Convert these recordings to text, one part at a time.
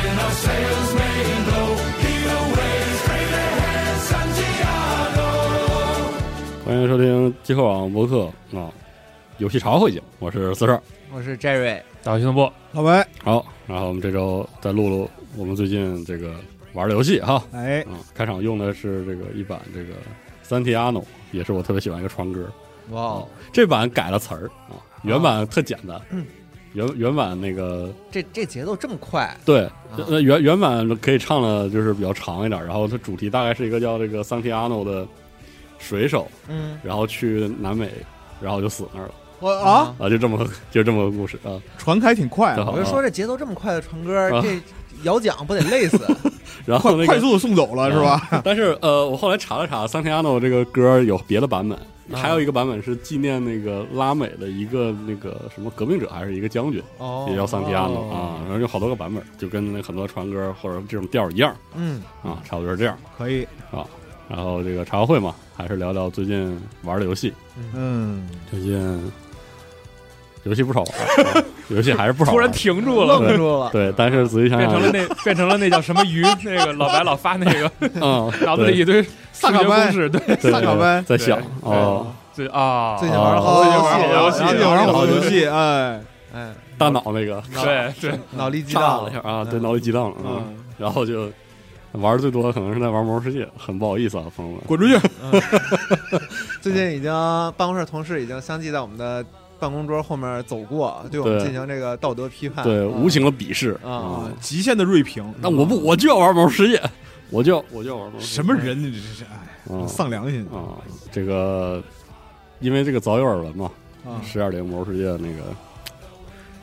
sails may blow, heave away, straight ahead, Santiago. 欢迎收听极客网博客啊，游戏潮汇景，我是四十二。我是 Jerry，打个新动波，老白，好，然后我们这周再录录我们最近这个玩的游戏哈。哎，嗯，开场用的是这个一版这个《三提阿诺》，也是我特别喜欢一个船歌。哇哦，这版改了词儿啊，原版特简单，原原版那个这这节奏这么快，对，那原原版可以唱的就是比较长一点，然后它主题大概是一个叫这个桑提阿诺的水手，嗯，然后去南美，然后就死那儿了我啊，啊，就这么就这么个故事啊。传开挺快哎正啊，好我就说这节奏这么快的传歌，啊这摇桨不得累死？ 然后快那个快速送走了是吧？但是呃，我后来查了查，桑提亚诺这个歌有别的版本，啊还有一个版本是纪念那个拉美的一个那个什么革命者还是一个将军，哦嗯也叫桑提亚诺哦啊。然后有好多个版本，就跟那很多船歌或者这种调儿一样嗯，啊，差不多是这样可以，啊。然后这个茶话会嘛，还是聊聊最近玩的游戏。嗯，最近游戏不少玩儿，啊 游戏还是不少突玩儿。然停住了，愣住了，对，但是仔细想变想成了，哎那变成了那叫什么鱼？那个老白老发那 个嗯，脑子里一堆数萨卡学班公式，对，对萨卡班在想对哦，最啊，最近玩了好好多多游游戏戏，游戏然后最近玩了好多游戏，哎，哎，大脑那个脑对 对，脑力激炸荡了一下啊，对，脑力激荡了啊。嗯，然后就玩的最多的可能是在玩《魔兽世界》，很不好意思啊，朋友们。滚出去，最近已经办公室同事已经相继在我们的办公桌后面走过，对我们对进行这个道德批判，对，嗯无情的鄙视啊嗯极限的锐评，那我不，我就要玩《魔兽世界》，我就要我就要玩《魔兽世界什么人？你这是哎，》啊丧良心啊！这个因为这个早有耳闻嘛，啊，十点零《魔兽世界》那个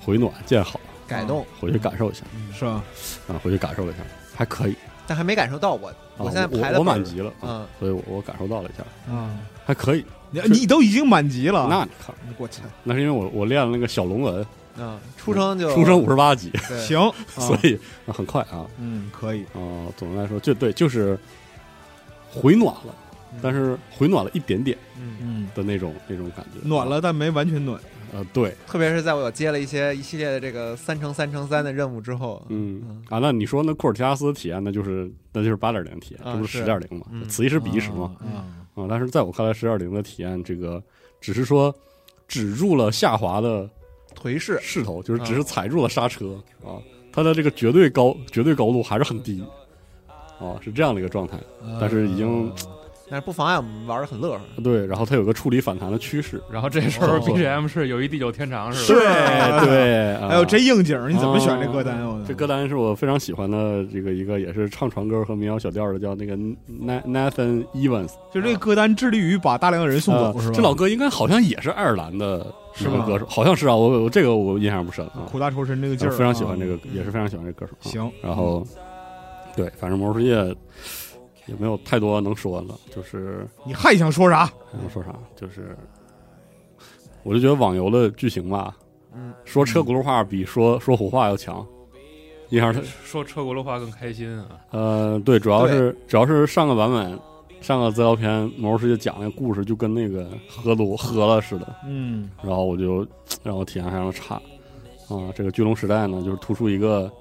回暖见好，改动，回去感受一下是吧？啊，回去感受一下，还可以但还没感受到我，啊。现在排我了我本满儿，级了啊，嗯，所以我我感受到了一下，啊，还可以。你你都已经满级了，那你看，我操，那是因为我我练了那个小龙纹，嗯，出生就出生五十八级，对行， 所啊以啊很快啊。嗯，可以，啊，总的来说，就对，就是回暖了，但是回暖了一点点嗯，嗯，的那种那种感觉，暖。了但没完全暖，呃，对，特别是在我接了一些一系列的这个三乘三乘三的任务之后，嗯啊，那你说那库尔提亚斯体验，那就是那就是八点零体验，啊这不是十点零嘛？嗯此一时彼一时嘛。啊，啊，但是在我看来，十点零的体验，这个只是说止住了下滑的颓势，势头，就是啊只是踩住了刹车啊，它的这个绝对高绝对高度还是很低。啊，是这样的一个状态，啊嗯但是已经但是不妨碍我们玩的很乐呵。对，然后它有个触底反弹的趋势，然后这时候哦 BGM 是有一地久天长是吧？是对对，啊哦 哎呦，真应景儿！你怎么选这歌单？啊我这歌单是我非常喜欢的这个一个也是唱船歌和民谣小调的，叫那个 Na- Nathan Evans，就这个歌单致力于把大量的人送走，呃是吧？这老哥应该好像也是爱尔兰的一是个吗歌手，好像是啊，我我这个我印象不深啊。苦大仇深这个劲我儿，非常喜欢这个啊，也是非常喜欢这个歌手。啊，行，然后对，反正魔兽世界也没有太多能说的，就是你还想说啥？还想说啥，就是我就觉得网游的剧情吧，嗯，说车轱辘话比说说胡话要强。印象说车轱辘话更开心啊！呃，对，主要对是主要是上个版本，上个资料片《魔兽世界》讲那故事就跟那个喝多喝了似的，嗯，然后我就让我体验非常差啊、这个巨龙时代呢，就是突出一个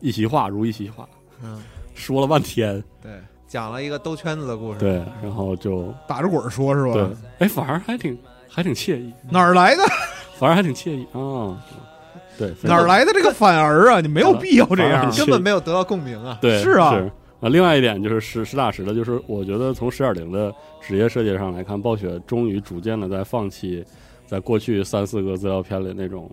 一席话如一席话，嗯，说了半天，对，讲了一个兜圈子的故事。对，然后就打着滚儿说，是吧？对，哎，反而还挺还挺惬意，哪儿来的反而还挺惬意啊、对，哪儿来的这个反儿啊？你没有必要这嗯反样而根本没有得到共鸣啊！对，是啊是啊，另外一点就是实实打实的，就是我觉得从十点零的职业设计上来看，暴雪终于逐渐的在放弃在过去三四个资料片里那种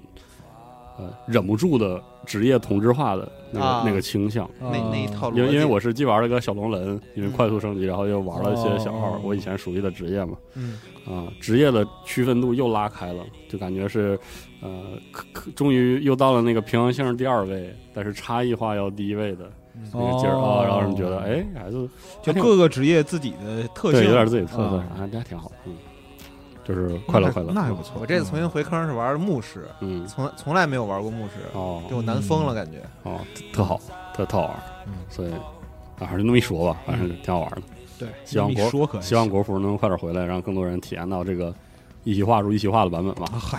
呃忍不住的职业同质化的那个、啊那个倾向。啊那那一套逻辑，因为因为我是既玩了个小龙人，因为嗯快速升级，然后又玩了一些小号哦，我以前熟悉的职业嘛，嗯啊，职业的区分度又拉开了，就感觉是，呃，可可终于又到了那个平衡性第二位，但是差异化要第一位的那个劲儿啊，哦然后人觉得，哎，还是就各个职业自己的特性，对，有点自己特色啊啥，这还挺好，嗯，就是快乐快乐，啊那还不错。嗯我这次重新回坑是玩的牧师，嗯，从从来没有玩过牧师，给哦我难疯了感觉。哦，特好，特特好玩，嗯所以啊，还是那么一说吧，反正挺好玩的，对，希望你国说可希望国服能快点回来，让更多人体验到这个一席话如一席话的版本吧啊，，嗨，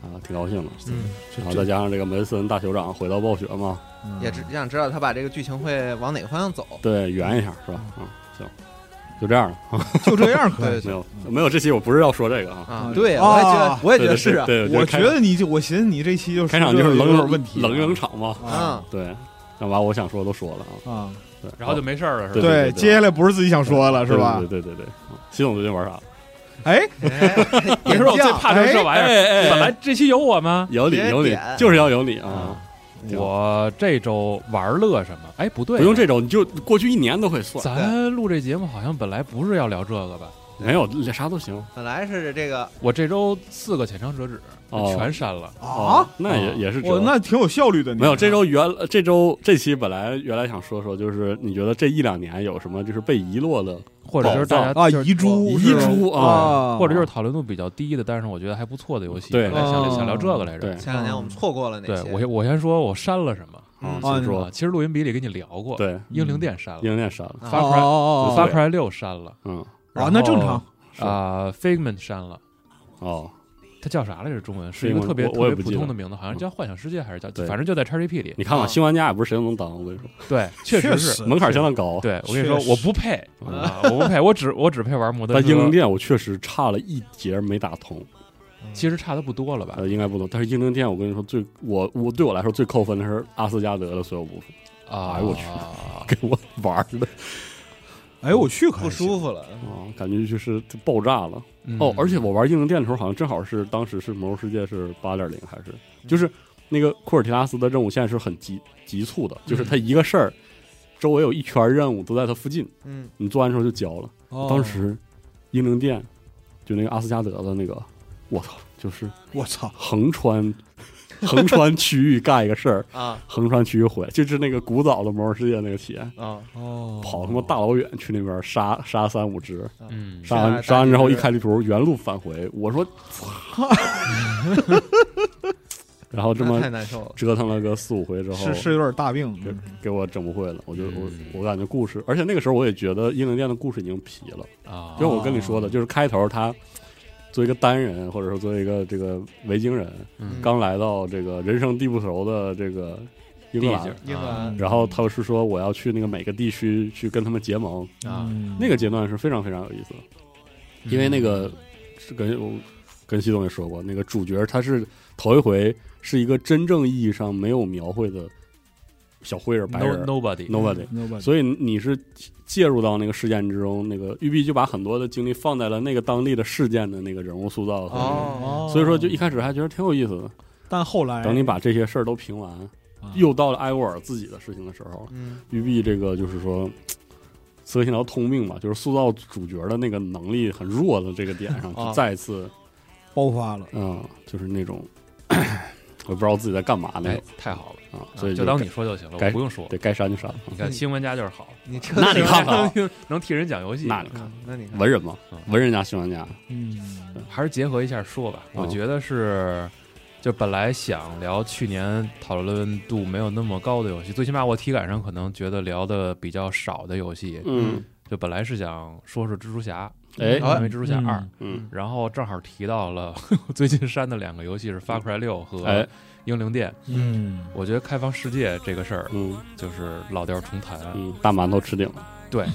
啊，挺高兴的。嗯，这然后这再加上这个梅森大酋长回到暴雪嘛，嗯也只想知道他把这个剧情会往哪个方向 走。对，圆一下是吧？嗯，行，就这样了，就这样可 对以。没有没有，这期我不是要说这个 啊，啊啊，对，啊我也觉得，我也觉得是啊，对，对对我就觉是开得你就我寻思你这期就是开场就是有冷点冷问题啊，冷冷场嘛，嗯，对，那把我想说的都说了啊，啊，对，然后就没事儿了，是吧？对对对接下来不是自己想说了是吧对？对对对对，嗯西总最近玩啥了？哎，哎你说我最点将怕就是这玩意儿。哎本来这期有我吗？有你别有你，点就是要有你啊！嗯挺好我这周玩乐什么？哎，不对，不用这种，你就过去一年都可以算，咱录这节目好像本来不是要聊这个吧？没有啥都行啊本来是这个我这周四个浅尝辄止哦全删了，啊，那也也是值我得那挺有效率的。你没有，这周原这周这期本来原来想说说，就是你觉得这一两年有什么就是被遗落的或者就是大家啊，哎就是遗珠遗是吧珠啊啊，或者就是讨论度比较低的，但是我觉得还不错的游戏，对本来想哦想聊这个来着对。前两年我们错过了哪对些？我先我先说，我删了什么？啊嗯，啊请说啊，其实录音笔里跟你聊过，，对嗯英灵殿删了，英念删了，啊发哦出哦来哦发哦出来六删了嗯哦，啊，那正常。是啊，Figment 删了，哦它叫啥来着？中文是一英个文特别我特我也别不普记得嗯通的名字，好像叫幻想世界还是叫，对反正就在 XGP 里。你看吧，啊新玩家也不是谁都能当，我跟你说，对，确实是是门槛相当高。啊对，我跟你说确，实我不配嗯啊，我不配，我只我只配玩摩登但英灵车。殿我确实差了一节没打通，其实差的不多了吧？呃，应该不能。但是英灵殿我跟你说最我我对我来说最扣分的是阿斯加德的所有部分，啊，哎呦我去去，给我玩儿的哎，我去可还不行舒服了，啊，感觉就是爆炸了。嗯哦，而且我玩英灵殿的时候，好像正好是当时是魔兽世界是八点零还是，就是那个库尔提拉斯的任务线是很急急促的，就是他一个事儿，周围有一圈任务都在他附近，嗯，你做完之后就交了。哦当时英灵殿就那个阿斯加德的那个，我操，就是我操，横穿横穿区域干一个事儿，啊横穿区域回来，就是那个古早的魔兽世界那个体验，啊，哦，跑他妈大老远去那边杀杀三五只，嗯，杀是啊完杀完之后一大开地图，原路返回。我说， 然后这那么太难受了，折腾了个四五回之后，是是有点大病，给给我整不会了。我就我嗯我感觉故事，而且那个时候我也觉得英灵殿的故事已经疲了。啊，就是我跟你说哦的，就是开头他作为一个单人，或者说作为一个这个维京人，嗯刚来到这个人生地不熟的这个英格兰，英格啊嗯兰然后他是说我要去那个每个地区去跟他们结盟。啊，那个阶段是非常非常有意思的，因为那嗯个是跟我跟西总也说过，那个主角他是头一回是一个真正意义上没有描绘的小灰人白 no 嗯人 nobody nobody， nobody，所以你是介入到那个事件之中，那个育碧就把很多的精力放在了那个当地的事件的那个人物塑造和。哦，所以说，就一开始还觉得挺有意思的。但后哎来等你把这些事儿都评嗯完，啊又到了艾沃尔自己的事情的时候，嗯育碧这个就是说，刺客信条通病吧，就是塑造主角的那个能力很弱的这个点上，哦啊就再一次，爆发了，嗯，就是那种我不知道自己在干嘛那哎种，太好了，啊，啊所以就当该你说就行了，该我不用说。得该删就删嗯了，你看新玩家就是好，你这那你看看啊能 能替人讲游戏，那你看嗯那你看文人嘛嗯，文人加新玩家，嗯，还是结合一下说吧。嗯我觉得是，就本来想聊去年讨论度没有那么高的游戏，最起码我体感上可能觉得聊的比较少的游戏，嗯，就本来是想说说蜘蛛侠，哎因为蜘蛛侠二。嗯，然后正好提到了 我最近删的两个游戏是《Far Cry 六》和哎《英灵殿》嗯，我觉得开放世界这个事儿嗯就是老调重弹啊。嗯，大馒头吃顶了，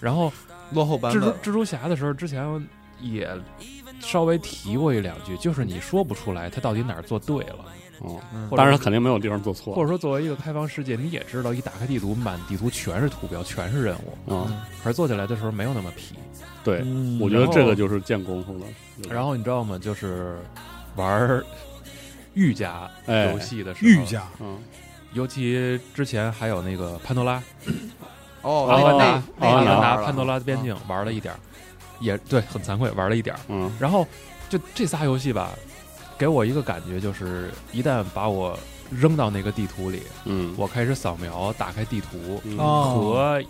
然后落后版蜘蛛本，蜘蛛侠的时候，之前也稍微提过一两句，就是你说不出来他到底哪儿做对了，哦，嗯或者当然他肯定没有地方做或错者说作为一个开放世界，你也知道，一打开地图，满地图全是图标，全是任务，啊，可是做起来的时候没有那么皮。对，嗯我觉得这个就是见功夫了。然后，后你知道吗？就是玩儿御家哎游，戏的时候，愈，加嗯，尤其之前还有那个潘多拉，哦，阿那凡个达那阿凡那个嗯达、玩了潘多拉的边境玩了一点儿，也对，很惭愧，玩了一点儿。嗯，然后就这仨游戏吧，给我一个感觉就是，一旦把我扔到那个地图里，嗯，我开始扫描，打开地图嗯，哦，和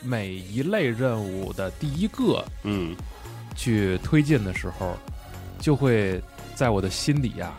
每一类任务的第一个嗯，去推进的时候，就会在我的心底啊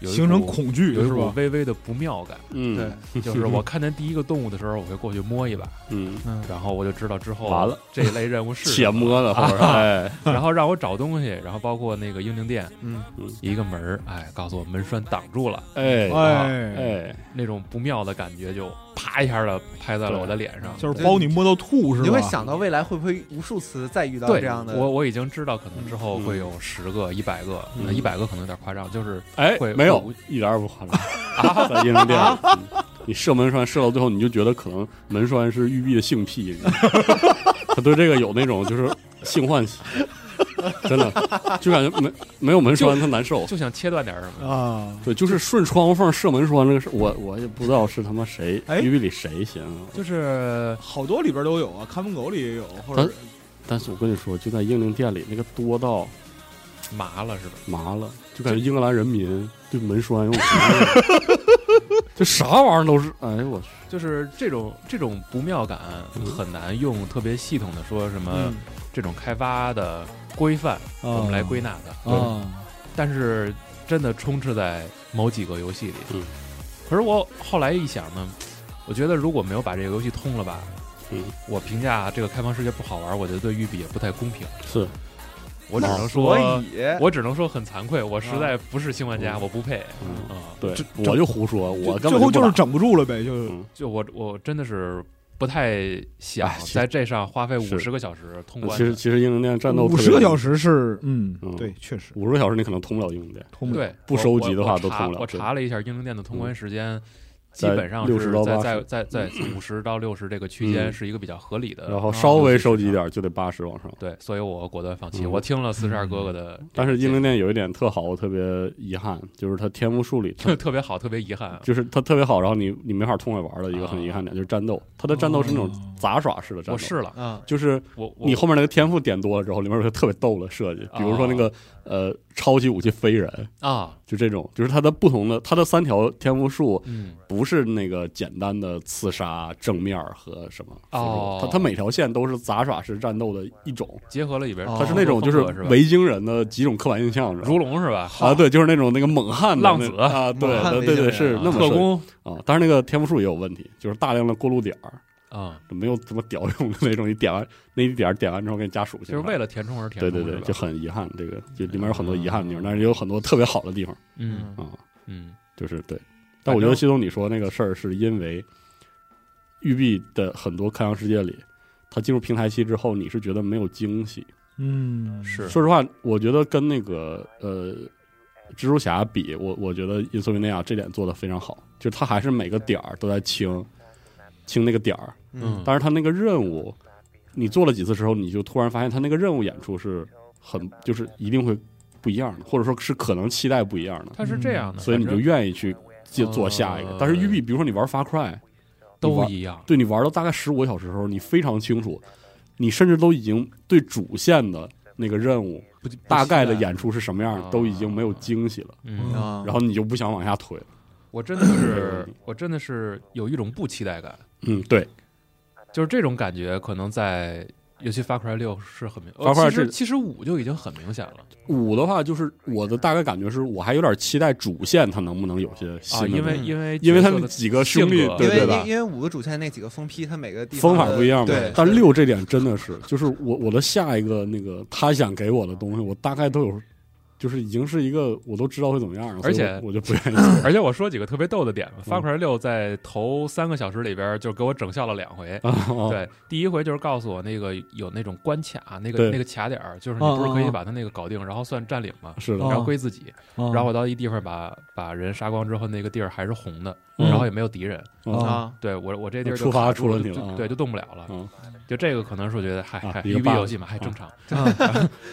有一形成股恐惧有一是股吧？微微的不妙 感。嗯，对，就是我看见第一个动物的时候，我会过去摸一 把，嗯，嗯，然后我就知道之后完了这一类任 务是什啊且么摸了，后 边哎，然后让我找东西，然后包括那个英灵殿嗯，一个门儿，哎，告诉我门栓挡住了，哎哎，哎，那种不妙的感觉就啪一下的拍在了我的脸上。就是包你摸到吐是吧？你会想到未来会不会无数次再遇到对这样的？嗯我我已经知道可能之后会有十个、一百个，嗯那一百个可能有点夸张，就是哎会，没有会，一点儿也不夸张，在阴凉店，嗯你射门栓射到最后，你就觉得可能门栓是玉璧的性癖，你知道吗他对这个有那种就是性唤起，真的就感觉没没有门栓他难受。就想切断点儿什哦么。啊，对，就是顺窗户缝射门栓这个事，我我也不知道是他妈谁哎玉璧里谁先啊。就是好多里边都有啊，看门狗里也有，或者但是我跟你说，就在英灵殿里那个多到麻了是吧？麻了，就感觉英格兰人民对门栓有 恐惧，就啥玩意儿都是，哎呦我去，就是这种这种不妙感嗯很难用特别系统的说什么嗯这种开发的规范呃哦我们来归纳的，对啊，但是真的充斥在某几个游戏里。嗯，可是我后来一想呢，我觉得如果没有把这个游戏通了吧，嗯，我评价这个开放世界不好玩，我觉得对育碧也不太公平。是我只能说哦所，以我只能说很惭愧，我实在不是新玩家，我不配。哎啊嗯。啊，对这，我就胡说，我最根本后不就是打整不住了呗，就是嗯就我我真的是不太想哎其实在这上花费五是十个小时通其关实的。其实英灵殿战斗五十个小时，时是嗯嗯，对，确实五十个小时你可能通不了英灵殿，通不了对，不我收集的我话我都查通不了我对嗯查了一下英灵殿的通关时间，基在本上60是到在80在在在 五十到六十这个区间嗯是一个比较合理的。啊然后稍微收集一点就得八十往上。对，所以我果断放弃。嗯我听了四十二哥哥的，但是英灵殿有一点特好，我特别遗憾，就是它天赋 树里，它特 特别好，特别遗 憾。啊就是它特别好，然后你你没法通来玩的一个很遗憾点，就是战斗，它的战斗是那种哦杂耍式的战我斗，试了，啊，啊就是我我你后面那个天赋点多了之后，里面有些特别逗的设计，比如说那个呃超级武器飞人，啊，就这种，就是它的不同的它的三条天赋树嗯，不是那个简单的刺杀、正面儿和什么辅助，哦它它每条线都是杂耍式战斗的一种，结合了里边，哦它是那种就是是吧维京人的几种刻板印象，是吧如龙是吧？啊，对，就是那种那个猛汉的浪那子啊，对猛汉对维对京对，人是啊那么特设计工啊，当然那个天赋树也有问题，就是大量的过路点儿，啊，没有怎么屌用的那种，你点完那一点儿点完之后给你加属性，就是为了填充而填对充。对对，是吧啊就很遗憾，这个就里面有很多遗憾的地方，但是也有很多特别好的地方嗯啊。嗯，就是对。但我觉得西总你说那个事儿，是因为育碧的很多开放世界里，它进入平台期之后，你是觉得没有惊喜。嗯是说实话，我觉得跟那个呃蜘蛛侠比，我我觉得《印索维尼亚》这点做的非常好，就是它还是每个点儿都在清清那个点儿，嗯，但是它那个任务，你做了几次之后，你就突然发现它那个任务演出是很就是一定会不一样的，或者说是可能期待不一样的。它是这样的，嗯所以你反就正愿意去接做下一个呃。但是育碧，比如说你玩 Far Cry，都玩一样。对你玩到大概十五个小时的时候，你非常清楚，你甚至都已经对主线的那个任务不大概的，不期待演出是什么样啊的，都已经没有惊喜了，嗯，啊然后你就不想往下推了。我真的是，我真的是有一种不期待感，嗯，对，就是这种感觉，可能在尤其发 cry 六是很明，呃 Far Cry 其实是其实五就已经很明显了五的话就是我的大概感觉是我还有点期待主线它能不能有些新啊，的，因为因为因为他角色们的几个兄弟性格对因为对因吧为因为五个主线那几个封批，它每个地方方法的不一样嘛对，。但六这点真的是， 就是我我的下一个那个他想给我的东西，我大概都有，就是已经是一个我都知道会怎么样了，而且所以我我就不愿意做而且我说几个特别逗的点吧，嗯《发块六》在头三个小时里边就给我整笑了两回。啊。对，第一回就是告诉我那个有那种关卡，那个对嗯那个卡点儿，就是你不是可以把它那个搞定，然后算占领嘛，是的然，后归自己。哦啊然后我到一地方把把人杀光之后，那个地儿还是红的，嗯然后也没有敌人。啊啊，对我我这地儿就触发卡住出问就题了就啊对，就动不了了。嗯就这个可能是我觉得，嗨啊嗨，一个育 bug 碧游戏嘛，还正 常。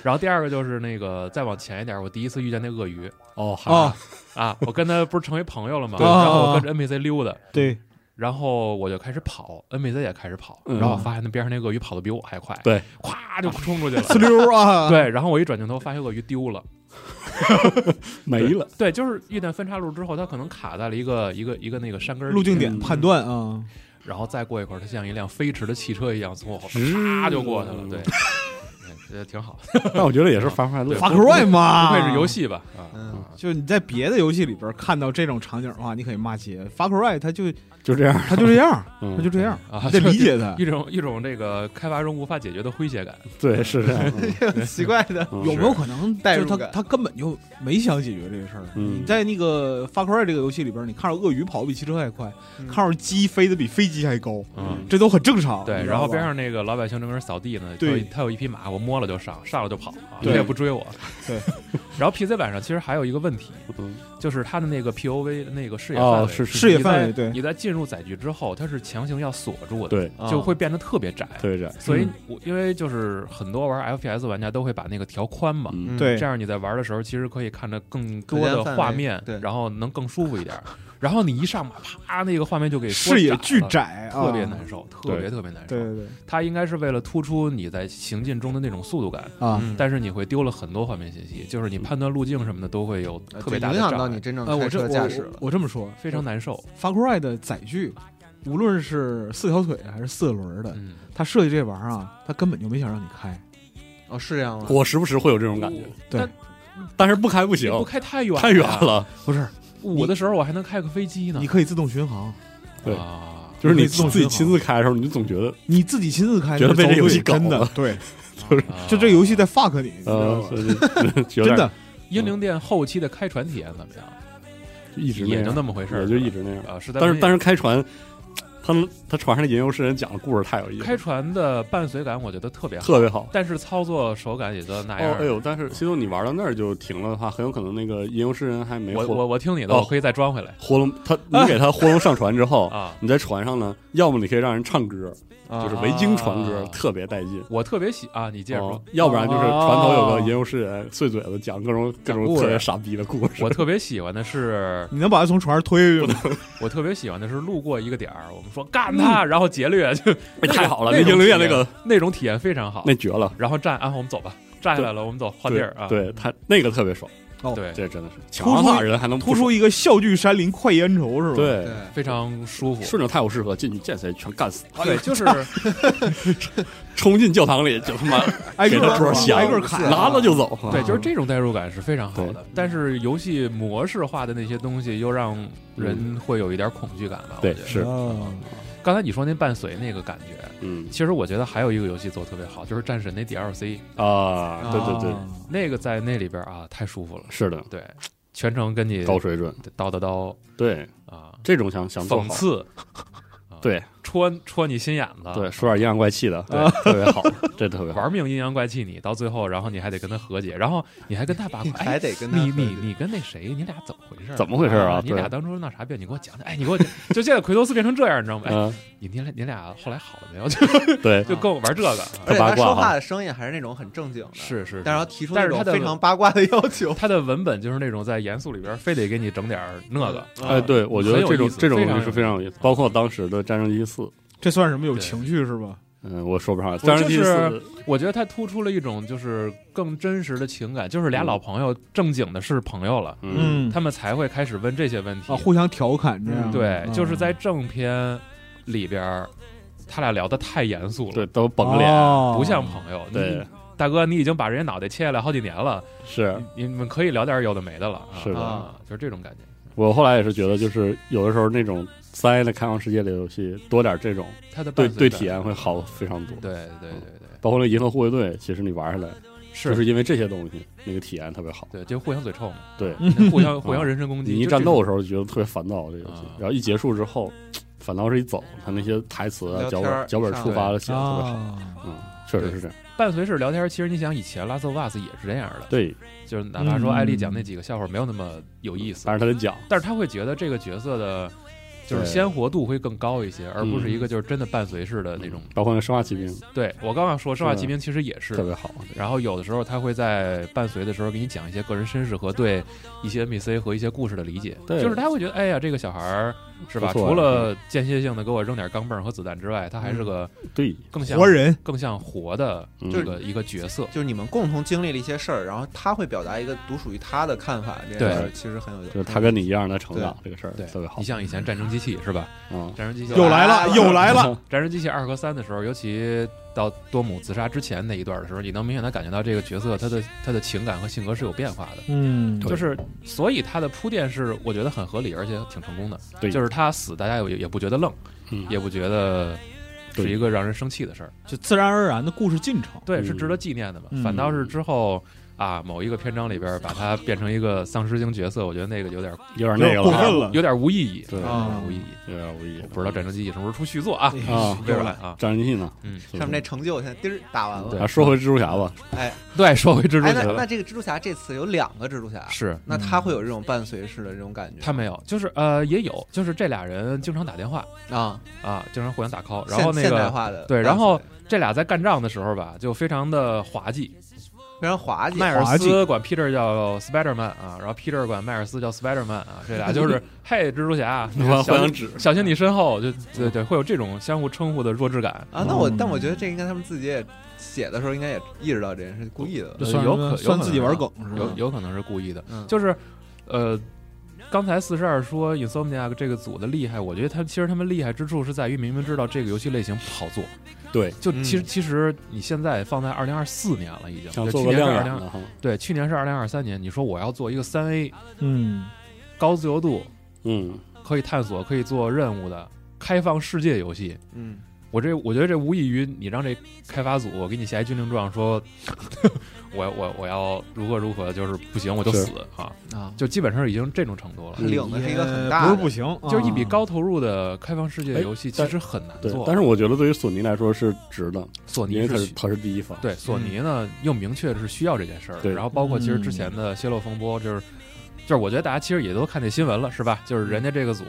然后第二个就是那个再往前一点，我第一次遇见那鳄鱼哦，啊还，啊，我跟他不是成为朋友了吗？对然哦后我跟着 NPC 溜达，对，然后我就开始跑，NPC 也开始跑，嗯然后我发现那边上那鳄鱼跑得比我还快，对，咵就冲 出去呲了。溜啊，对，然后我一转镜头，发现鳄鱼丢了。没了，对，就是遇见分岔路之后，它可能卡在了一个一个一个那个山根儿里路径面点判断啊，嗯然后再过一会儿，它像一辆飞驰的汽车一样从我后直 啪就过去了。对，也挺好，但我觉得也是发发乐对。 Far Cry 不嘛，愧是游。戏吧？啊，嗯，就你在别的游戏里边看到这种场景的话，你可以骂街。Far Cry 它就就这样，它就这样，嗯它就这样，啊你得理解它。 一种一种这个开发中无法解决的诙谐感。 对，是这样。 嗯奇怪的，嗯有没有可能代就入是他感他根本就没想解决这个事儿？嗯你在那个《Far Cry》这个游戏里边，你看着鳄鱼跑得比汽车还快，嗯看着鸡飞得比飞机还高，嗯，这都很正常。对。你知然道吧后边上那个老百姓正跟那儿扫地呢，他有对他有一匹马，我摸了就上，上了就跑，啊你对也不追我。对。然后 PC 版上其实还有一个问题，嗯就是它的那个 POV 的那个视野范哦，围，是是，视野你范在围，对，你在进入载具之后，它是强行要锁住的，对，嗯啊就会变得特别窄。特别窄。所以我因为就是很多玩 FPS 玩家都会把那个调宽嘛，嗯嗯对这样你在玩的时候其实可以看着更多可的见范围画面，对然后能更舒服一点。然后你一上马，啪，那个画面就给缩视野巨了。窄，特别啊难受，特别特别难对受。对对它应该是为了突出你在行进中的那种速度感，啊，嗯但是你会丢了很多画面信息，就是你判断路径什么的都会有呃特别就大影的响障到碍，你真正呃，开我这车我驾驶了。我这么说，非常难受。 Far Cry 的载具，无论是四条腿还是四轮的，嗯，它设计这玩意儿啊，它根本就没想让你开。哦，是这样吗？我时不时会有这种感觉，对但但是不开不你行，不开太远太远呀。了。不是，我的时候我还能开个飞机呢你。可以自动巡航，对啊，就是你会自动自己巡航亲自开的时候，你就总觉得你自己亲自开，觉得被那这个游戏走搞路真的了 对，啊就这游戏在 fuck 你，你知道呃吗，？所以就就 有真点的，英灵殿后期的开船体验怎么样？一直也就样那么回事儿，也就一直那样。啊，是在但是但是是开船，他他船上的吟游诗人讲的故事太有意思开了，船的伴随感我觉得特别好，特别好。但是操作手感也就那样哦，儿。哎呦！但是西多，你玩到那儿就停了的话，很有可能那个吟游诗人还没我活我我听你的，哦我可以再装回来活龙，他你给他活龙上船之后，啊。你在船上呢，要么你可以让人唱歌，啊哦就是维京船歌啊，特别带劲。我特别喜啊，你接着哦说，，要不然就是船头有个哦吟游诗人，碎嘴子讲各种各讲种故事特别傻逼的故事。我特别喜欢的是， 你能把它从船上推下去吗？我特别喜欢的是路过一个点儿，我们说干他，然后劫掠，就哎太嗯好了，那 那种英灵殿体验那个那种体验非常好。那绝了，然后站啊，我们走吧，站下来了，我们走换地儿啊。哎对他那个特别爽，对，这真的是出强大人还能突不爽出一个笑剧山林快意恩仇是吧？，对对，，非常舒服。顺着太武适合进去见谁全干死，对，就是 哦冲进教堂里就他妈 挨给个他桌儿响，挨个儿砍，啊拿了就走。对，就是这种代入感是非常好的。但是游戏模式化的那些东西，又让人会有一点恐惧感吧？我嗯对觉得是啊刚才你说那伴随那个感觉，嗯其实我觉得还有一个游戏做得特别好，就是《战神》那 DLC，啊，对对对，啊那个在那里边啊，太舒服了。是的，对，全程跟你高叨水准，叨叨对啊，这种想想做讽好，刺， 啊对戳戳你心眼子，对，说点阴阳怪气的，对啊，特别好， 这特 别好。玩命阴阳怪气你，到最后，然后你还得跟他和解，然后你还跟 他把关，哎还得跟他你你你跟那谁，你俩怎么回事儿？怎么回事儿啊你俩对当初闹啥别？你给我讲讲。哎，你给我讲，就现在奎托斯变成这样，你知道吗？哎，嗯，你你俩你俩后来好了没有？就对，就跟我玩这 个，他而且他八卦说哈话的声音还是那种很正经的，，是是。但是他提出但那是种他的非常八卦的要求，他的文本就是那种在严肃里边儿非得给你整点儿那个，哎，对，我觉很得有这种意思这种非东常西是非常有意思，包括当时的《战争机器四》，这算什么有对情绪是吧？嗯，我说不上来，《就战争机器四》我觉得他突出了一种就是更真实的情感，就是俩嗯老朋友正经的是朋友了，嗯，他们才会开始问这些问题啊，。互相调侃这样，对，嗯就是在正片里边儿，他俩聊得太严肃了，对，都绷脸，哦不像朋友。对你，大哥，你已经把人家脑袋切下来好几年了，是你你们可以聊点有的没的了。啊是的啊，就是这种感觉。我后来也是觉得，就是有的时候那种三 A 的开放世界类游戏多点这种，他的对伴随对感体验会好非常多。对对对对包括那《银河护卫队》，其实你玩下来是就是因为这些东西，那个体验特别好。对，就互相嘴臭嘛，对 互相互相人身攻击。你一就战这种斗，的时候就觉得特别烦躁，这游戏啊，然后一结束之后，反倒是一走，他那些台词啊、聊脚天儿本脚本上触发的写的特别好，啊，嗯，确实是这样。伴随是聊天，其实你想以前《Last of Us》也是这样的，对，就是哪怕说嗯艾丽讲那几个笑话没有那么有意思但，是他得讲，但是他会觉得这个角色的。就是嗯对鲜活度会更高一些，而不是嗯一个就是真的伴随式的那种。包括那《生化奇兵》对我刚刚说《生化是奇兵》其实也是特别好，然后有的时候他会在伴随的时候给你讲一些个人身世和对一些 NPC 和一些故事的理解，对就是他会觉得，哎呀，这个小孩儿是吧？不错啊除了间歇性的给我扔点钢镚儿和子弹之外，他还是个对，更像活，人更像活的嗯这个一个角色。就是你们共同经历了一些事儿，然后他会表达一个独属于他的看法，这件事儿对其实很有用。就是他跟你一样在成长，这个事儿对特别好你。像以前战争机器是吧？嗯，战争机器又来了，又来了，战争机器二和三的时候，尤其到多姆自杀之前那一段的时候，你能明显的感觉到这个角色他的他的情感和性格是有变化的。嗯，对就是，所以他的铺垫是我觉得很合理，而且挺成功的。对就是他死，大家也也不觉得愣， 嗯也不觉得是对一个让人生气的事儿。就自然而然的故事进程。对，嗯是值得纪念的嘛。嗯反倒是之后啊，某一个篇章里边把他变成一个丧尸型角色，我觉得那个有点有点那个过了，分了有点无意义，对有啊点无意义。有点无意义啊我。不知道《战争机器》什么时候出续作啊？啊微软啊，战争机呢？嗯是不是，上面那成就现在滴儿打完了。对啊，说回蜘蛛侠吧，嗯对，说回蜘蛛哎，侠那了，那这个蜘蛛侠这次有两个蜘蛛侠，是那他会有这种伴随式的这种感觉他没有，就是呃也有，就是这俩人经常打电话啊？啊，经常互相打 call，现然后那现代个化的对伴随然后这俩在干仗的时候吧，就非常的滑稽。非常滑嗯稽，啊迈尔滑斯稽管 Peter 叫 Spiderman 啊，然后 Peter 管迈尔斯叫 Spiderman 啊，这俩 就是嘿蜘蛛侠，互小相互心相指，小心你身后，就对对，会有这种相互称呼的弱智感。啊。那我嗯但我觉得这应该他们自己也写的时候应该也意识到这件事，故意的呃就算有是可有算可自己能玩啊梗是吧有？有可能是故意的，嗯就是，呃，刚才四十二说 Insomniac 这个组的厉害，我觉得他其实他们厉害之处是在于明明知道这个游戏类型不好做，对，就嗯其实、其实你现在放在二零二四年了，已经，想就做去个啊年是亮二眼零的哈。对，去年是二零二三年，你说我要做一个三 A 嗯，高自由度嗯，可以探索、可以做任务的开放世界游戏，嗯，我这我觉得这无异于你让这开发组我给你下一军令状说， 我我我要如何如何，就是不行我就是死啊，啊，就基本上已经这种程度了。嗯领的是一个很大也的不是不行，就是一笔啊高投入的开放世界游戏，其哎但实很难对。做。但是我觉得对于索尼来说是值的，索因尼为它是是需它是第一方。对索尼呢，又明确是需要这件事儿。嗯对然后包括其实嗯之前的泄露风波，就是就是我觉得大家其实也都看见新闻了，是吧？就是人家这个组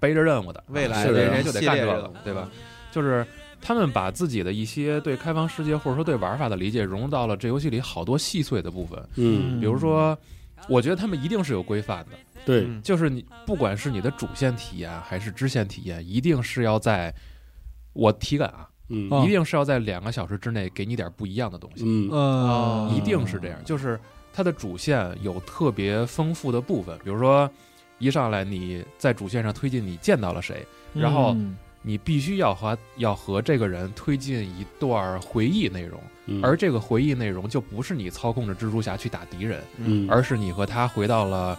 背着任务的，未来是的的人家这一就得系干列这任个务，，嗯对吧？？就是他们把自己的一些对开放世界或者说对玩法的理解融入到了这游戏里好多细碎的部分，嗯，比如说。我觉得他们一定是有规范的，对，嗯就是你不管是你的主线体验还是支线体验，一定是要在我体感啊，嗯啊一定是要在两个小时之内给你点不一样的东西，嗯呃，一定是这样。就是它的主线有特别丰富的部分，比如说一上来你在主线上推进你见到了谁，嗯。然后你必须要和要和这个人推进一段回忆内容，嗯，而这个回忆内容就不是你操控着蜘蛛侠去打敌人，嗯而是你和他回到了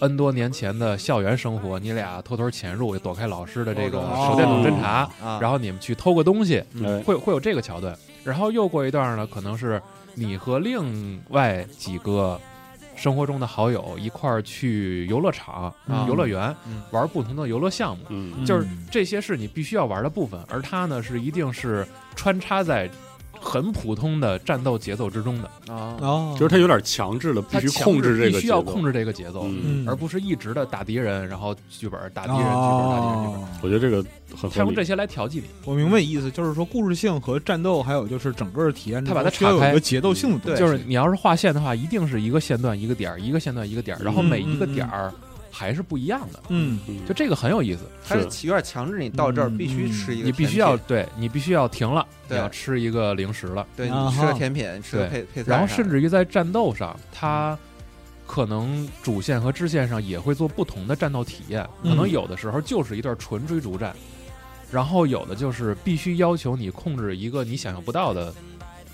N 多年前的校园生活，你俩偷偷潜入，躲开老师的这个哦手电筒侦查，啊，然后你们去偷个东西，哎会会有这个桥段。然后又过一段呢，可能是你和另外几个生活中的好友一块儿去游乐场、嗯游乐园嗯玩不同的游乐项目。啊嗯就是这些是你必须要玩的部分，而它呢是一定是穿插在很普通的战斗节奏之中的，啊，哦，就是它有点强制的，必它须强控制制这必个，须要控。制这个节奏，嗯，嗯，而不是一直的打敌人，然后剧本打打敌人，剧本打敌人，剧本。我觉得这个很他合用这理。些来调剂你，哦我明白意思，就是说故事性和战斗，还有就是整个体验之他中，把它需要岔有开一个节奏性的东西。就是你要是划线的话，一定是一个线段一个点儿，一个线段一个点儿，然后嗯每一个嗯嗯点儿还是不一样的，嗯，嗯就这个很有意思。它是有点强制你到这儿必须吃一个，你必须要对你必须要停了，你对要吃一个零食了。对你吃个甜品，吃个配配菜，啊然后甚至于在战斗上，它可能主线和支线上也会做不同的战斗体验，可能嗯有的时候就是一段纯追逐战，然后有的就是必须要求你控制一个你想象不到的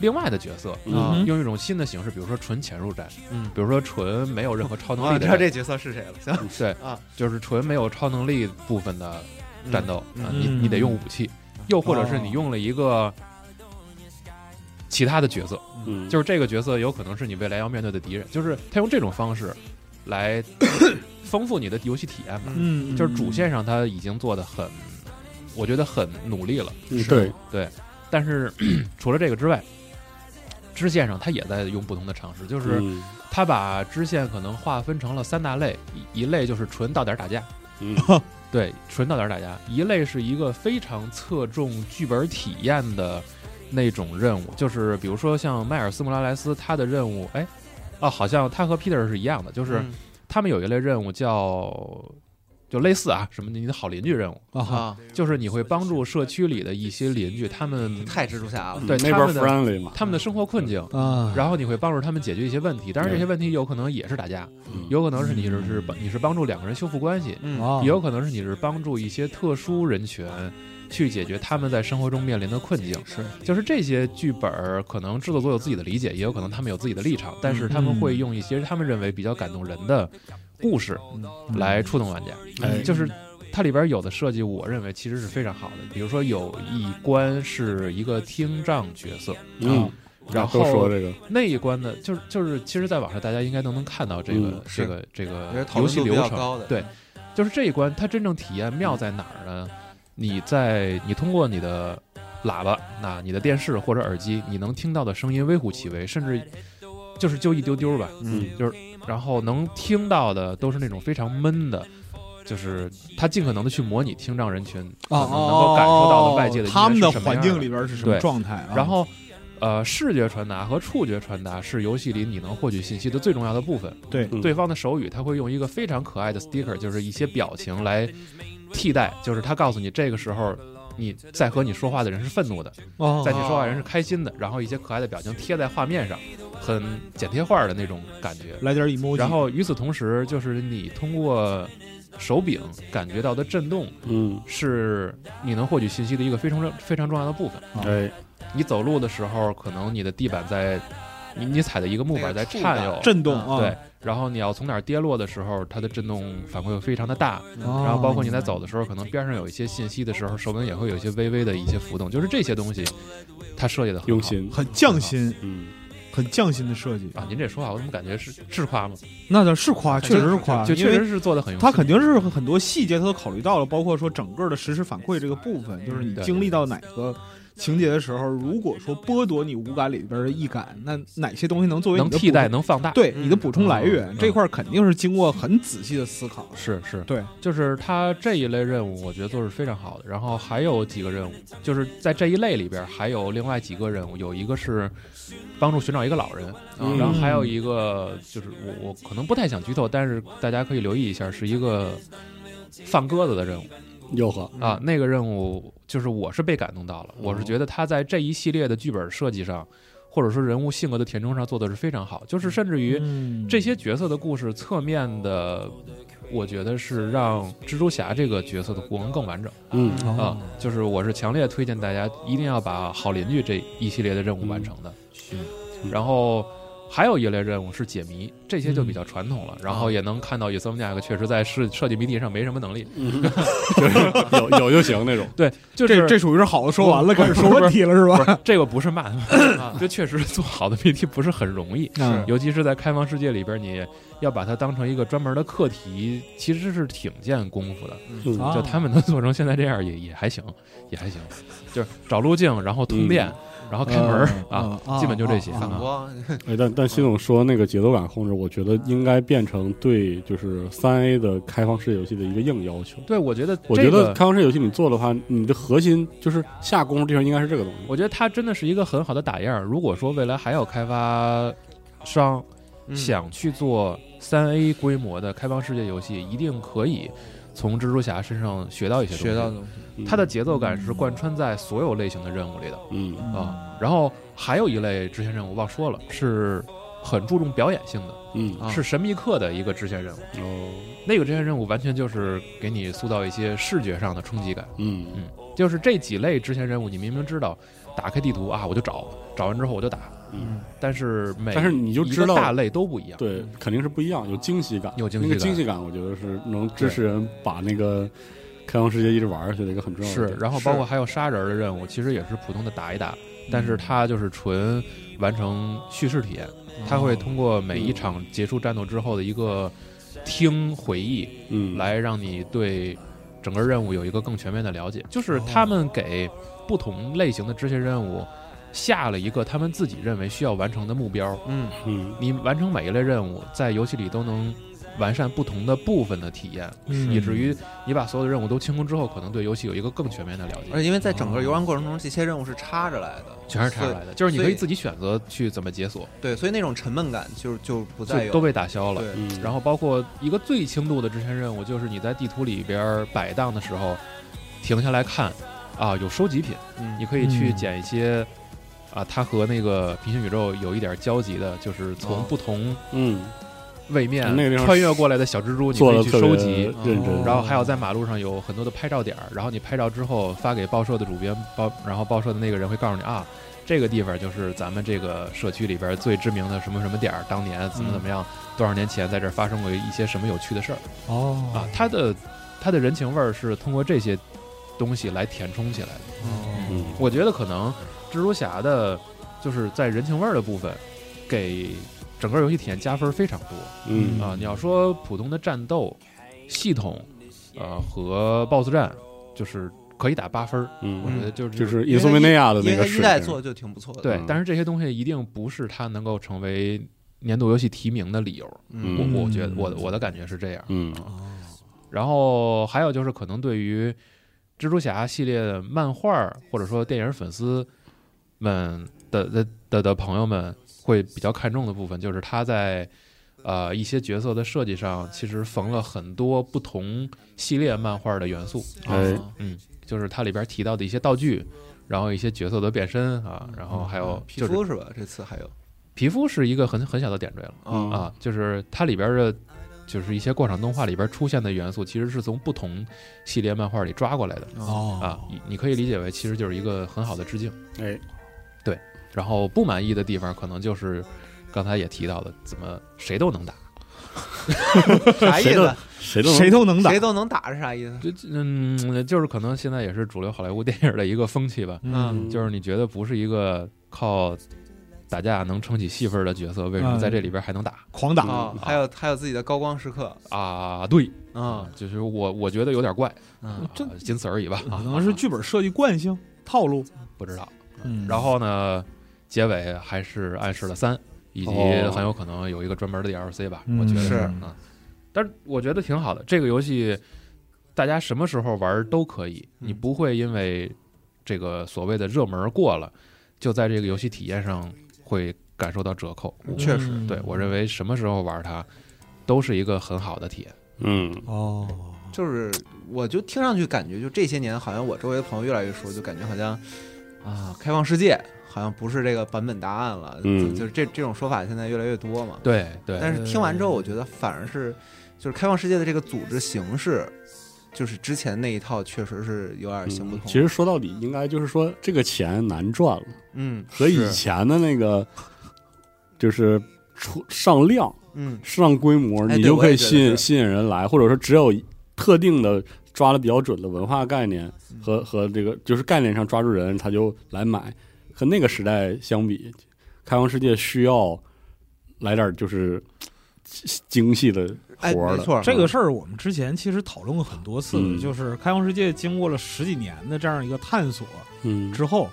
另外的角色。嗯用一种新的形式，比如说纯潜入战，嗯比如说纯没有任何超能我力哦知的道战，这角色是谁了，行，对啊，就是纯没有超能力部分的 战斗嗯啊，嗯你你得用武器，又或者是你哦用了一个其他的角色，嗯，就是这个角色有可能是你未来要面对的敌人，就是他用这种方式来 丰富你的游戏体验吧。嗯，就是主线上他已经做的很，我觉得很努力了，嗯对，但是 除了这个之外，支线上他也在用不同的尝试，就是嗯他把支线可能划分成了三大类，一一类就是纯到点儿打架，嗯对，纯到点儿打架；一类是一个非常侧重剧本体验的那种任务，就是比如说像迈尔斯·莫拉莱斯他的任务，哎，啊，好像他和 Peter 是一样的，嗯就是他们有一类任务叫就类似啊，什么你的好邻居任务，啊，啊，就是你会帮助社区里的一些邻居，他们太蜘蛛侠了，对呃那他边们的嗯 friendly 嘛，他们的生活困境。 啊，然后你会帮助他们解决一些问题，当然这些嗯问题有可能也是打架，嗯有可能是你是是帮你是帮助两个人修复关系，嗯啊也有可能是你是帮助一些特殊人群去解决他们在生活中面临的困境。是，就是这些剧本儿可能制作组有自己的理解，也有可能他们有自己的立嗯场，但是他们会用一些他们认为比较感动人的故事嗯嗯来触动玩家。哎就是它里边有的设计，我认为其实是非常好的。比如说有一关是一个听障角色，嗯，然后都说这个，那一关的，就是就是，其实在网上大家应该都能看到这个、嗯这是个这个也是讨游论戏度比流较程，高的对，就是这一关它真正体验妙在哪儿呢？你在你通过你的喇叭，那你的电视或者耳机，你能听到的声音微乎其微，甚至就是就一丢丢吧，嗯，然后能听到的都是那种非常闷的，就是他尽可能的去模拟听障人群可能能够感受到的外界的音乐哦他们是的什么样环境里边是什么对状态啊？然后，呃，视觉传达和触觉传达是游戏里你能获取信息的最重要的部分。对嗯对方的手语，他会用一个非常可爱的 sticker，就是一些表情来替代，就是他告诉你这个时候。你在和你说话的人是愤怒的，哦在你说话的人是开心的，然后一些可爱的表情贴在画面上，很剪贴画的那种感觉。来点 emoji，然后与此同时，就是你通过手柄感觉到的震动，嗯，是你能获取信息的一个非常非常重要的部分。哎，你走路的时候，可能你的地板在，你你踩的一个木板在颤悠，震动啊，嗯对，然后你要从哪儿跌落的时候，它的震动反馈会非常的大，哦，然然后包括你在走的时候，可能边上有一些信息的时候，手柄也会有一些微微的一些浮动，就是这些东西，它设计的用心，很匠心，嗯，很匠心的设计，啊。您这说话我怎么感觉是是夸吗？那倒是夸，确实是夸，就啊因确为实是做的很用心，他肯定是很多细节他都考虑到了，包括说整个的实时反馈这个部分，就是你嗯对经历到哪个情节的时候，如果说剥夺你五感里边的一感，那哪些东西能作为你能的替代补能放大，对嗯你的补充来源、嗯这块儿肯定是经过很仔细的思考。是是，对，就是他这一类任务，我觉得做是非常好的。然后还有几个任务，就是在这一类里边还有另外几个任务，有一个是帮助寻找一个老人，嗯啊然后还有一个就是我我可能不太想剧透，但是大家可以留意一下，是一个放鸽子的任务又好，啊。那个任务就是我是被感动到了，我是觉得他在这一系列的剧本设计上，或者说人物性格的填充上做的是非常好，就是甚至于。嗯这些角色的故事侧面的，我觉得是让蜘蛛侠这个角色的弧光更完整嗯，哦啊、就是我是强烈推荐大家一定要把好邻居这一系列的任务完成的。嗯，然后。还有一类任务是解谜，这些就比较传统嗯了，然后也能看到伊森尼亚克确实在设设计谜题上没什么能力， 有有就行那种，对，就是这这属于是好的，说完不了开是始说问题了是不吧？是这个不是 骂他们，啊就确实做好的谜题不是很容易，嗯尤其是在开放世界里边，你要把它当成一个专门的课题，其实是挺见功夫的。嗯啊就他们能做成现在这样也，也还行，也还行。就是找路径，然后通电，嗯然后开门儿啊，基本就这些啊反啊光， 哎，但但习总说那个节奏感控制，我觉得应该变成对就是三 A 的开放式游戏的一个硬要求。对，我觉得、这个，我觉得开放式游戏你做的话，你的核心就是下功夫地方应该是这个东西。我觉得它真的是一个很好的打样儿。如果说未来还有开发商嗯想去做三 A 规模的开放世界游戏，一定可以从蜘蛛侠身上学到一些东西。学到的东西，嗯它的节奏感是贯穿在所有类型的任务里的。嗯啊，然后还有一类支线任务忘说了，是很注重表演性的，嗯啊是神秘客的一个支线任务。哦那个支线任务完全就是给你塑造一些视觉上的冲击感。嗯就是这几类支线任务，你明明知道打开地图啊，我就找，找完之后我就打，嗯，但是每但是你就一知个大道类都不一样。对，肯定是不一样，有惊喜感，有惊喜那个感惊喜感，我觉得是能支持人把那个开放世界一直玩下去的一个很重要是的，点。然后包括还有杀人的任务，其实也是普通的打一打，嗯但是它就是纯完成叙事体验，嗯它啊会通过每嗯一场结束战斗之后的一个听回忆，嗯，来让你对整个任务有一个更全面的了解。就是哦他们给不同类型的支线任务下了一个他们自己认为需要完成的目标。嗯，嗯你完成每一类任务，在游戏里都能完善不同的部分的体验，以至于你把所有的任务都清空之后，可能对游戏有一个更全面的了而解。且因为在整个游玩过程中，这些任务哎是插着来的，全是拆出所来的，就是你可所以以自己选择去怎么解锁，以对，所以那种沉闷感就就不再就有，都被打消了。对，嗯，然后包括一个最轻度的支线任务，就是你在地图里边儿摆荡的时候，停下来看，啊，有收集品，嗯你可以去嗯捡一些，啊，它和那个平行宇宙有一点交集的，就是从哦不同嗯位面那个地方穿越过来的小蜘蛛，你做可的以去特收别集。认真，然后还有在马路上有很多的拍照点儿，然后你拍照之后发给报社的主编报，然后报社的那个人会告诉你啊，这个地方就是咱们这个社区里边最知名的什么什么点儿，当年怎么怎么样，多少年前在这儿发生过一些什么有趣的事儿哦啊，它的它的人情味儿是通过这些东西来填充起来的。嗯，我觉得可能蜘蛛侠的就是在人情味儿的部分给整个游戏体验加分非常多。嗯啊、你要说普通的战斗系统，呃，和 BOSS 战就是可以打八分儿，我嗯，觉得就是、就是因为 Insomnia 的那因个为一水代平，做就挺不错的。对嗯，但是这些东西一定不是它能够成为年度游戏提名的理由。嗯我我觉得我的我的感觉是这样。嗯哦然后还有就是可能对于蜘蛛侠系列的漫画儿或者说电影粉丝们的的的的朋友们会比较看重的部分，就是他在呃一些角色的设计上，其实缝了很多不同系列漫画的元素。啊哎哦嗯，就是它里边提到的一些道具，然后一些角色的变身啊，然后还有嗯皮就是肤是吧？这次 还有皮肤是一个很很小的点缀了。嗯啊，哦就是它里边儿的，就是一些过场动画里边儿出现的元素，其实是从不同系列漫画里抓过来的哦啊。你你可以理解为，其实就是一个很好的致敬。哎，然后不满意的地方，可能就是刚才也提到的，怎么谁都能打，啥意谁都思？谁都能谁都能打谁，都能打是啥意思？就嗯，就是可能现在也是主流好莱坞电影的一个风气吧，嗯就是你觉得不是一个靠打架能撑起戏份儿的角色，为什么嗯在这里边儿还能打狂打，啊，还有还有自己的高光时刻啊？对啊，，就是我我觉得有点怪，嗯啊这仅此而已吧，可啊能是剧本设计惯性套路。不知道。嗯然后呢，结尾还是暗示了三，以及哦很有可能有一个专门的 DLC 吧，嗯我觉得是啊。但是我觉得挺好的，这个游戏大家什么时候玩都可以，嗯你不会因为这个所谓的热门过了，就在这个游戏体验上会感受到折扣。嗯我确实对我认为什么时候玩它都是一个很好的体验。嗯哦，就是我就听上去感觉，就这些年好像我周围的朋友越来越说，就感觉好像啊，开放世界好像不是这个版本答案了，嗯就就是这这种说法现在越来越多嘛。对对，但是听完之后，我觉得反而是就是开放世界的这个组织形式，就是之前那一套确实是有点行不嗯，通。其实说到底，应该就是说这个钱难赚了，嗯和以前的那个就是出上量。嗯，上规模，哎你对就我可以也觉得吸引是吸引人来，或者说只有特定的抓的比较准的文化概念和和这个就是概念上抓住人，他就来买。和那个时代相比，开放世界需要来点就是精细的活哎，儿没的。错，这个事儿我们之前其实讨论过很多次嗯了，就是开放世界经过了十几年的这样一个探索嗯之后，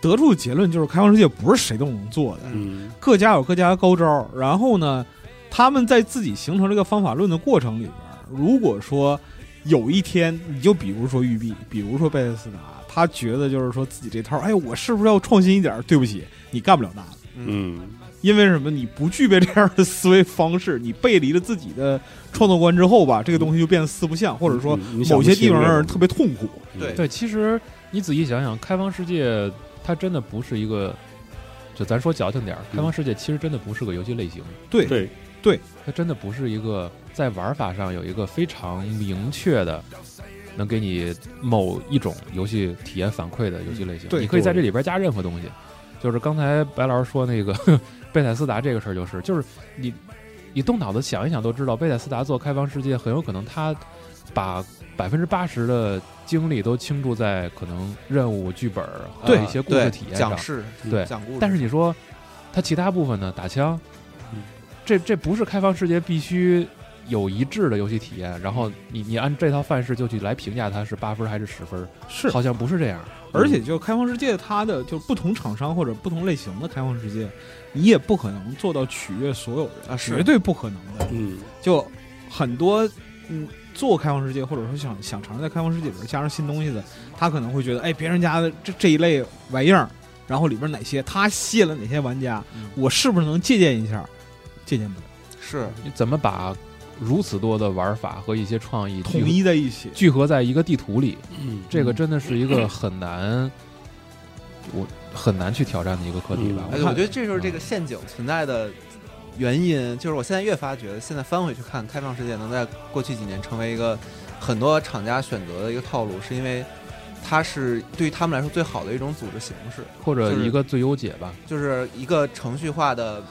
得出的结论就是开放世界不是谁都能做的，嗯各家有各家的高招。然后呢，他们在自己形成这个方法论的过程里边儿，如果说有一天，你就比如说育碧，比如说贝塞斯达，他觉得就是说自己这套，哎，我是不是要创新一点儿？对不起，你干不了大的。嗯因为什么？你不具备这样的思维方式，你背离了自己的创作观之后吧，这个东西就变得四不像，或者说嗯你想某不些清地方这让个人特别痛苦。嗯对对，其实你仔细想想，开放世界它真的不是一个，就咱说矫情点儿，开放世界其实真的不是个游戏类型，对，对它真的不是一个在玩法上有一个非常明确的，能给你某一种游戏体验反馈的游戏类型。对你可以在这里边加任何东西。就是刚才白老师说那个 贝塞斯达这个事儿，就是就是你你动脑子想一想都知道，贝塞斯达做开放世界，很有可能他把百分之八十的精力都倾注在可能任务、剧本儿和嗯对一些故事体验上讲。事，对讲故事，但是你说它其他部分呢？打枪嗯，这这不是开放世界必须有一致的游戏体验。然后你你按这套范式就去来评价它是八分还是十分，是，好像不是这样。而嗯且就开放世界，它的就不同厂商或者不同类型的开放世界，你也不可能做到取悦所有人啊是绝对不可能的。嗯就很多嗯做开放世界，或者说想想尝试在开放世界里边加上新东西的，他可能会觉得，哎，别人家的这这一类玩意儿，然后里边哪些他吸引了哪些玩家，嗯我是不是能借鉴一下？借鉴不了，是你怎么把如此多的玩法和一些创意统聚一在一起。聚合在一个地图里？嗯这个真的是一个很难，我很难去挑战的一个课题吧嗯。我哎，看嗯我觉得这就是这个陷阱存在的原因，就是我现在越发觉得，现在翻回去看《开放世界》能在过去几年成为一个很多厂家选择的一个套路，是因为它是对于他们来说最好的一种组织形式，或者就是一个最优解吧。就是一个程序化的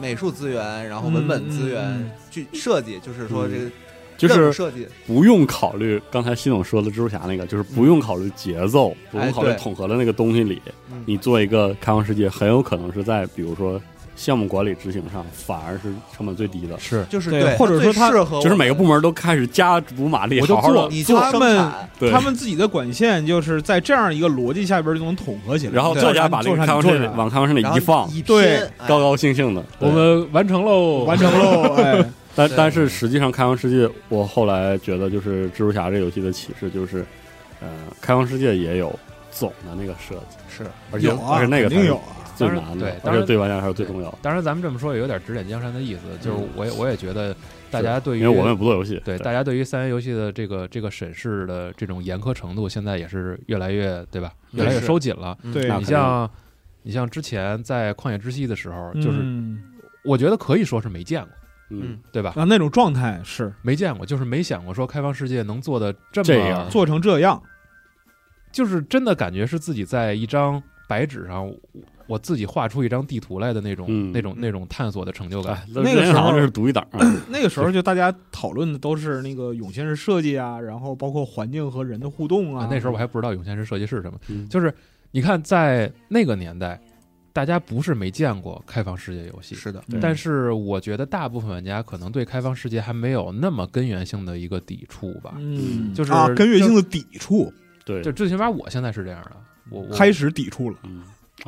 美术资源，然后文本资嗯嗯嗯源去设计，就是说这个就任是务设计，不用考虑刚才西总说的蜘蛛侠那个，就是不用考虑节奏，不用考虑对统合的那个东西里，嗯你做一个开放世界，很有可能是在比如说项目管理执行上，反而是成本最低的。是，就是对对，或者它最说它适合我就是每个们部门都开始加足马力，我就好好的做你哦就他生们产，对他们自己的管线就是在这样一个逻辑下边就能统合起来。然后对作家把这做个啥开放你做世界啥往开放世界然里后一放，一拼对哎高高兴兴的。我们完成喽。完成喽，哎，但对但是实际上，开放世界，我后来觉得就是蜘蛛侠这游戏的启示就是，呃，开放世界也有总的那个设计，是而且、有啊，而且那个肯定才是有啊，最当然难对的，当而然且对玩家来说最重要的，当然，咱们这么说也有点指点江山的意思，就是嗯我也我也觉得大家对于因为我们也不做游戏，对大家对于三 A 游戏的这个这个审视的这种严苛程度，现在也是越来越对吧？越来越是收紧了。嗯对你那肯定像你像之前在旷野之息的时候，就是嗯我觉得可以说是没见过，嗯，对吧？啊那种状态是没见过，就是没想过说开放世界能做的这么这样做成这样，就是真的感觉是自己在一张白纸上，我我自己画出一张地图来的那种、嗯那种那种探索的成就感哎。，那个时候好像这是独一档，嗯那个时候就大家讨论的都是那个涌现式设计啊，然后包括环境和人的互动啊。那时候我还不知道涌现式设计是什么，嗯就是你看在那个年代，大家不是没见过开放世界游戏。是的，嗯，但是我觉得大部分玩家可能对开放世界还没有那么根源性的一个抵触吧，嗯，就是啊，根源性的抵触对就，最起码我现在是这样的，我我开始抵触了，嗯，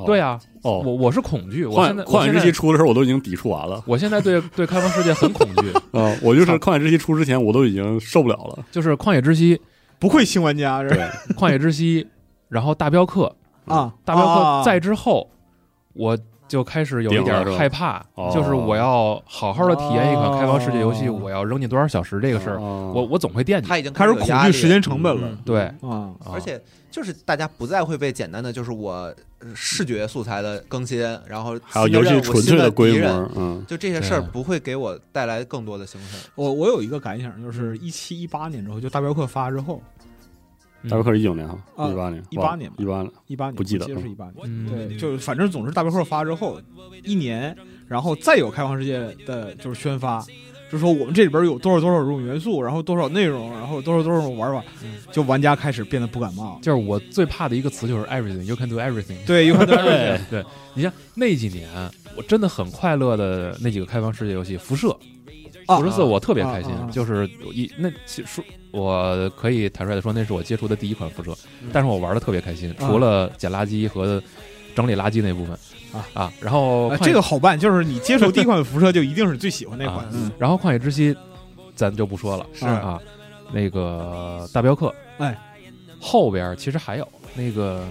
对啊，哦，我我是恐惧，我旷现在我旷野现之在息出的时候，我都已经抵触完 了我现在对对开放世界很恐惧， 啊！我就是旷野之息出之前，我都已经受不了了。就是旷野之息，不愧新玩家是对，旷野之息，然后大镖客，啊，大镖啊客在之后，我就开始有一顶了是点吧害怕，哦就是我要好好的体验一款开放世界游戏，哦我要扔进多少小时这啊个事儿，我我我总会惦记。他已经开始始恐有压惧力时间成本嗯了对，啊。啊而且就是大家不再会被简单的就是我呃视觉素材的更新，然后还有新游的戏任务纯粹的规，新敌人模，嗯，就这些事儿对不会给我带来更多的兴奋。我我有一个感想，就是一七一八年之后，就大镖客发之后，大镖客是一九年哈，啊一八年， 18年吧一八年，一八年不记得我了是一八年，嗯，对，就是反正总之大镖客发之后一年，然后再有开放世界的就是宣发，就说我们这里边有多少多少种元素，然后多少内容，然后多少多少种玩法，嗯就玩家开始变得不感冒了。就是我最怕的一个词就是 everything，you can do everything。对，有很多人 对对，你像那几年，我真的很快乐的那几个开放世界游戏，辐射，啊辐射四我特别开心，啊啊啊就是一那其实说我可以坦率的说，那是我接触的第一款辐射，嗯但是我玩的特别开心，除了捡垃圾和整理垃圾那部分啊啊，然后啊旷野这个好办，就是你接触第一款辐射就一定是最喜欢那款啊，然后旷野之息，咱就不说了是啊，那个大镖客，哎，后边其实还有那个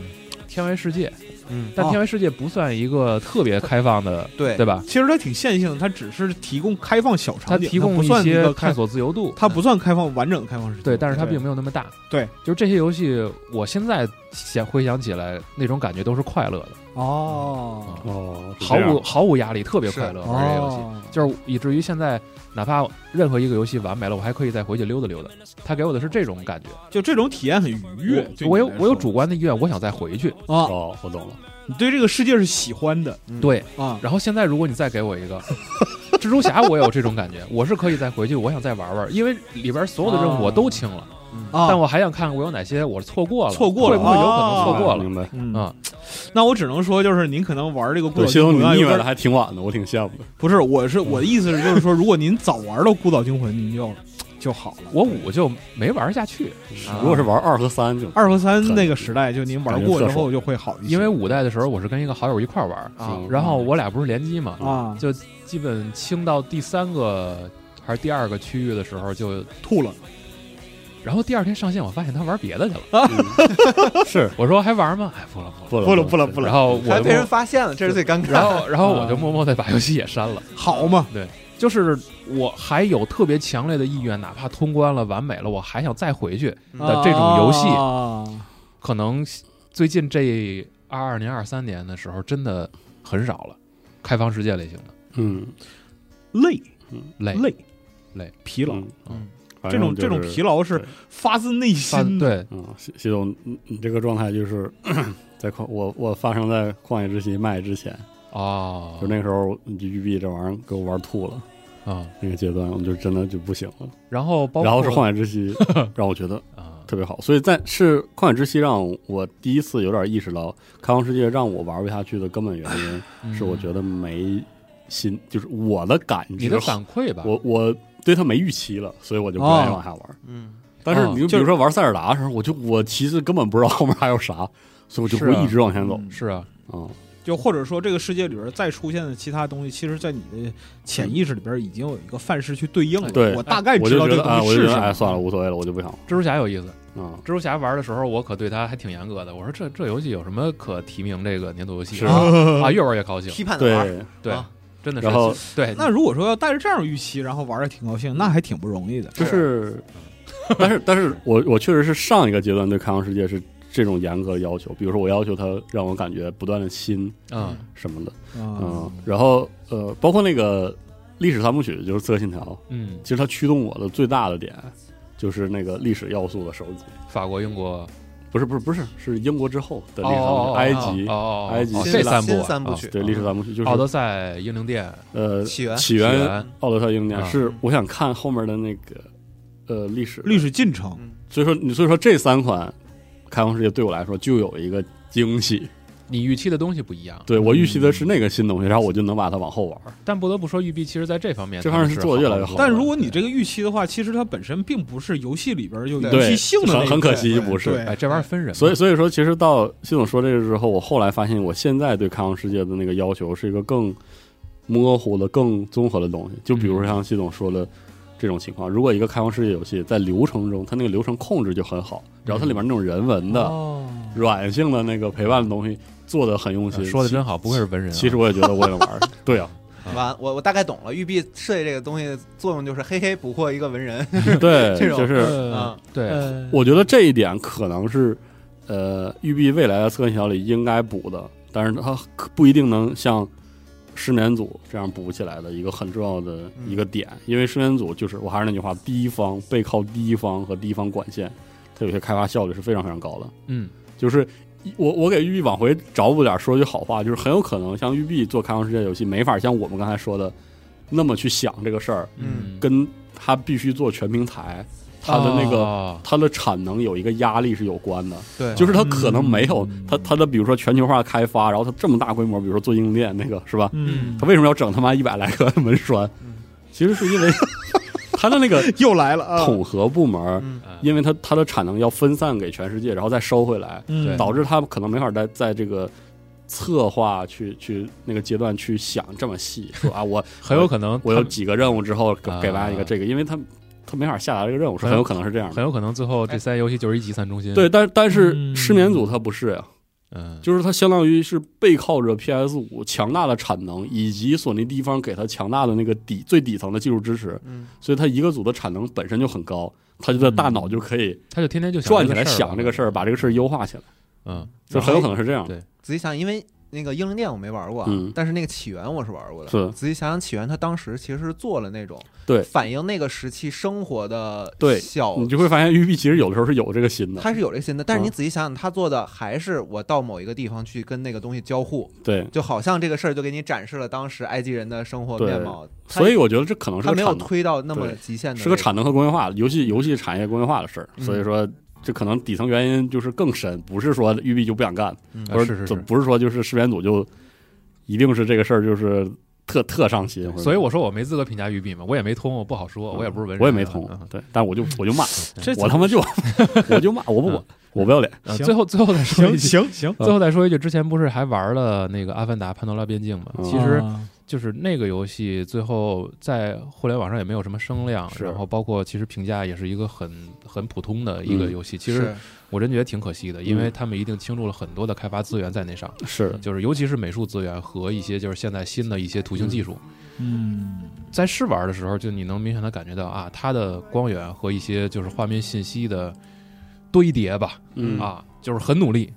天外世界，嗯，但哦天外世界不算一个特别开放的，对对吧？其实它挺线性的，它只是提供开放小它场景，提它供不一算一些个探开，索自由度，它不算开放完整的开放世界。对，但是它并对没有那么大。对，就是这些游戏，我现在想回想起来，那种感觉都是快乐的，哦哦，是毫这样无毫无压力，特别是快乐玩这些游戏。哦，就是以至于现在，哪怕任何一个游戏完美了，我还可以再回去溜达溜达。它给我的是这种感觉，就这种体验很愉悦。对你我有来我有说主观的意愿，我想再回去。啊，哦，我懂了，你对这个世界是喜欢的对，啊，然后现在如果你再给我一个蜘蛛侠，我也有这种感觉，我是可以再回去，我想再玩玩，因为里边所有的任务我都清了，啊但我还想看看我有哪些我错过了，错过了会不会有可能错过了？明白。嗯啊，那我只能说，就是您可能玩这个孤对，岛系惊统魂你啊，腻有歪的点还挺晚的，我挺羡慕的。不是，我是我的意思是，就是说，如果您早玩到孤岛惊魂，您就就好了。我五就没玩下去，如果是玩二和三就，二和三很那个时代，就您玩过之后就会好一些，因为五代的时候我是跟一个好友一块玩，啊嗯然后我俩不是联机嘛，啊就基本清到第三个还是第二个区域的时候就，吐了然后第二天上线，我发现他玩别的去了。嗯是我说还玩吗？哎，不了不了。不啊不了不了不了然后我还就被人发现了，这是最尴尬。然 后然后啊我就默默的把游戏也删了。好嘛？就是我还有特别强烈的意愿，哪怕通关了完美了，我还想再回去的这种游戏，啊可能最近这二二年、二三年的时候真的很少了。开放世界类型的，嗯，累累累累疲劳，嗯嗯，反这种正这种就是疲劳是对发自内发心的。对嗯，系系统，你你这个状态就是 在旷我我发生在旷野之息卖之前，哦就那个时候育碧这玩意儿给我玩吐了，啊，那个阶段我就真的就不行了。然后包括然后是旷野之息让我觉得啊，特别好，所以在是旷野之息让我第一次有点意识到开放世界让我玩不下去的根本原因 是我得觉得没心，就是我的感知，嗯你的反馈吧，我我对它没预期了，所以我就不愿意哦往下玩。嗯，但是嗯你就比就是如说玩塞尔达的时候，我就我其实根本不知道后面还有啥，所以我就是会啊一直往前走嗯是啊，啊。就或者说这个世界里边再出现的其他东西，其实，在你的潜意识里边已经有一个范式去对应了。对我大概我知就道觉这个得啊，东西我就是觉什得么。哎，算了，无所谓了，我就不想了蜘蛛侠有意思。啊。蜘蛛侠玩的时候，我可对他还挺严格的。我说这这游戏有什么可提名这个年度游戏是的啊？越玩越 高兴，批判的玩儿，对，对啊，真的是。然后对，嗯那如果说要带着这样的预期，然后玩的挺高兴，那嗯还挺不容易的。就是，但是但是我我确实是上一个阶段对开放世界是这种严格的要求，比如说我要求它让我感觉不断的新嗯什么的，啊，嗯，然后呃，包括那个历史三部曲就是《刺客信条》，嗯，其实它驱动我的最大的点就是那个历史要素的收集。法国、英国、不是不是不是，是英国之后的历史三部曲，哦埃哦及哦哦哦埃及哦希这腊三部新啊三部啊曲对历史三部曲，就是奥德赛、英灵殿、呃起源起起源源奥德赛英典啊是我想看后面的那个呃历史历史进程，嗯所以说你所以说这三款开放世界对我来说就有一个惊喜，你预期的东西不一样，对我预期的是那个新东西，然后我就能把它往后玩。但不得不说，育碧其实在这方面这他方们面是是做得越来越好好的。但如果你这个预期的话，其实它本身并不是游戏里边有游对戏性的那一很很可惜部分不是对哎，这玩意儿分人嘛，所以所以说，其实到系统说这个之后，我后来发现，我现在对开放世界的那个要求是一个更模糊的、更综合的东西。就比如说像系统说的这种情况，如果一个开放世界游戏在流程中，它那个流程控制就很好，然后它里面那种人文的、哦，软性的那个陪伴的东西做的很用呃心。说的其真好，不愧是文人啊。其实我也觉得我也能玩儿。对啊，完，我我大概懂了，育碧设计这个东西作用就是嘿嘿捕获一个文人，对，这种就是呃嗯对，呃我觉得这一点可能是，呃，育碧未来的测跟小里应该补的，但是它可不一定能像失眠组这样补起来的一个很重要的一个点，因为失眠组就是我还是那句话，第一方背靠第一方和第一方管线，它有些开发效率是非常非常高的。嗯，就是我我给育碧往回找补点说句好话，就是很有可能像育碧做开放世界游戏，没法像我们刚才说的那么去想这个事儿，嗯跟它必须做全平台，它的那个。哦它的产能有一个压力是有关的，对就是它可能没有嗯它它的比如说全球化开发，然后它这么大规模，比如说做应用链那个是吧？嗯它，为什么要整他妈一百来个 门栓嗯？其实是因为它的那个又来了啊，统合部门，嗯因为它它的产能要分散给全世界，然后再收回来，嗯对导致它可能没法在在这个。策划去去那个阶段去想这么细，说啊，我很有可能我有他们几个任务之后给啊给完一个这个，因为他他没法下达这个任务，是很有可能是这样的。很有可能最后这三游戏就是一集散中心。对，，但但是嗯失眠组它不是呀，嗯，就是它相当于是背靠着 PS 五强大的产能，以及索尼第一方给它强大的那个底最底层的技术支持，嗯所以它一个组的产能本身就很高，它就在大脑就可以他就天天就转起来嗯想这这个事儿儿，吧，把这个事儿优化起来，嗯，就很有可能是这样对。仔细想，因为那个英灵殿我没玩过啊，嗯但是那个起源我是玩过的。是仔细想想，起源它当时其实是做了那种对反映那个时期生活的对小，你就会发现育碧其实有的时候是有这个心的，它是有这个心的。但是嗯你仔细想想，它做的还是我到某一个地方去跟那个东西交互，对，就好像这个事儿就给你展示了当时埃及人的生活对面貌。它所以我觉得这可能是它个没有产能，推到那么对极限的那，是个产能和工业化，游戏游戏产业工业化的事儿，嗯所以说这可能底层原因就是更深，不是说育碧就不想干。嗯啊不是是怎是不是说就是失联组就一定是这个事儿就是特特上心，或者嗯所以我说我没资格评价育碧嘛，我也没通，我不好说，我也不是文人，我也没通嗯，对，但我就我就骂，这我他 妈就我就骂，我不管，我不要脸，嗯行最后最后再说一句，行行行，最后再说一句，之前不是还玩了那个《阿凡达：潘多拉边境》嘛？嗯其实啊就是那个游戏，最后在互联网上也没有什么声量，是然后包括其实评价也是一个很很普通的一个嗯游戏。其实是我真觉得挺可惜的，因为嗯他们一定倾注了很多的开发资源在那上，是就是尤其是美术资源和一些就是现在新的一些图形技术。嗯，在试玩的时候，就你能明显的感觉到啊，它的光源和一些就是画面信息的堆叠吧，嗯，啊，就是很努力。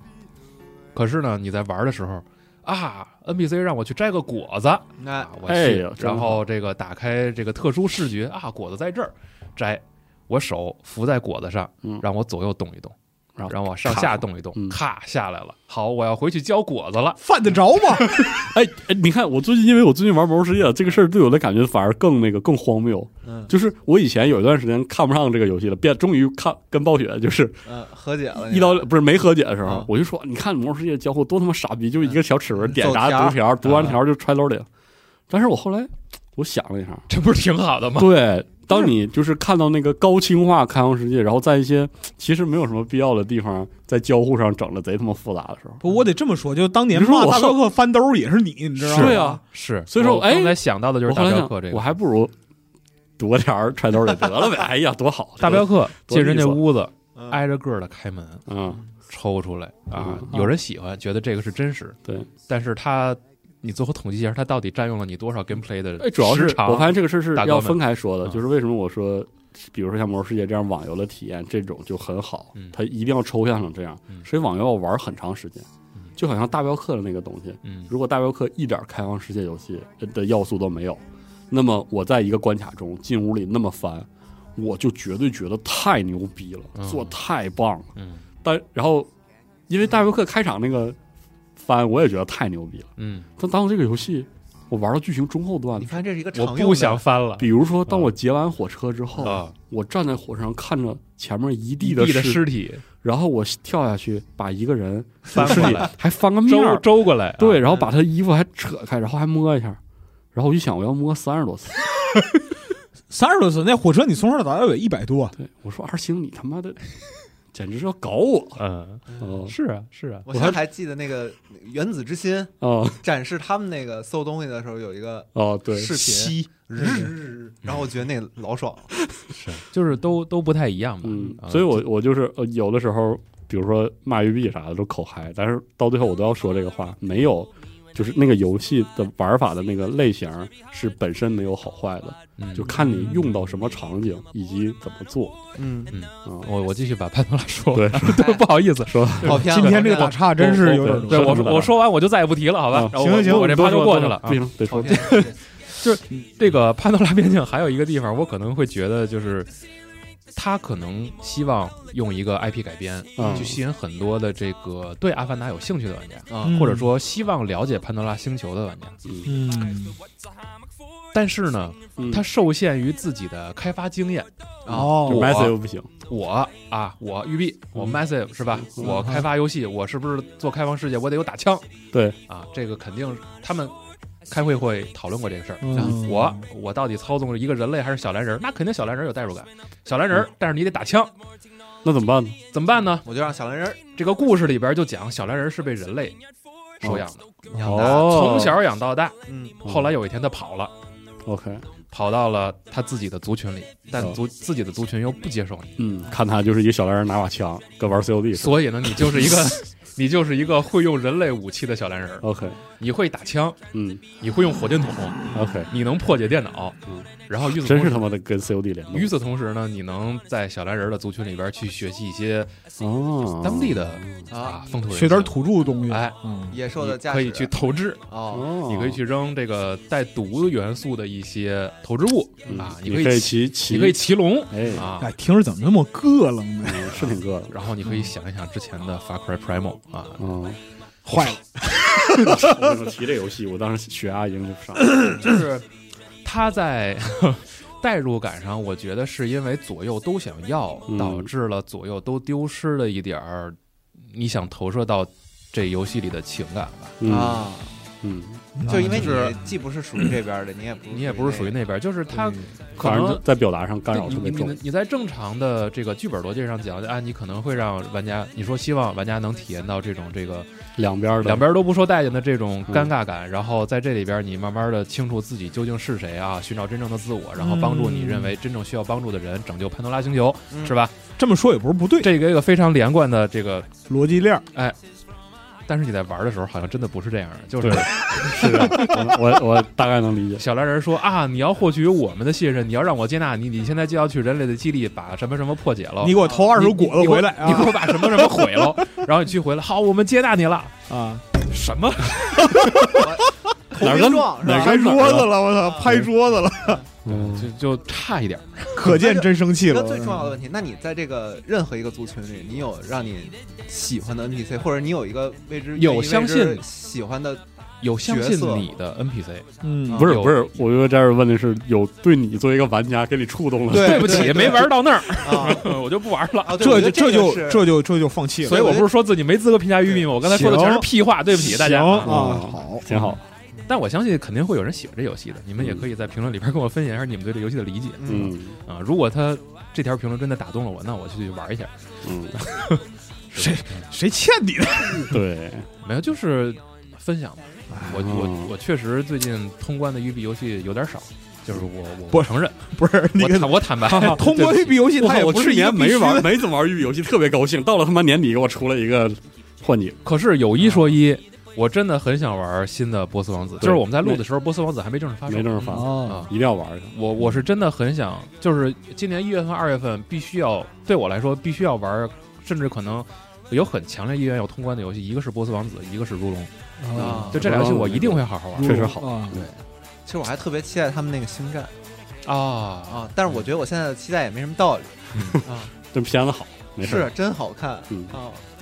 可是呢，你在玩的时候，啊，NPC 让我去摘个果子，那啊，我哎去呦，真然后这个打开这个特殊视觉啊，果子在这儿，摘，我手扶在果子上嗯，让我左右动一动，然后让我上下动一动，嗯咔下来了。好，我要回去浇果子了。犯得着吗？哎哎，你看我最近，因为我最近玩《魔兽世界》，这个事儿对我的感觉反而更那个更荒谬。嗯就是我以前有一段时间看不上这个游戏了，变终于看跟暴雪就是嗯，和解哎了，一刀不是没和解的时候嗯，我就说你看《魔兽世界》交互多他妈傻逼，就是一个小齿轮嗯点走条啥儿读条儿，读嗯完条儿就揣兜里了。但是我后来我想了一下，这不是挺好的吗？对，当你就是看到那个高清化开放世界，然后在一些其实没有什么必要的地方，在交互上整的贼他妈复杂的时候，不，我得这么说，就当年你说骂我大镖恨客翻兜儿也是你，你知道吗？对啊，是，所以说我哎刚才想到的就是我后大来镖想客这，我个。还不如读个条儿揣兜里得了呗。 哎呀，多好！大镖客多进人家利索屋子，嗯挨着个儿的开门，嗯，抽出来啊嗯，有人喜欢，觉得这个是真实，对。但是他，你最后统计一下，他到底占用了你多少 gameplay 的哎，主要是时长我发现这个事儿是大哥要们分开说的，嗯就是为什么我说，比如说像《魔兽世界》这样网游的体验，这种就很好嗯，它一定要抽象成这样嗯，所以网游要玩很长时间嗯，就好像大镖客的那个东西，嗯如果大镖客一点开放世界游戏呃的要素都没有，那么我在一个关卡中进屋里那么翻，我就绝对觉得太牛逼了，嗯做太棒了。嗯但然后，因为大镖客开场那个翻，我也觉得太牛逼了。嗯，但当这个游戏我玩到剧情中后段你，看这是一个我常用不的想翻了比如说当嗯我劫完火车之后，啊，我站在火车上看着前面一地地的尸，尸体然后我跳下去把一个人翻尸过体来，还翻个面周儿，周过来啊，对，然后把他的衣服还扯开，然后还摸一下，然后我就想我要摸三十多次，三十多次，那火车你从头打到尾一百多，对我说二星你他妈的简直是要搞我嗯，哦是啊是啊，我现在还记得那个《原子之心》哦展示他们那个搜东西的时候，有一个哦对，视频，日日日，然后我觉得那个老爽了。是就是都都不太一样吧嗯，，啊所以我我就是呃有的时候，比如说骂育碧啥的都口嗨，但是到最后我都要说这个话，没有。就是那个游戏的玩法的那个类型是本身没有好坏的，嗯就看你用到什么场景以及怎么做嗯，啊、我我继续把潘多拉说完，对， 对，不好意思，说跑偏了。今天这个跑偏了打岔真是有我点对我我多。说什么我说完我就再也不提了，好吧啊？然后行我行我我这趴就过去了不啊。行，得跑说偏了跑偏了这个潘多拉边境还有一个地方，我可能会觉得就是，他可能希望用一个 IP 改编，啊去吸引很多的这个对《阿凡达》有兴趣的玩家，嗯或者说希望了解潘多拉星球的玩家。嗯，但是呢，嗯他受限于自己的开发经验。哦就我 message 又不行，我啊，我育碧，我 Massive 是吧？嗯我开发游戏，我是不是做开放世界？我得有打枪对，啊！这个肯定是他们开会会讨论过这个事儿。嗯我我到底操纵一个人类还是小蓝人儿？那肯定小蓝人儿有代入感，小蓝人嗯儿，但是你得打枪，那怎么办呢？怎么办呢？ 我就让小蓝人儿这个故事里边就讲小蓝人儿是被人类收养的，养大。哦，从小养到大。嗯，后来有一天他跑了， OK，跑到了他自己的族群里，但哦族自己的族群又不接受你，嗯，看他就是一个小蓝人拿把枪，跟玩 COD 似的。所以呢，你就是一个 你就是一个会用人类武器的小蓝人儿， OK，你会打枪，嗯你会用火箭筒， ，OK，你能破解电脑嗯，然后与此真同是时他。妈的跟 COD 联动与此同时呢，你能在小蓝人儿的族群里边去学习一些哦，当地的啊啊风土人学点情土著东西，哎嗯，野兽你的驾驶啊可以去投掷，哦，哦，你可以去扔这个带毒元素的一些投掷物嗯啊，你可以以骑骑骑，你可以骑龙哎，啊，哎，听着怎么那么膈楞呢？嗯是挺膈的。然后你可以想一想之前的 Far Cry Primal 啊， 嗯，坏了，我跟你提这游戏，我当时血压已经就上了。就是他在 代入感上，我觉得是因为左右都想要，嗯导致了左右都丢失了一点儿你想投射到这游戏里的情感吧。嗯啊，嗯， 就因为就是你既不是属于这边的，你也不你也不是属于那那边儿，就是他嗯可反能正在表达上干扰对你特别你重你。你在正常的这个剧本逻辑上讲，啊，你可能会让玩家，你说希望玩家能体验到这种这个两边的两边都不受待见的这种嗯尴尬感，然后在这里边你慢慢的清楚自己究竟是谁啊，寻找真正的自我，然后帮助你嗯认为真正需要帮助的人，拯救潘多拉星球，嗯是吧？这么说也不是不 对，这个一个非常连贯的这个，逻辑链儿但是你在玩的时候好像真的不是这样的，就是对是这样，我我我大概能 理解。小蓝人说啊，你要获取我们的信任，你要让我接纳你，你现在就要去人类的基地把什么什么破解了。你给我投二哦你手果你 子给我回来你给啊我把什么什么毁了，然后你去回来，好，我们接纳你了。啊！什么？投哪儿名跟状是哪儿吧？拍跟哪桌儿子了？了，我操，拍桌子了，嗯，就就差一点儿。可见真生气一了。个最重要的问题，那你在这个任何一个族群里，你有让你喜欢的 NPC，或者你有一个为之有愿意为之相信喜欢的，有相信角色你的 NPC，嗯，不是有不是，我觉得这儿问的是有对你作为一个玩家给你触动了，对不起，对没玩到那儿， 啊，我就不玩了。啊对我这觉得这就这个就是这就这就放弃 了。所以我不是说自己没资格评价玉米吗？我刚才说的全是屁话，对不起大家。行啊啊，嗯好，挺好。但我相信肯定会有人喜欢这游戏的，你们也可以在评论里边跟我分享一下你们对这游戏的理解嗯，嗯啊。如果他这条评论真的打动了我，那我就去玩一下。嗯，谁欠你的？ 对，没有，就是分享吧。我嗯我我确实最近通关的育碧游戏有点少，就是我我不我 承认，不是你我坦我坦白，对通过这不起笔游戏，我他也我不是去一个年必没须玩 的没怎么玩育碧游戏，特别高兴。到了他妈年底给我出了一个幻境，可是有一说一，我真的很想玩新的波斯王子，对就是我们在录的时候，波斯王子还没正式发售没正式发，啊啊。一定要玩一下。我我是真的很想，就是今年一月份、二月份必须要对我来说必须要玩，甚至可能有很强烈意愿要通关的游戏，一个是波斯王子，一个是如龙，哦啊就这俩游戏我一定会好好玩确实好啊其实我还特别期待他们那个星战啊啊！啊，但是我觉得我现在的期待也没什么道理啊，这片子好，没事是儿。真好看啊嗯，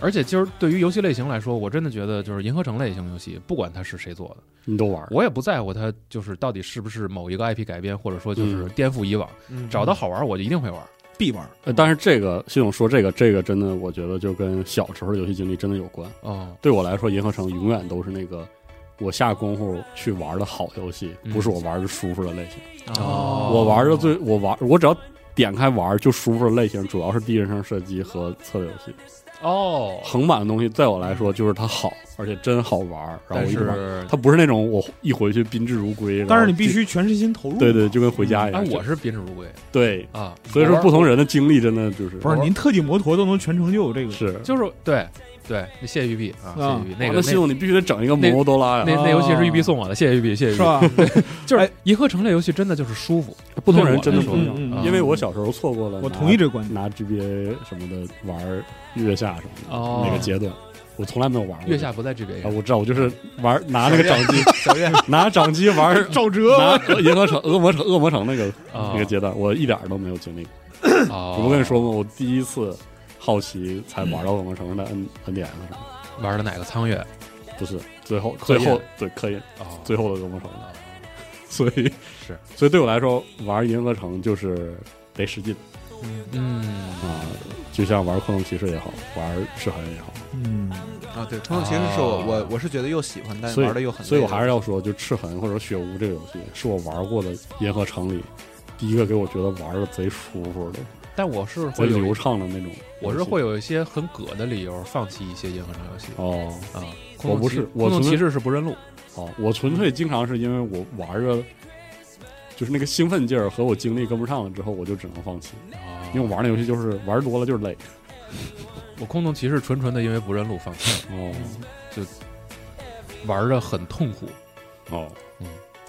而且就是对于游戏类型来说，我真的觉得就是银河城类型游戏，不管它是谁做的，你都玩儿。我也不在乎它就是到底是不是某一个 IP 改编，或者说就是嗯颠覆以往，嗯找到好玩我就一定会玩。必玩。呃但是这个系统说这个这个真的，我觉得就跟小时候的游戏经历真的有关。哦，对我来说，《银河城》永远都是那个我下功夫去玩的好游戏，嗯不是我玩的舒服的类型。哦我玩的最我玩我只要点开玩就舒服的类型，主要是第一人称射击和策略游戏。哦，横版的东西，在我来说就是它好，而且真好玩儿。然后但我一直玩，是它不是那种我一回去宾至如归。但是然后你必就须全身心投入。对对，就跟回家一哎，样。我就是宾至如归对，啊，所以我说玩不同人的经历真的就是不是您特技摩托都能全成就，这个是就是对对，那谢谢玉碧啊，谢谢啊玉碧，那那那个系统你必须得整一个摩那摩多拉那呀。那那游戏是玉碧啊送我的，谢谢玉碧，谢谢玉是碧。吧？就是银河城类游戏真的就是舒服，哎不同人真的对不我来一说样，嗯嗯啊嗯因为我小时候错过了拿，我同意这个观点。拿 GBA 什么的玩儿月下什么的、哦那个阶段，我从来没有玩过月下不在 GBA 啊，上。我知道，我就是玩拿那个掌机，小 月 拿掌机玩儿赵哲拿呃银河城、恶魔城、恶魔城那个、哦那个阶段，我一点儿都没有经历过。哦我不跟你说吗？我第一次好奇才玩到恶魔城上的 N 啊 NDS 上，玩的哪个苍月？不是最后科最研后对可以哦，最后的恶魔城哦了，所以是所以对我来说玩银河城就是得使劲。嗯，啊，就像玩《空洞骑士》也好，玩《噬痕》也好，嗯，啊，对，冲动骑士是我我我是觉得又喜欢，但哦所以玩的又很累，所以我还是要说，就《赤痕》或者《血污》这个游戏，是我玩过的《银河城》里第一个给我觉得玩的贼舒服的、但我是会贼有流，畅的那种游戏。我是会有一些很葛的理由放弃一些银河城游戏哦啊。我不是我空洞从骑士是不认路哦，我纯粹经常是因为我玩着。就是那个兴奋劲儿和我精力跟不上了之后，我就只能放弃，啊哦因为我玩那游戏就是玩多了就是累。我空洞骑士纯纯的因为不认路放弃，哦玩的很痛苦。哦，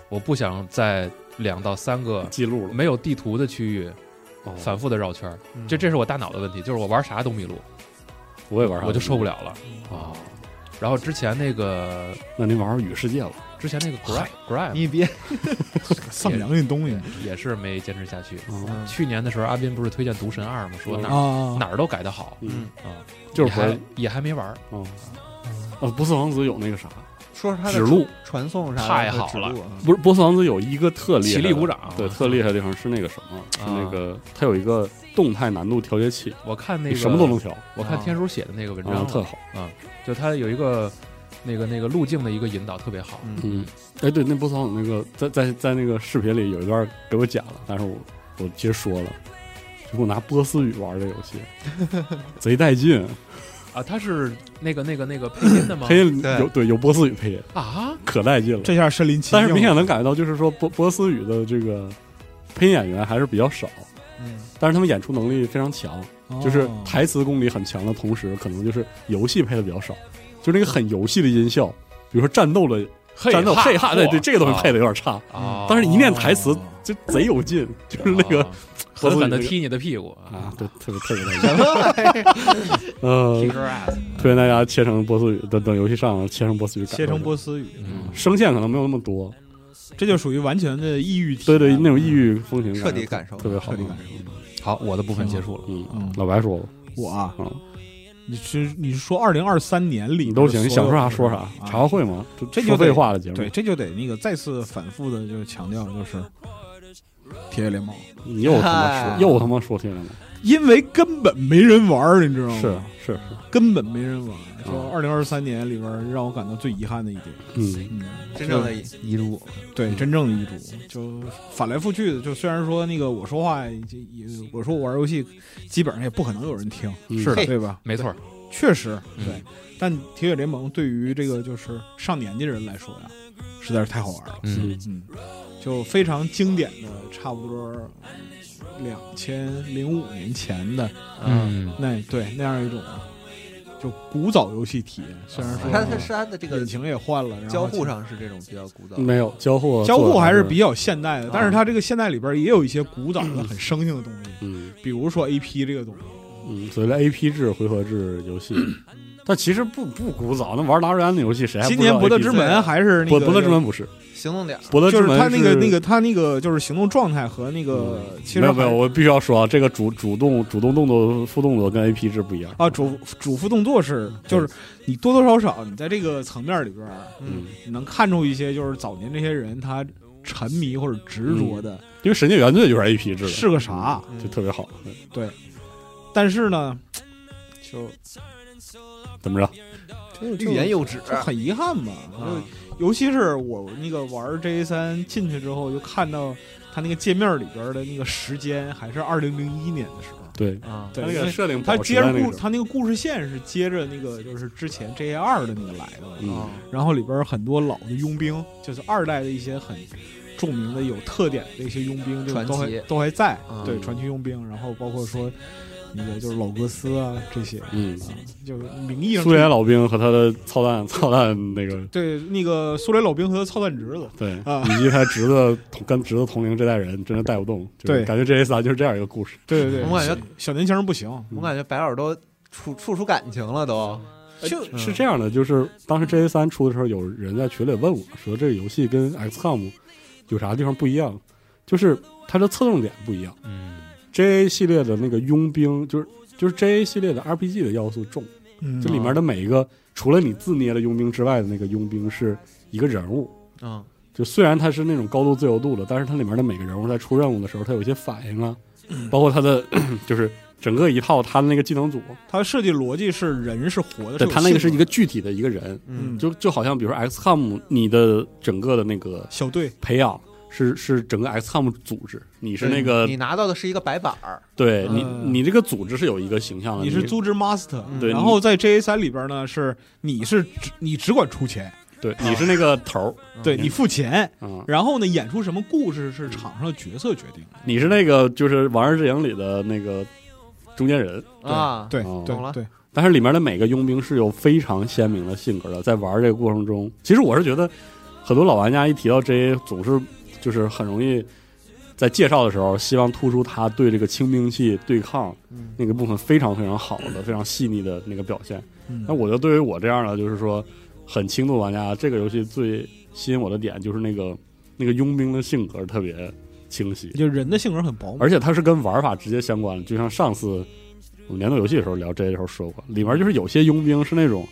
我不想在两到三个记录了，没有地图的区域哦、反复的绕圈儿，嗯这这是我大脑的问题，就是我玩啥都迷路，我也玩上，我就受不了啊了。哦，然后之前那个那您玩玩《雨世界》吧，之前那个 grab grab 你别丧良心东西也是没坚持下去。哦、嗯去年的时候，阿斌不是推荐《毒神二》吗？说哪儿啊哪儿都改得好嗯，啊，就是也玩还也还没玩儿，哦，呃，波斯王子有那个啥，说是他的指路，传送啥的太好指路啊不是波斯王子有一个特厉害的，起立鼓掌对，特厉害的地方是那个什么，是啊那个它有一个动态难度调节器，我看那你个什么都能，调，我看天叔写的那个文章啊，特了，好。就他有一个那个那个路径的一个引导特别好，嗯，嗯，哎，对，那波斯王子那个在在在那个视频里有一段给我讲了，但是我我直接说了。就给我拿波斯语玩这游戏，贼带劲。啊，他是那个那个那个配音的吗？配音对有对有波斯语配音，啊，可带劲了。这下身临其境，但是明显能感觉到，就是说波波斯语的这个配音演员还是比较少，嗯但是他们演出能力非常强。哦就是台词功底很强的同时，可能就是游戏配的比较少，就是那个很游戏的音效，比如说战斗的嘿战斗哈嘿哈，对对，这个东西配的有点差，啊，哦但是一念台词就贼有劲，就是那个啊狠狠的那个踢你的屁股啊，对，特别特别带劲。哦嗯， ，kick your ass，推荐大家切成波斯语，等等游戏上了切成波斯语改，切成波斯语，嗯，声线可能没有那么多，这就属于完全的抑郁体对验，对，那种异域风情彻底感受特别好啊彻。底感受。好，我的部分结束了，嗯嗯，老白说吧，我啊嗯，你是你是说二零二三年你里边都行，你所想有说啥的说啥啊，茶话会嘛，这就说得废话的节目，对，这就得那个再次反复的就强调，就是铁血联盟，你又他妈嗨哎说又他妈说听了吗，因为根本没人玩儿，你知道吗？是是是，根本没人玩儿。就二零二三年里边儿让我感到最遗憾的一点，嗯，嗯，真正的遗嘱，对真正的遗嘱，就反来覆去的。就虽然说那个我说话，这也我说我玩游戏，基本上也不可能有人听，嗯是的对吧？没错儿，确实，嗯对。但铁血联盟对于这个就是上年纪人来说呀，实在是太好玩了。嗯，嗯，就非常经典的，差不多两千零五年前的啊嗯，那对那样一种就古早游戏体验。虽然说它它是它的这个引擎也换了，然后交互上是这种比较古早的，没有交互嗯啊交互还是是比较现啊代的，但是它这个现代里边也有一些古早的很生硬的东西，嗯比如说 AP 这个东西。嗯，所谓的 A P 制回合制游 戏，但其实不不古早，那玩狼人的游戏谁还今知年道博德 AP 之制门还是那博个博德之门不是行动点儿。博德之就是门他那个是嗯那个他那个就是行动状态和那个其实没有还没有，我必须要说啊，这个主主动主动动作副动作跟 A P 制不一样啊，主主副动作是就是你多多少少你在这个层面里边儿，嗯嗯，，你能看出一些就是早年这些人他沉迷或者执着的因为神界原罪嗯就是 A P 制的，是个啥，啊就特别好。嗯对但是呢，就怎么着？就欲言又止就很遗憾嘛。嗯啊就尤其是我那个玩 J 三进去之后，就看到他那个界面里边的那个时间还是二零零一年的时候，对，啊，对，它那因个为设定他保持接在着那故个他那个故事线是接着那个就是之前 J 二的那个来的嘛，嗯啊然后里边很多老的佣兵，就是二代的一些很著名的有特点的一些佣兵，就传奇都还都还在，嗯对传奇佣兵，然后包括说那个就是老格斯啊这些，啊，嗯，就是名义上苏联老兵和他的操蛋操蛋那个对那个苏联老兵和他操蛋侄子，对，啊 以及他侄子同跟侄子同龄这代人真的带不动，就是对感觉这 A 三就是这样一个故事。对对对，我感觉小小年轻不行，嗯我感觉白老师都处处出感情了都，呃就嗯是这样的，就是当时 J A 三出的时候，有人在群里问我说：“这个游戏跟 XCOM 有啥地方不一样？”就是它的侧重点不一样。嗯， J A 系列的那个佣兵，就是就是 J A 系列的 R P G 的要素重，嗯这里面的每一个除了你自捏的佣兵之外的那个佣兵是一个人物。嗯就虽然它是那种高度自由度的，但是它里面的每个人物在出任务的时候，他有一些反应啊，包括他的 就是整个一套他的那个技能组，他设计逻辑是人是活的，对有他那个是性一格个具体的一个人，嗯就就好像比如说 XCOM，你的整个的那个小队，培养是是整个 XCOM 组织，你是那个你拿到的是一个白板儿，对嗯你你这个组织是有一啊个形象的，你是组织 master，嗯对，然后在 J A 三里边呢是你是只你只管出钱，你对你是那个头儿，对嗯你付钱，嗯，然后呢，演出什么故事是场上的角色决定的。你是那个就是《王二之影》里的那个中间人，啊，对哦懂了对对，但是里面的每个佣兵是有非常鲜明的性格的，在玩这个过程中，其实我是觉得很多老玩家一提到 J A，总是就是很容易在介绍的时候，希望突出他对这个轻兵器对抗嗯那个部分非常非常好的、非常细腻的那个表现。嗯那我觉得对于我这样的就是说很轻度玩家，这个游戏最吸引我的点就是那个那个佣兵的性格特别清晰，就人的性格很饱满，而且它是跟玩法直接相关的，就像上次我们年度游戏的时候聊这的时候说过，里面就是有些佣兵是那种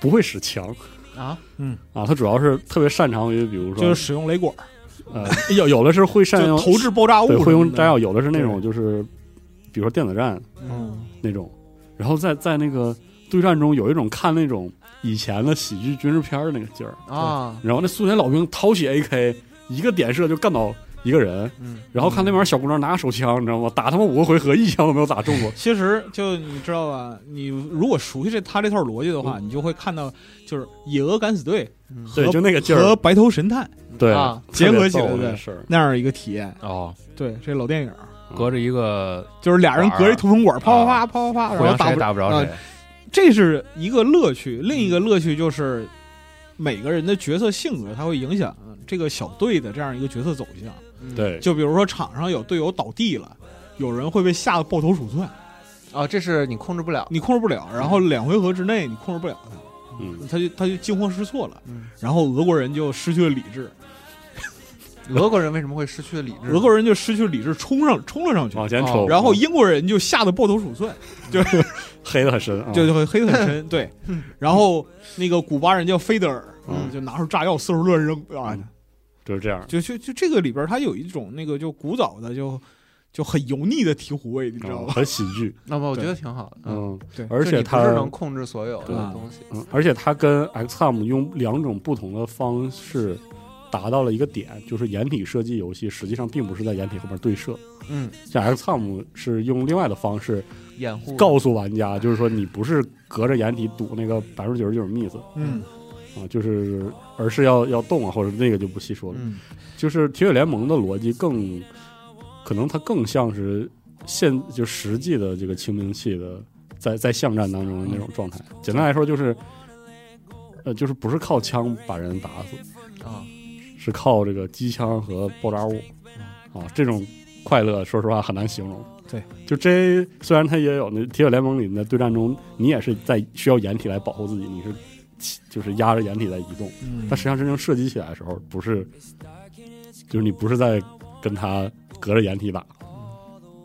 不会使枪啊，嗯啊，他主要是特别擅长于比如说就是使用雷管，呃有有的是会善就用投掷爆炸物对什么的，会用炸药，有的是那种对。就是比如说电子战嗯那种，然后在在那个对战中有一种看那种以前的喜剧军事片儿那个劲儿，啊，然后那苏联老兵掏起 AK 一个点射就干倒一个人，嗯然后看那边小姑娘拿手枪，你知道吗？打他妈五个回合，一枪都没有打中过其实就你知道吧，你如果熟悉这他这套逻辑的话，你就会看到就是野鹅敢死队嗯嗯对，和就那个劲和儿，白头神探对啊，结合起来特别逗的这事儿。那样一个体验。哦，嗯对，这老电影隔着一个就是俩人啊隔着一通风管，啪啪啪啪嗯啪啪，互然相谁后打也打不着啊谁，嗯这是一个乐趣，另一个乐趣就是每个人的角色性格，它会影响这个小队的这样一个角色走向。嗯对，就比如说场上有队友倒地了，有人会被吓得抱头鼠窜，哦，这是你控制不了。你控制不了，然后两回合之内你控制不了他，嗯，他就他就惊慌失措了，嗯，然后俄国人就失去了理智， 俄国人为什么会失去理智？俄国人就失去理智冲上冲了上去，嗯往前冲，啊然后英国人就吓得抱头鼠窜，黑的很深，啊就就黑得很深， 对，然后那个古巴人叫菲德尔嗯，就拿出炸药四处乱扔啊嗯，就是这样。就就就这个里边儿它有一种那个就古早的就就很油腻的提胡味，你知道嗯吗？很喜剧，那么我觉得挺好的，嗯，嗯，对而就且你不是它能控制所有对的东西，嗯，而且它跟 XCOM 用两种不同的方式达到了一个点，就是掩体射击游戏实际上并不是在掩体后面对射，嗯，像 XCOM 是用另外的方式掩护告诉玩家，就是说你不是隔着掩体赌那个百分之九十九 miss 嗯，啊，就是而是要要动啊，或者那个就不细说了。嗯就是铁血联盟的逻辑更，可能它更像是现就实际的这个清兵器的在在巷战当中的那种状态。简单来说就是，呃，就是不是靠枪把人打死，啊，是靠这个机枪和爆炸物啊，这种快乐，说实话很难形容。对，就这虽然它也有那铁血联盟里的对战中，你也是在需要掩体来保护自己，你是就是压着掩体在移动。嗯但实际上真正射击起来的时候，不是，就是你不是在跟他隔着掩体打，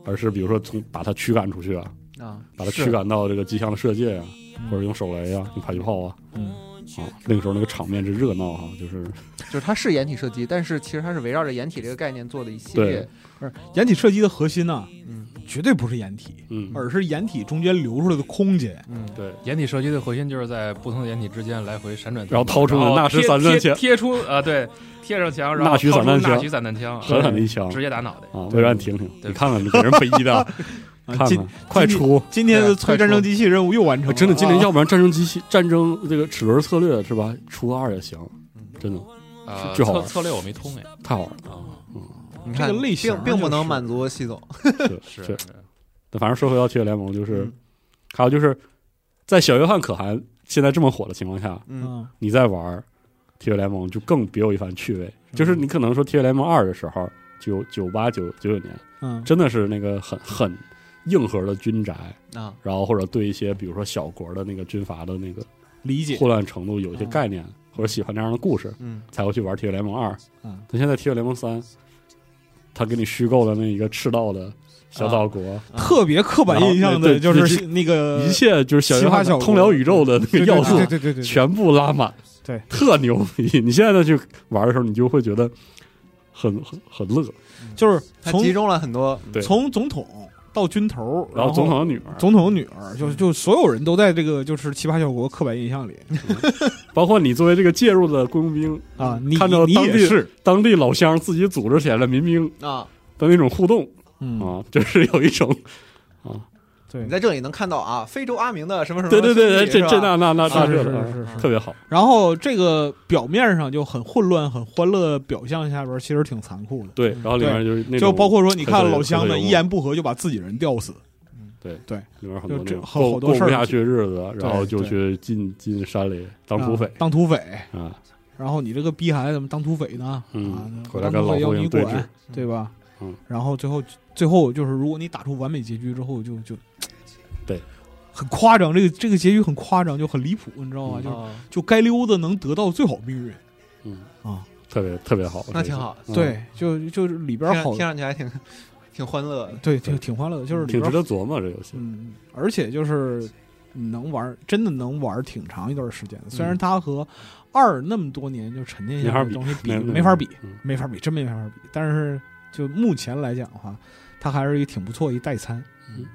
而是比如说从把他驱赶出去啊，啊，把他是驱赶到这个机枪的射界啊，嗯或者用手雷啊，用迫击炮啊，嗯啊，那个时候那个场面之热闹哈、就是就是它是掩体射击，但是其实它是围绕着掩体这个概念做的一系列对，不是掩体射击的核心呢、嗯绝对不是掩体，嗯，而是掩体中间留出来的空间。嗯，对，掩体射击的核心就是在不同的掩体之间来回闪转，然后掏出然后纳什贴散弹枪贴贴出啊，对，贴上墙，然后纳什掏散弹出枪纳许散弹枪，嗯狠狠的一枪直接打脑袋。啊，魏然停停，你看看给人飞机的啊，啊看今看快今出！今天对的啊催战争机器任务又完成啊了，真的，今年啊要不然战争机器、战争这个齿轮策略是吧？出二也行，真的啊，最好玩策策略我没通哎，太好玩了。啊，你这看个类型并并不就能是满足系统，是是但反正说回到《铁血联盟》，就是、嗯还有就是在小约翰可汗现在这么火的情况下，嗯嗯你再玩《铁血联盟》就更别有一番趣味。就是你可能说《铁血联盟二》的时候，九九八九九九年，嗯真的是那个很很硬核的军宅，啊，然后或者对一些比如说小国的那个军阀的那个理解混乱程度有一些概念，或者喜欢这样的故事，嗯才会去玩《铁血联盟二》。嗯，但现在《铁血联盟三》，他给你虚构的那一个赤道的小岛国。特别刻板印象然后的就对是那个一切就是小约翰奇葩呃小通辽宇宙的那对个要素对对对对对，全部拉满，对特牛逼！你现在再去玩的时候，你就会觉得很很很乐。就是它从集中了很多，对从总统到军头，然后总统的女儿，总统女儿，就就所有人都在这个就是奇葩小国刻板印象里嗯包括你作为这个介入的雇佣兵，啊，你看到你当也地是，当地老乡自己组织起来的民兵啊，的那种互动嗯，啊， 就是有一种，对你，在这里能看到啊，非洲阿明的什么什么对对对对，兄弟这这是那吧那那是那啊是这是的是是特别好，然后这个表面上就很混乱、很欢乐的表象下边，其实挺残酷的。对，然后里面就是那种就包括说，你特看别老乡特别们幽默一言不合就把自己人吊死，里面很多那就种这好好过多过事不儿下去日子，然后对就去进进山里当土匪啊当土匪。啊，然后你这个逼孩子怎么当土匪呢？嗯啊，回来当跟土匪老要胡你影对峙管，，对吧？嗯。然后最后最后就是，如果你打出完美结局之后就，就对，很夸张。这个这个结局很夸张，就很离谱，你知道吗？嗯就啊就该溜的能得到最好命运嗯，啊！特别特别好，那挺好，嗯，对，就就是里边听好听，上去还挺挺欢乐的，对，挺挺欢乐的，就是里挺边值得琢磨这游戏。嗯，而且就是能玩，真的能玩挺长一段时间的。虽然它和二那么多年就沉淀下来的东西比没法比没法比，嗯没法比，真没法比。但是就目前来讲的话，它还是一个挺不错的一代餐。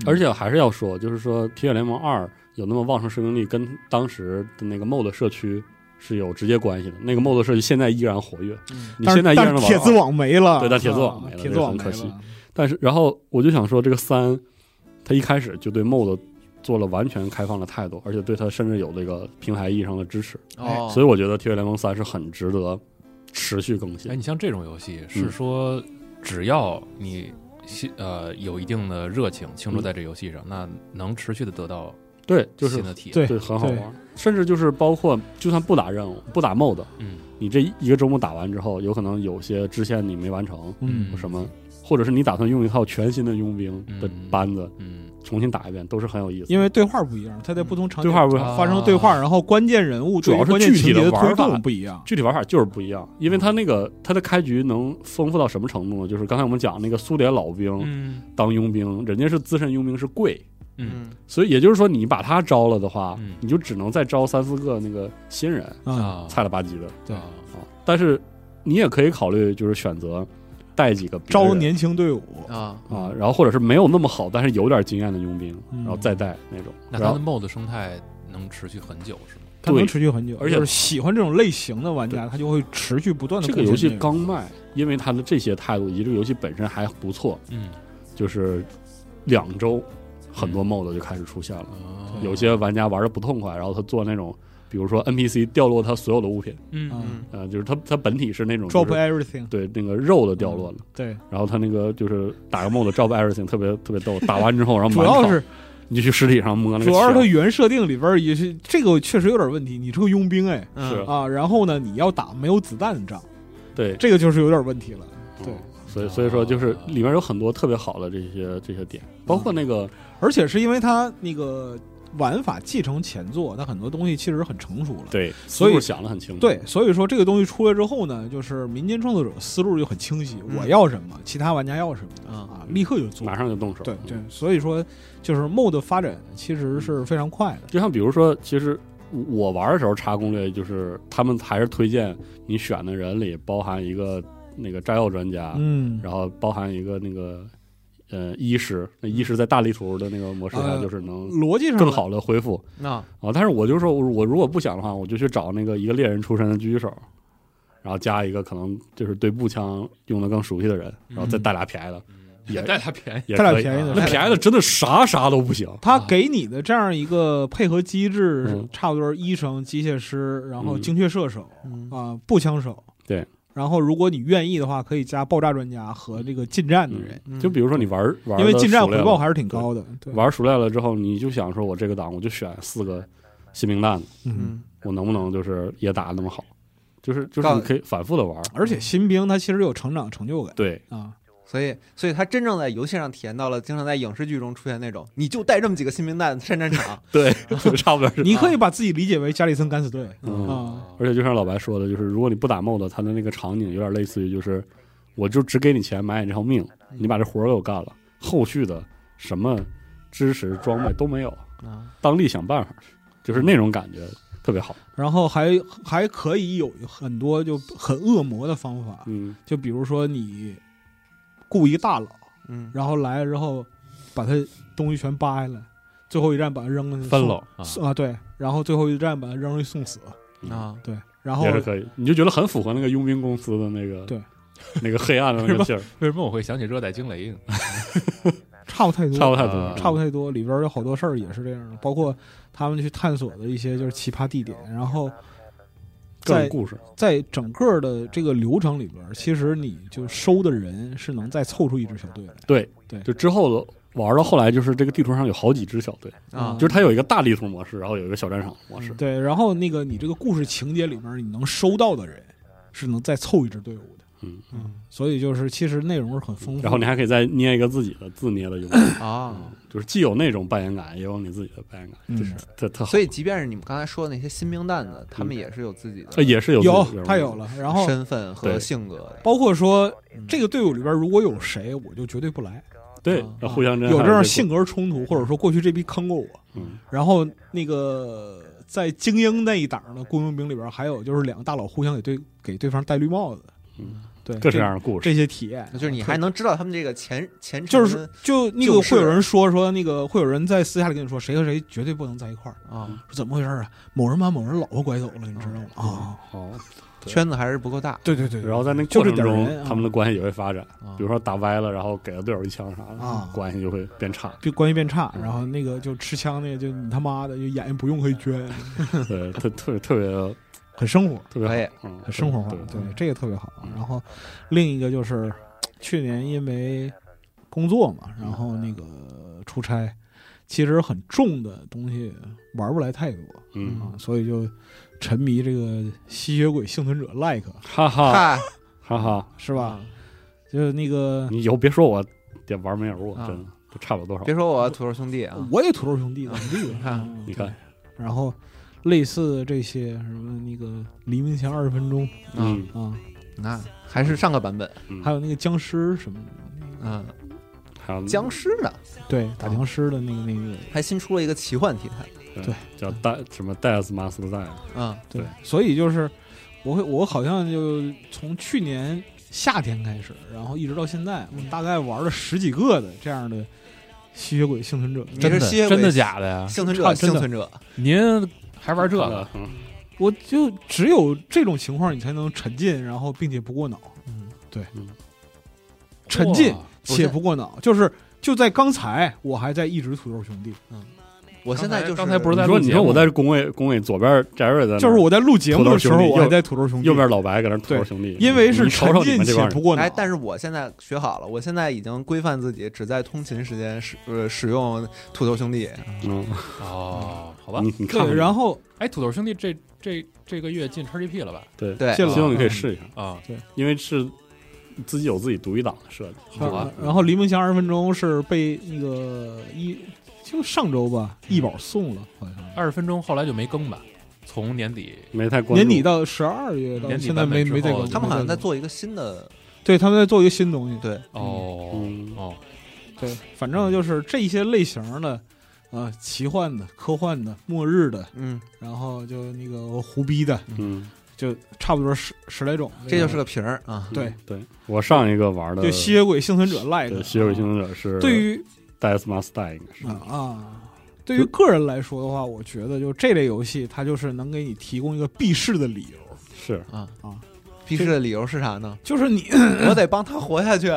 而且还是要说，就是说《铁血联盟二》有那么旺盛生命力，跟当时的那个 MOD 社区是有直接关系的。那个 MOD 社区现在依然活跃，嗯你但是现在依然但能玩是铁丝二。网没了，对但铁丝网啊没了铁丝网这很可没了惜但是，然后我就想说，这个三，他一开始就对 MOD 做了完全开放的态度，而且对他甚至有这个平台意义上的支持。哦，哎所以我觉得《铁血联盟三》是很值得持续更新哎，。你像这种游戏嗯是说，只要你心呃有一定的热情倾注在这游戏上，那能持续的得到对，嗯就是新的体验。对对，很好对玩。甚至就是包括，就算不打任务、不打 MOD，嗯你这一个周末打完之后，有可能有些支线你没完成，嗯什么，或者是你打算用一套全新的佣兵的嗯班子嗯重新打一遍，都是很有意思。因为对话不一样，它在不同场嗯景对话不一样发生对话，啊然后关键人物主要是对于关键具体情的节的推玩法动不一样。具体玩法就是不一样，因为它那个它的开局能丰富到什么程度呢？就是刚才我们讲那个苏联老兵嗯当佣兵，人家是资深佣兵是贵，嗯嗯，所以也就是说你把他招了的话嗯，你就只能再招三四个那个新人，啊，菜了吧唧的对啊。但是你也可以考虑就是选择带几个别招人年轻队伍，啊，啊，然后或者是没有那么好，但是有点经验的佣兵，嗯然后再带那种，那然它后的 MOD 生态能持续很久是吗？它对能持续很久。而且就是喜欢这种类型的玩家，他就会持续不断的。这个游戏刚卖，因为它的这些态度以及这个游戏本身还不错，嗯，就是两周很多 MOD 就开始出现了。嗯哦有些玩家玩的不痛快，然后他做那种，比如说 NPC 掉落他所有的物品，嗯嗯嗯呃，就是他他本体是那种、 drop 就是 everything，对那个肉的掉落了，对，然后他那个就是打个 MOD drop everything 特别特别逗，打完之后然后主满要场是你就去尸体上摸那个主要是它血原设定里边儿也是这个确实有点问题，你是个佣兵哎嗯是啊，然后呢你要打没有子弹的仗，对这个就是有点问题了。对嗯所以所以说就是里面有很多特别好的这些这些点，包括那个而且是因为它那个玩法继承前作，它很多东西其实很成熟了。对，所以思路想的很清楚，对，所以说这个东西出来之后呢，就是民间创作者思路就很清晰，嗯我要什么，其他玩家要什么啊，啊，立刻就做马。上就动手，对对嗯，所以说就是 MOD 发展其实是非常快的。就像比如说，其实我玩的时候查攻略，就是他们还是推荐你选的人里包含一个那个炸药专家，嗯，然后包含一个那个呃医师，那医师在大地图的那个模式下嗯呃就是能逻辑上更好的恢复那啊。但是我就说，我我如果不想的话，我就去找那个一个猎人出身的狙击手。然后加一个可能就是对步枪用的更熟悉的人，然后再带俩便宜的，也嗯带它便宜。也带俩可以啊便宜那的带俩便宜的真的啥啥都不行，他给你的这样一个配合机制，啊嗯差不多医生、机械师，然后嗯精确射手嗯啊、步枪手。对。然后，如果你愿意的话，可以加爆炸专家和这个近战的人，嗯就比如说你玩嗯玩，因为近战回报还是挺高的。对，玩熟练了之后，你就想说，我这个档我就选四个新兵蛋子，嗯。嗯我能不能就是也打得那么好？就是就是告你可以反复的玩，而且新兵他其实有成长成就感对啊，所以，所以他真正在游戏上体验到了，经常在影视剧中出现那种，你就带这么几个新兵蛋上 战场，对，差不多是。啊你可以把自己理解为加里森敢死队嗯，啊，而且就像老白说的，就是如果你不打 MOD，它的那个场景有点类似于就是，我就只给你钱买你这条命，你把这活儿给我干了，后续的什么知识装备都没有，啊，当地想办法，就是那种感觉特别好。然后还还可以有很多就很恶魔的方法，嗯，就比如说你雇一个大佬，嗯，然后来了之后把他东西全扒下来，最后一站把他扔了去翻送喽啊！送啊，对，然后最后一站把他扔出去送死，啊，对，然后也是可以，你就觉得很符合那个佣兵公司的那个对那个黑暗的那个劲儿，为什么我会想起热带惊雷呢？差不太多，差不太多嗯啊，差不太多，里边有好多事儿也是这样的，包括他们去探索的一些就是奇葩地点，然后各种在故事，在整个的这个流程里边儿，其实你就收的人是能再凑出一支小队来。对对就之后的玩到后来，就是这个地图上有好几支小队，啊，就是它有一个大地图模式，然后有一个小战场模式，对，然后那个你这个故事情节里面儿，你能收到的人是能再凑一支队伍的。嗯嗯，所以就是其实内容是很丰富的。然后你还可以再捏一个自己的自捏的佣兵，啊，就是既有那种扮演感，也有你自己的扮演感，嗯就是特特好，所以即便是你们刚才说的那些新兵蛋子，他们也是有自己呃的也是有自己的有人物他有，了，然后身份和对性格的，包括说这个个队伍里边儿如果有谁，我就绝对不来。对啊，然后互相之间有还这样些性格冲突，或者说过去这批坑过我，故事，嗯然后那个在精英那一档的雇佣兵里边，还有就是两个大佬互相给对给对方戴绿帽子，嗯，对，各式这各样的故事，这些体验，就是你还能知道他们这个前前程就是就那个就是会有人说说那个会有人在私下里跟你说谁和谁绝对不能在一块儿，啊，说怎么回事啊？某人把某人老婆拐走了，你知道吗？啊，哦，对圈子还是不够大对对对，然后在那就过这程点中人，啊他们的关系也会发展，啊比如说打歪了，然后给了队友一枪啥的啊，关系就会变 差。就关系变差，然后那个就持枪那个就你他妈的就眼睛不用可以捐，对，特特别特别很生活。特别好哎，嗯很生活化，对对，这个特别好啊嗯。然后另一个就是去年因为工作嘛，然后那个出差，其实很重的东西玩不来太多嗯，啊，所以就沉迷这个吸血鬼幸存者 like 哈哈嗨，哈哈，是吧？就是那个你以后别说我点玩没有过，啊真的都差不了多少别。说我土豆兄弟啊，我也土豆兄弟，怎么地看嗯你看对然后类似这些什么那个黎明前二十分钟嗯啊，那还是上个版本，嗯，还有那个僵尸什么的，嗯，还有僵尸呢，对，打僵尸的那个那个，还新出了一个奇幻题材，对叫戴什么戴斯马斯戴，嗯，对对，所以就是我会我好像就从去年夏天开始，然后一直到现在，我大概玩了十几个的这样的吸血鬼幸存者。你真是的吸血真的鬼假的呀？幸存差者，真幸的存者，您还玩这个？嗯我就只有这种情况，你才能沉浸，然后并且不过脑，嗯，沉浸哇且不不过脑，就是就在刚才，我还在一直土豆兄弟，我现在就是刚才不是你在说录你节说目我在工位工位左边翟瑞在那儿，就是我在录节目的时土候，豆兄弟我还在土豆兄弟右，边老白搁那吐槽对兄弟，因为是你瞅沉瞅你浸们这帮且人不过脑哎，，但是我现在学好了，我现在已经规范自己，只在通勤时间使呃使用土豆兄弟。嗯，哦，好吧。你你看看对，吧，然后哎，土豆兄弟这这这个月进 XGP 了吧？对，对，谢希望你可以嗯试一下，啊，因为是自己有自己独一档的设计，好吧。呃然后黎明前二十分钟是被那个一就上周吧，嗯易宝送了，好像二十分钟后来就没更吧，从年底没太关注年底到十二月到年底现在版本没之后没再更，他们好像没在再更做一个新的，对他们在做一个新东西，对，哦嗯哦，对，反正就是这一些类型的。啊，奇幻的、科幻的、末日的，嗯，然后就那个胡逼的，嗯，就差不多十十来种。这就是个瓶儿啊。对对，我上一个玩的就吸血鬼幸存者 like 呃对的啊吸血鬼幸存者嗯是对于戴斯马斯戴，应该是啊啊，对于个人来说的话，我觉得就这类游戏，它就是能给你提供一个避世的理由，是啊啊！必须的理由是啥呢？就是你 我得帮他活下去。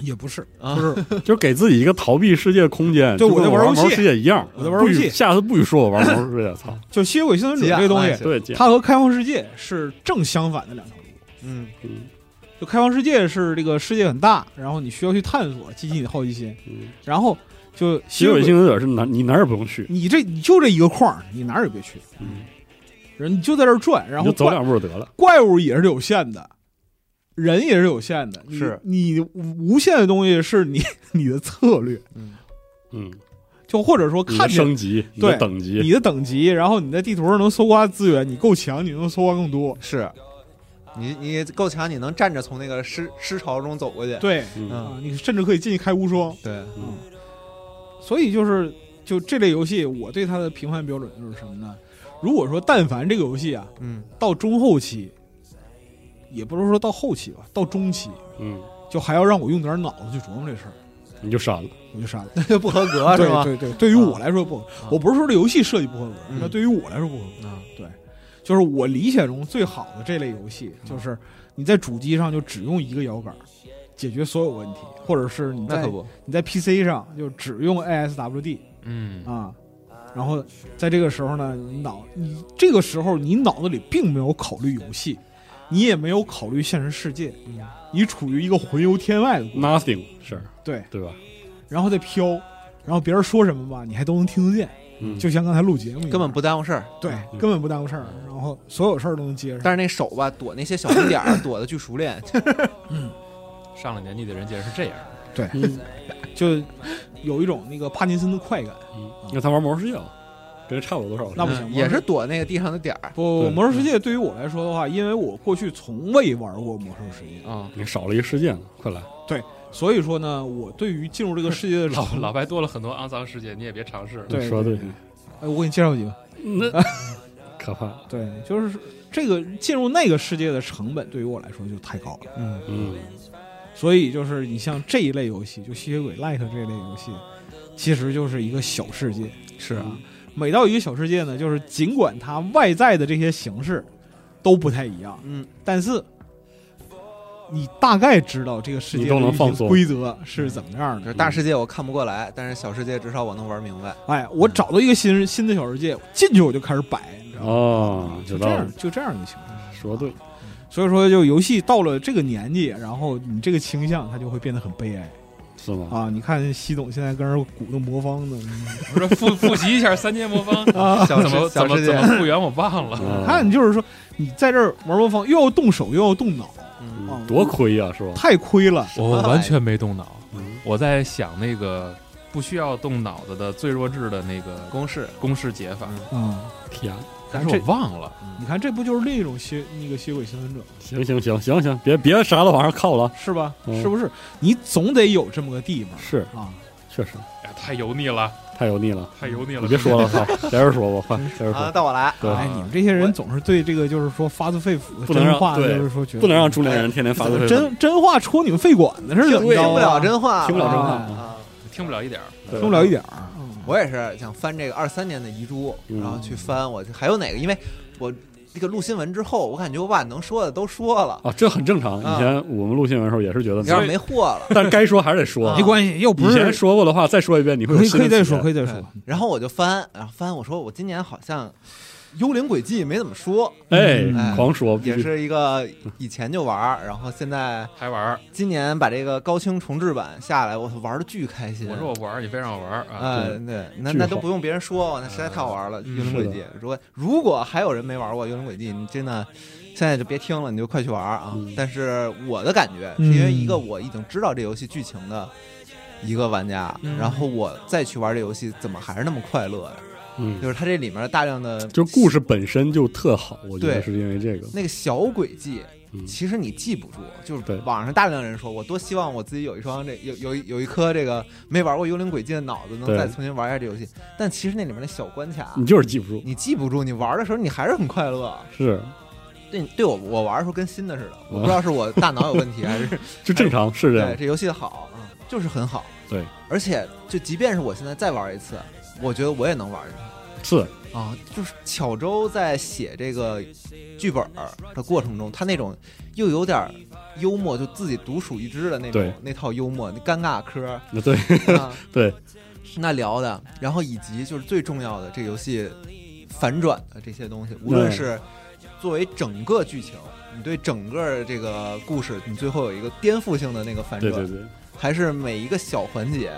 也不是，啊不是就是给自己一个逃避世界的空间，对就跟我在我玩游戏毛世界一样，我在玩游戏不许下次不许说我玩 毛世界，操，就吸血鬼幸存者这个 东急眼西，对，姐它和开放世界是正相反的两条路。嗯嗯就开放世界是这个世界很大，然后你需要去探索，激起你的好奇心，嗯，然后就吸吸血血鬼幸鬼，存者是哪你哪儿也不用去，你这你就这一个框儿，你哪儿也别去，嗯，人你就在这儿转，然你后就走怪两步就得了，怪物也是有限的，人也是有限的，你是你无限的东西是你 你的策略，嗯，嗯，就或者说你的看见升级，你对的等级，你的等级，然后你在地图上能搜刮资源，你够强，你能搜刮更多。是。你你够强，你能站着从那个尸尸潮中走过去。对嗯啊，你甚至可以进去开无双。对，嗯所以就是就这类游戏，我对它的评判标准就是什么呢？如果说但凡这个游戏啊，嗯， 到中后期，也不是说到后期吧，到中期嗯，就还要让我用点脑子去琢磨这事儿，你就闪了，我就删了。那就不合格啊是对吗？啊对对，对于我来说不合格，我不是说这游戏设计不合格，嗯那对于我来说不合格。嗯对，就是我理解中最好的这类游戏，啊就是你在主机上就只用一个摇杆解决所有问题，或者是你那在可不，你在 PC 上就只用 ASWD 嗯啊。然后在这个时候呢，你脑你这个时候你脑子里并没有考虑游戏，你也没有考虑现实世界，嗯你处于一个魂游天外的过程 nothing 是对，对吧？然后再飘，然后别人说什么吧，你还都能听得见。嗯，就像刚才录节目一样，根本不耽误事儿。对嗯，根本不耽误事儿，然后所有事儿都能接上。但是那手吧，躲那些小红点儿，躲得巨熟练。上了年纪的人竟然是这样，嗯就有一种那个帕金森的快感。嗯那他玩魔兽世界吧，这个差不了多少，那不行嗯我也是是躲那个地上的点儿。不，对魔兽世界对于我来说的话，因为我过去从未玩过魔兽世界，啊，你少了一个世界呢，快来，所以说呢，我对于进入这个世界的老程度老白多了很多肮脏世界，你也别尝试。对你说得对，哎，我给你介绍几个。那可怕，对，就是这个进入那个世界的成本对于我来说就太高了。嗯，嗯所以就是你像这一类游戏，就吸血鬼 like 这一类游戏，其实就是一个小世界。是啊嗯每到一个小世界呢，就是尽管它外在的这些形式都不太一样，嗯，但是你大概知道这个世界你都的能运放行松嗯规则是怎么嗯样就的是。大世界我看不过来，但是小世界至少我能玩明白。哎，我找到一个新新的小世界，我进去我就开始摆，你知道吗？哦，知就这道了样，，就这样就行了。说对，所以说，就游戏到了这个年纪，然后你这个倾向它就会变得很悲哀。是吗？啊！你看西总现在跟人鼓的魔方呢，我说复复习一下三阶魔方，小啊怎么怎世小么世怎界么复原我忘了。嗯哦看就是说你在这儿玩魔方又要动手又要动脑，嗯啊多亏呀，是吧？太亏了。我玩意儿完全没动脑嗯，我在想那个不需要动脑子的最弱智的那个公式，公式解法，啊！天，但但是是这我忘了。你看这不就是另一种吸那个吸鬼幸存者吗行行行行行，别别啥都往上靠了。是吧？嗯是不是？你总得有这么个地方是，啊！确实哎呀，太油腻了，太油腻了，太油腻了。嗯你别说了，操，在这说吧，快在这啊，说，到我来，对哎，你们这些人总是对这个就是说发自肺腑的不能真让话，就对是说觉得不能让中年人天天发自怎么肺腑，真真话戳你们肺管子是听怎么着啊？不了真话，听不了真话啊啊，啊。听不了一点儿。对听不了一点儿。我也是想翻这个二三年的遗珠，嗯然后去翻我还有哪个，因为我这个录新闻之后，我感觉我把能说的都说了，啊，这很正常。啊以前我们录新闻的时候也是觉得有，点没货了。但该说还是得说啊没。关系，又不以前是说过的话，再说一遍，你会有可以新的可以再体说，验可以再说。然后我就翻，然后翻，我说我今年好像《幽灵轨迹》没怎么说，嗯哎哎，狂说必也须是一个以前就玩儿，然后现在还玩儿？今年把这个高清重制版下来，我玩的巨开心。我说我不玩儿，你非让我玩儿啊！哎，对对，那巨那好都不用别人说，那实在太好玩了。嗯幽灵轨迹，如果如果还有人没玩过幽灵轨迹，你真的现在就别听了，你就快去玩啊嗯！但是我的感觉是因为一个我已经知道这游戏剧情的一个玩家嗯，然后我再去玩这游戏，怎么还是那么快乐呀？嗯就，是它这里面大量的就故事本身就特好，我觉得对是因为这个。那个小轨迹，嗯其实你记不住，就是对网上大量人说，我多希望我自己有一双这有有有一颗这个没玩过《幽灵轨迹》的脑子，能对嗯再重新玩一下这游戏。但其实那里面那小关卡，你就是记不住，你记不住，你玩的时候你还是很快乐。是对，对我我玩的时候跟新的似的，我不知啊道是我大脑有问题 还是就正常，是这对样。这游戏好啊，就是很好。对，而且就即便是我现在再玩一次，我觉得我也能玩上。是，啊，就是巧周在写这个剧本儿的过程中，他那种又有点儿幽默，就自己独树一帜的那种对那套幽默，那尴尬 嗑儿、那对啊对，那聊的，然后以及就是最重要的这个游戏反转的这些东西，无论嗯是作为整个剧情，你对整个这个故事，你最后有一个颠覆性的那个反对转，对对，还是每一个小环节。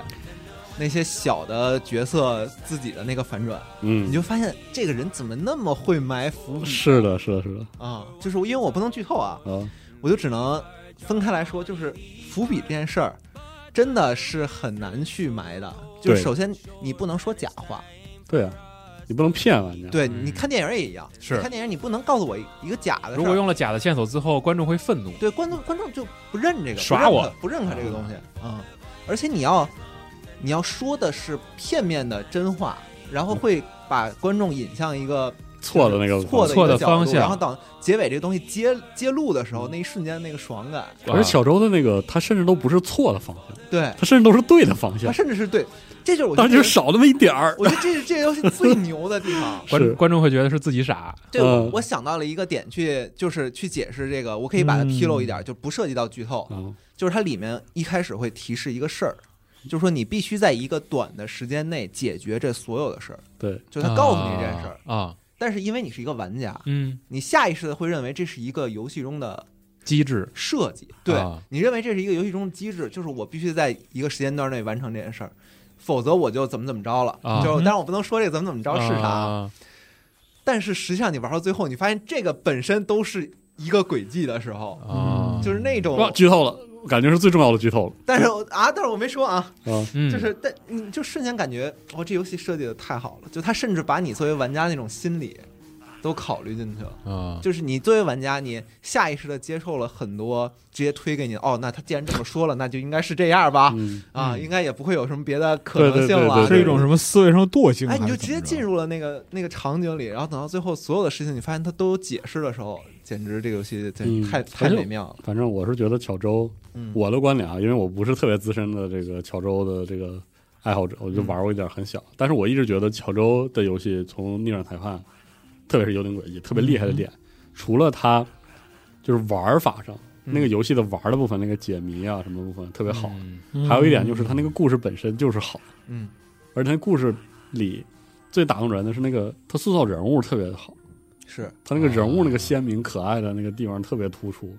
那些小的角色自己的那个反转，嗯，你就发现这个人怎么那么会埋伏笔是的，是的，是的嗯啊？就是因为我不能剧透啊，啊，我就只能分开来说，就是伏笔这件事儿，真的是很难去埋的。就是对首先你不能说假话，对啊，你不能骗玩家。对，嗯你看电影也一样，是你看电影你不能告诉我一个假的如事果儿。用了假的线索之后，观众会愤怒。对，观众观众就不认这个，耍不认我嗯可不认可这个东西啊、而且你要你要说的是片面的真话，然嗯后会把观众引向一个错的那个错的一错个的角度方向然后到结尾这个东西揭揭露的时候，那一瞬间那个爽感，而且小周的那个，他甚至都不是错的方向，对，他甚至都是对的方它向，甚至是对，这就是我觉但得是就少那么一点儿。。我觉得这是这个游戏最牛的地 方观是观众会觉得是自己傻，对，我嗯我想到了一个点去，就是去解释这个，我可以嗯把它披露一点，就不涉及到剧透，啊，就是它里面一开始会提示一个事儿。就是说，你必须在一个短的时间内解决这所有的事儿，对，就他告诉你这件事儿。啊啊，但是因为你是一个玩家，嗯，你下意识的会认为这是一个游戏中的机智设计，对、啊你认为这是一个游戏中的机制，就是我必须在一个时间段内完成这件事儿，否则我就怎么怎么着了。啊就是，但是我不能说这个怎么怎么着是啥，啊但是实际上你玩到最后，你发现这个本身都是一个轨迹的时候，啊，就是那种，嗯哇，剧透了，感觉是最重要的剧透了但是我啊，但是我没说啊，啊。嗯就是但你就瞬间感觉，哦，这游戏设计的太好了，就他甚至把你作为玩家那种心理都考虑进去了。啊，就是你作为玩家，你下意识的接受了很多直接推给你的，哦，那他既然这么说了，那就应该是这样吧，嗯，啊，嗯应该也不会有什么别的可能性了，对对对对是一种什么思维上的惰性？哎，你还就是直怎么接着进入了那个那个场景里，然后等到最后所有的事情，你发现它都有解释的时候，简直这个游戏真嗯太、它太就美妙了。反正我是觉得巧周，嗯，我的观点啊，因为我不是特别资深的这个巧周的这个爱好者，我嗯就玩过一点很小，但是我一直觉得巧周的游戏从逆转裁判，特别是幽灵轨迹，特别厉害的嗯点，除了它就是玩法上。嗯那个游戏的玩的部分，那个解谜啊什么部分特别好。嗯还有一点就是它那个故事本身就是好，嗯，而且它故事里最打动人的是那个它塑造人物特别好，是啊他那个人物那个鲜明可爱的那个地方特别突出，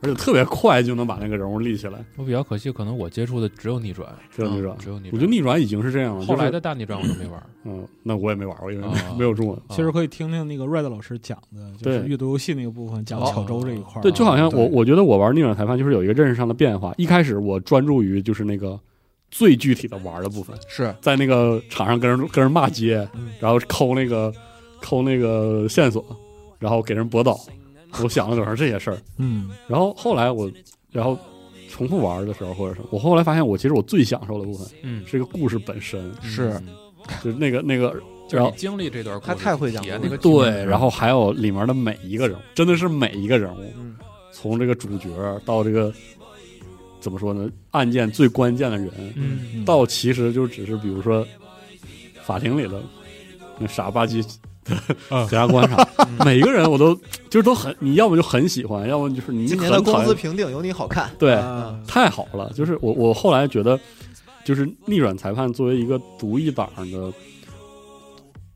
而且特别快就能把那个人物立起来，我比较可惜，可能我接触的只有逆转，只有逆转。只嗯有逆我觉得转。逆转已经是这样了，后来就是的大逆转我都没玩儿。嗯，那我也没玩过，因为啊没有中文。啊其实可以听听那个 Red 老师讲的，就对是阅读游戏那个部分，讲哦巧周这一块儿。啊对，就好像我对我觉得我玩逆转裁判就是有一个认识上的变化。一开始我专注于就是那个最具体的玩的部分，是在那个场上跟人跟人骂街嗯，然后抠那个抠那个线索，然后给人驳倒。我想了多少这些事儿，嗯，然后后来我，然后重复玩的时候，或者是我后来发现，我其实我最享受的部分嗯，是一个故事本身，是嗯，就是那个那个，就是然你后经历这段故事，他太会讲体验故那事个气氛对，然后还有里面的每一个人物，真的是每一个人物，嗯从这个主角到这个怎么说呢，案件最关键的人，嗯，到其实就只是比如说法庭里的那傻吧唧嗯 检察官啥，嗯每一个人我都就是都很，你要么就很喜欢，要么就是你今年的很讨工厌资评定有你好看，对。啊太好了，就是我我后来觉得，就是逆转裁判作为一个独一档的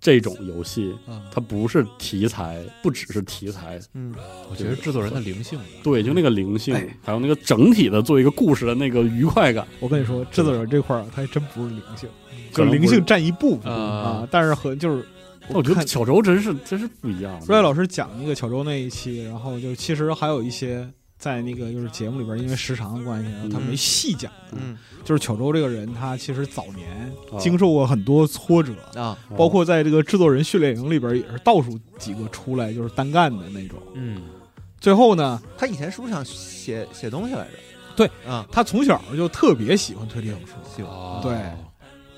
这种游戏，嗯它不是题材，不只是题材，嗯，我觉得制作人的灵性吧，对，就那个灵性，还有那个整体的做一个故事的那个愉快感，我跟你说，制作人这块儿他还真不是灵性，嗯可就能不是灵性占一部分啊啊，但是和就是我觉得看巧轴真是真是不一样。瑞老师讲那个巧周那一期，然后就其实还有一些在那个就是节目里边，因为时长的关系，然后他没细讲。嗯就是巧周这个人，他其实早年啊经受过很多挫折，啊，啊包括在这个制作人训练营里边也是倒数几个出来就是单干的那种。嗯，最后呢，他以前是不是想写写东西来着？对啊，他从小就特别喜欢推理小说，喜欢哦对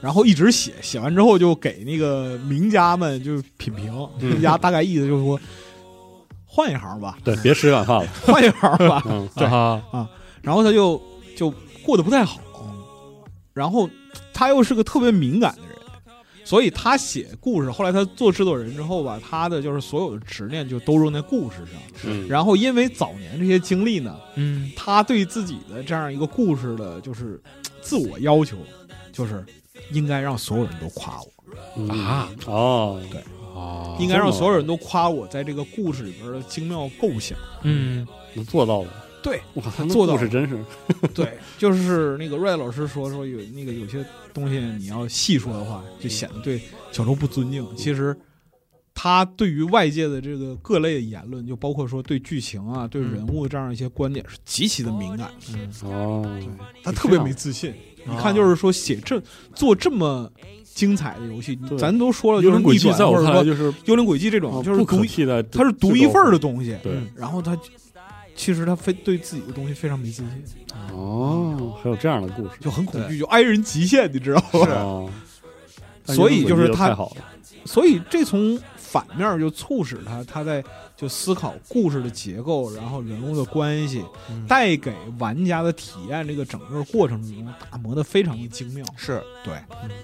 然后一直写，写完之后就给那个名家们就品评，嗯名家大概意思就是说，换一行吧，对，别吃软饭 了，换一行吧。嗯，对啊，然后他就就过得不太好，然后他又是个特别敏感的人，所以他写故事，后来他做制作人之后吧，他的就是所有的执念就都用在故事上。嗯，然后因为早年这些经历呢，嗯，他对自己的这样一个故事的，就是自我要求，就是应该让所有人都夸我，嗯啊，哦，哦，应该让所有人都夸我在这个故事里边的精妙构想。嗯，能做到了， 对哇，他做到故事真是，对，就是那个瑞老师说说有那个有些东西你要细说的话，就显得对小周不尊敬。其实他对于外界的这个各类的言论，就包括说对剧情啊、对人物这样一些观点是极其的敏感，嗯哦，对他特别这样没自信。啊你看，就是说写这做这么精彩的游戏对，咱都说了，幽就灵是轨逆迹转在我或者看来说就是啊幽灵轨迹这种，就是不可独一，替代，它是独一份儿的，东西。呃对，嗯然后他就其实他非对自己的东西非常没自信，哦，还有这样的故事，就很恐惧，就挨人极限，你知道吗？哦哎那所以幽灵就轨是迹他太好了，所以这从反面儿就促使他他在就思考故事的结构，然后人物的关系，嗯带给玩家的体验这个整个过程中打磨的非常的精妙。是对，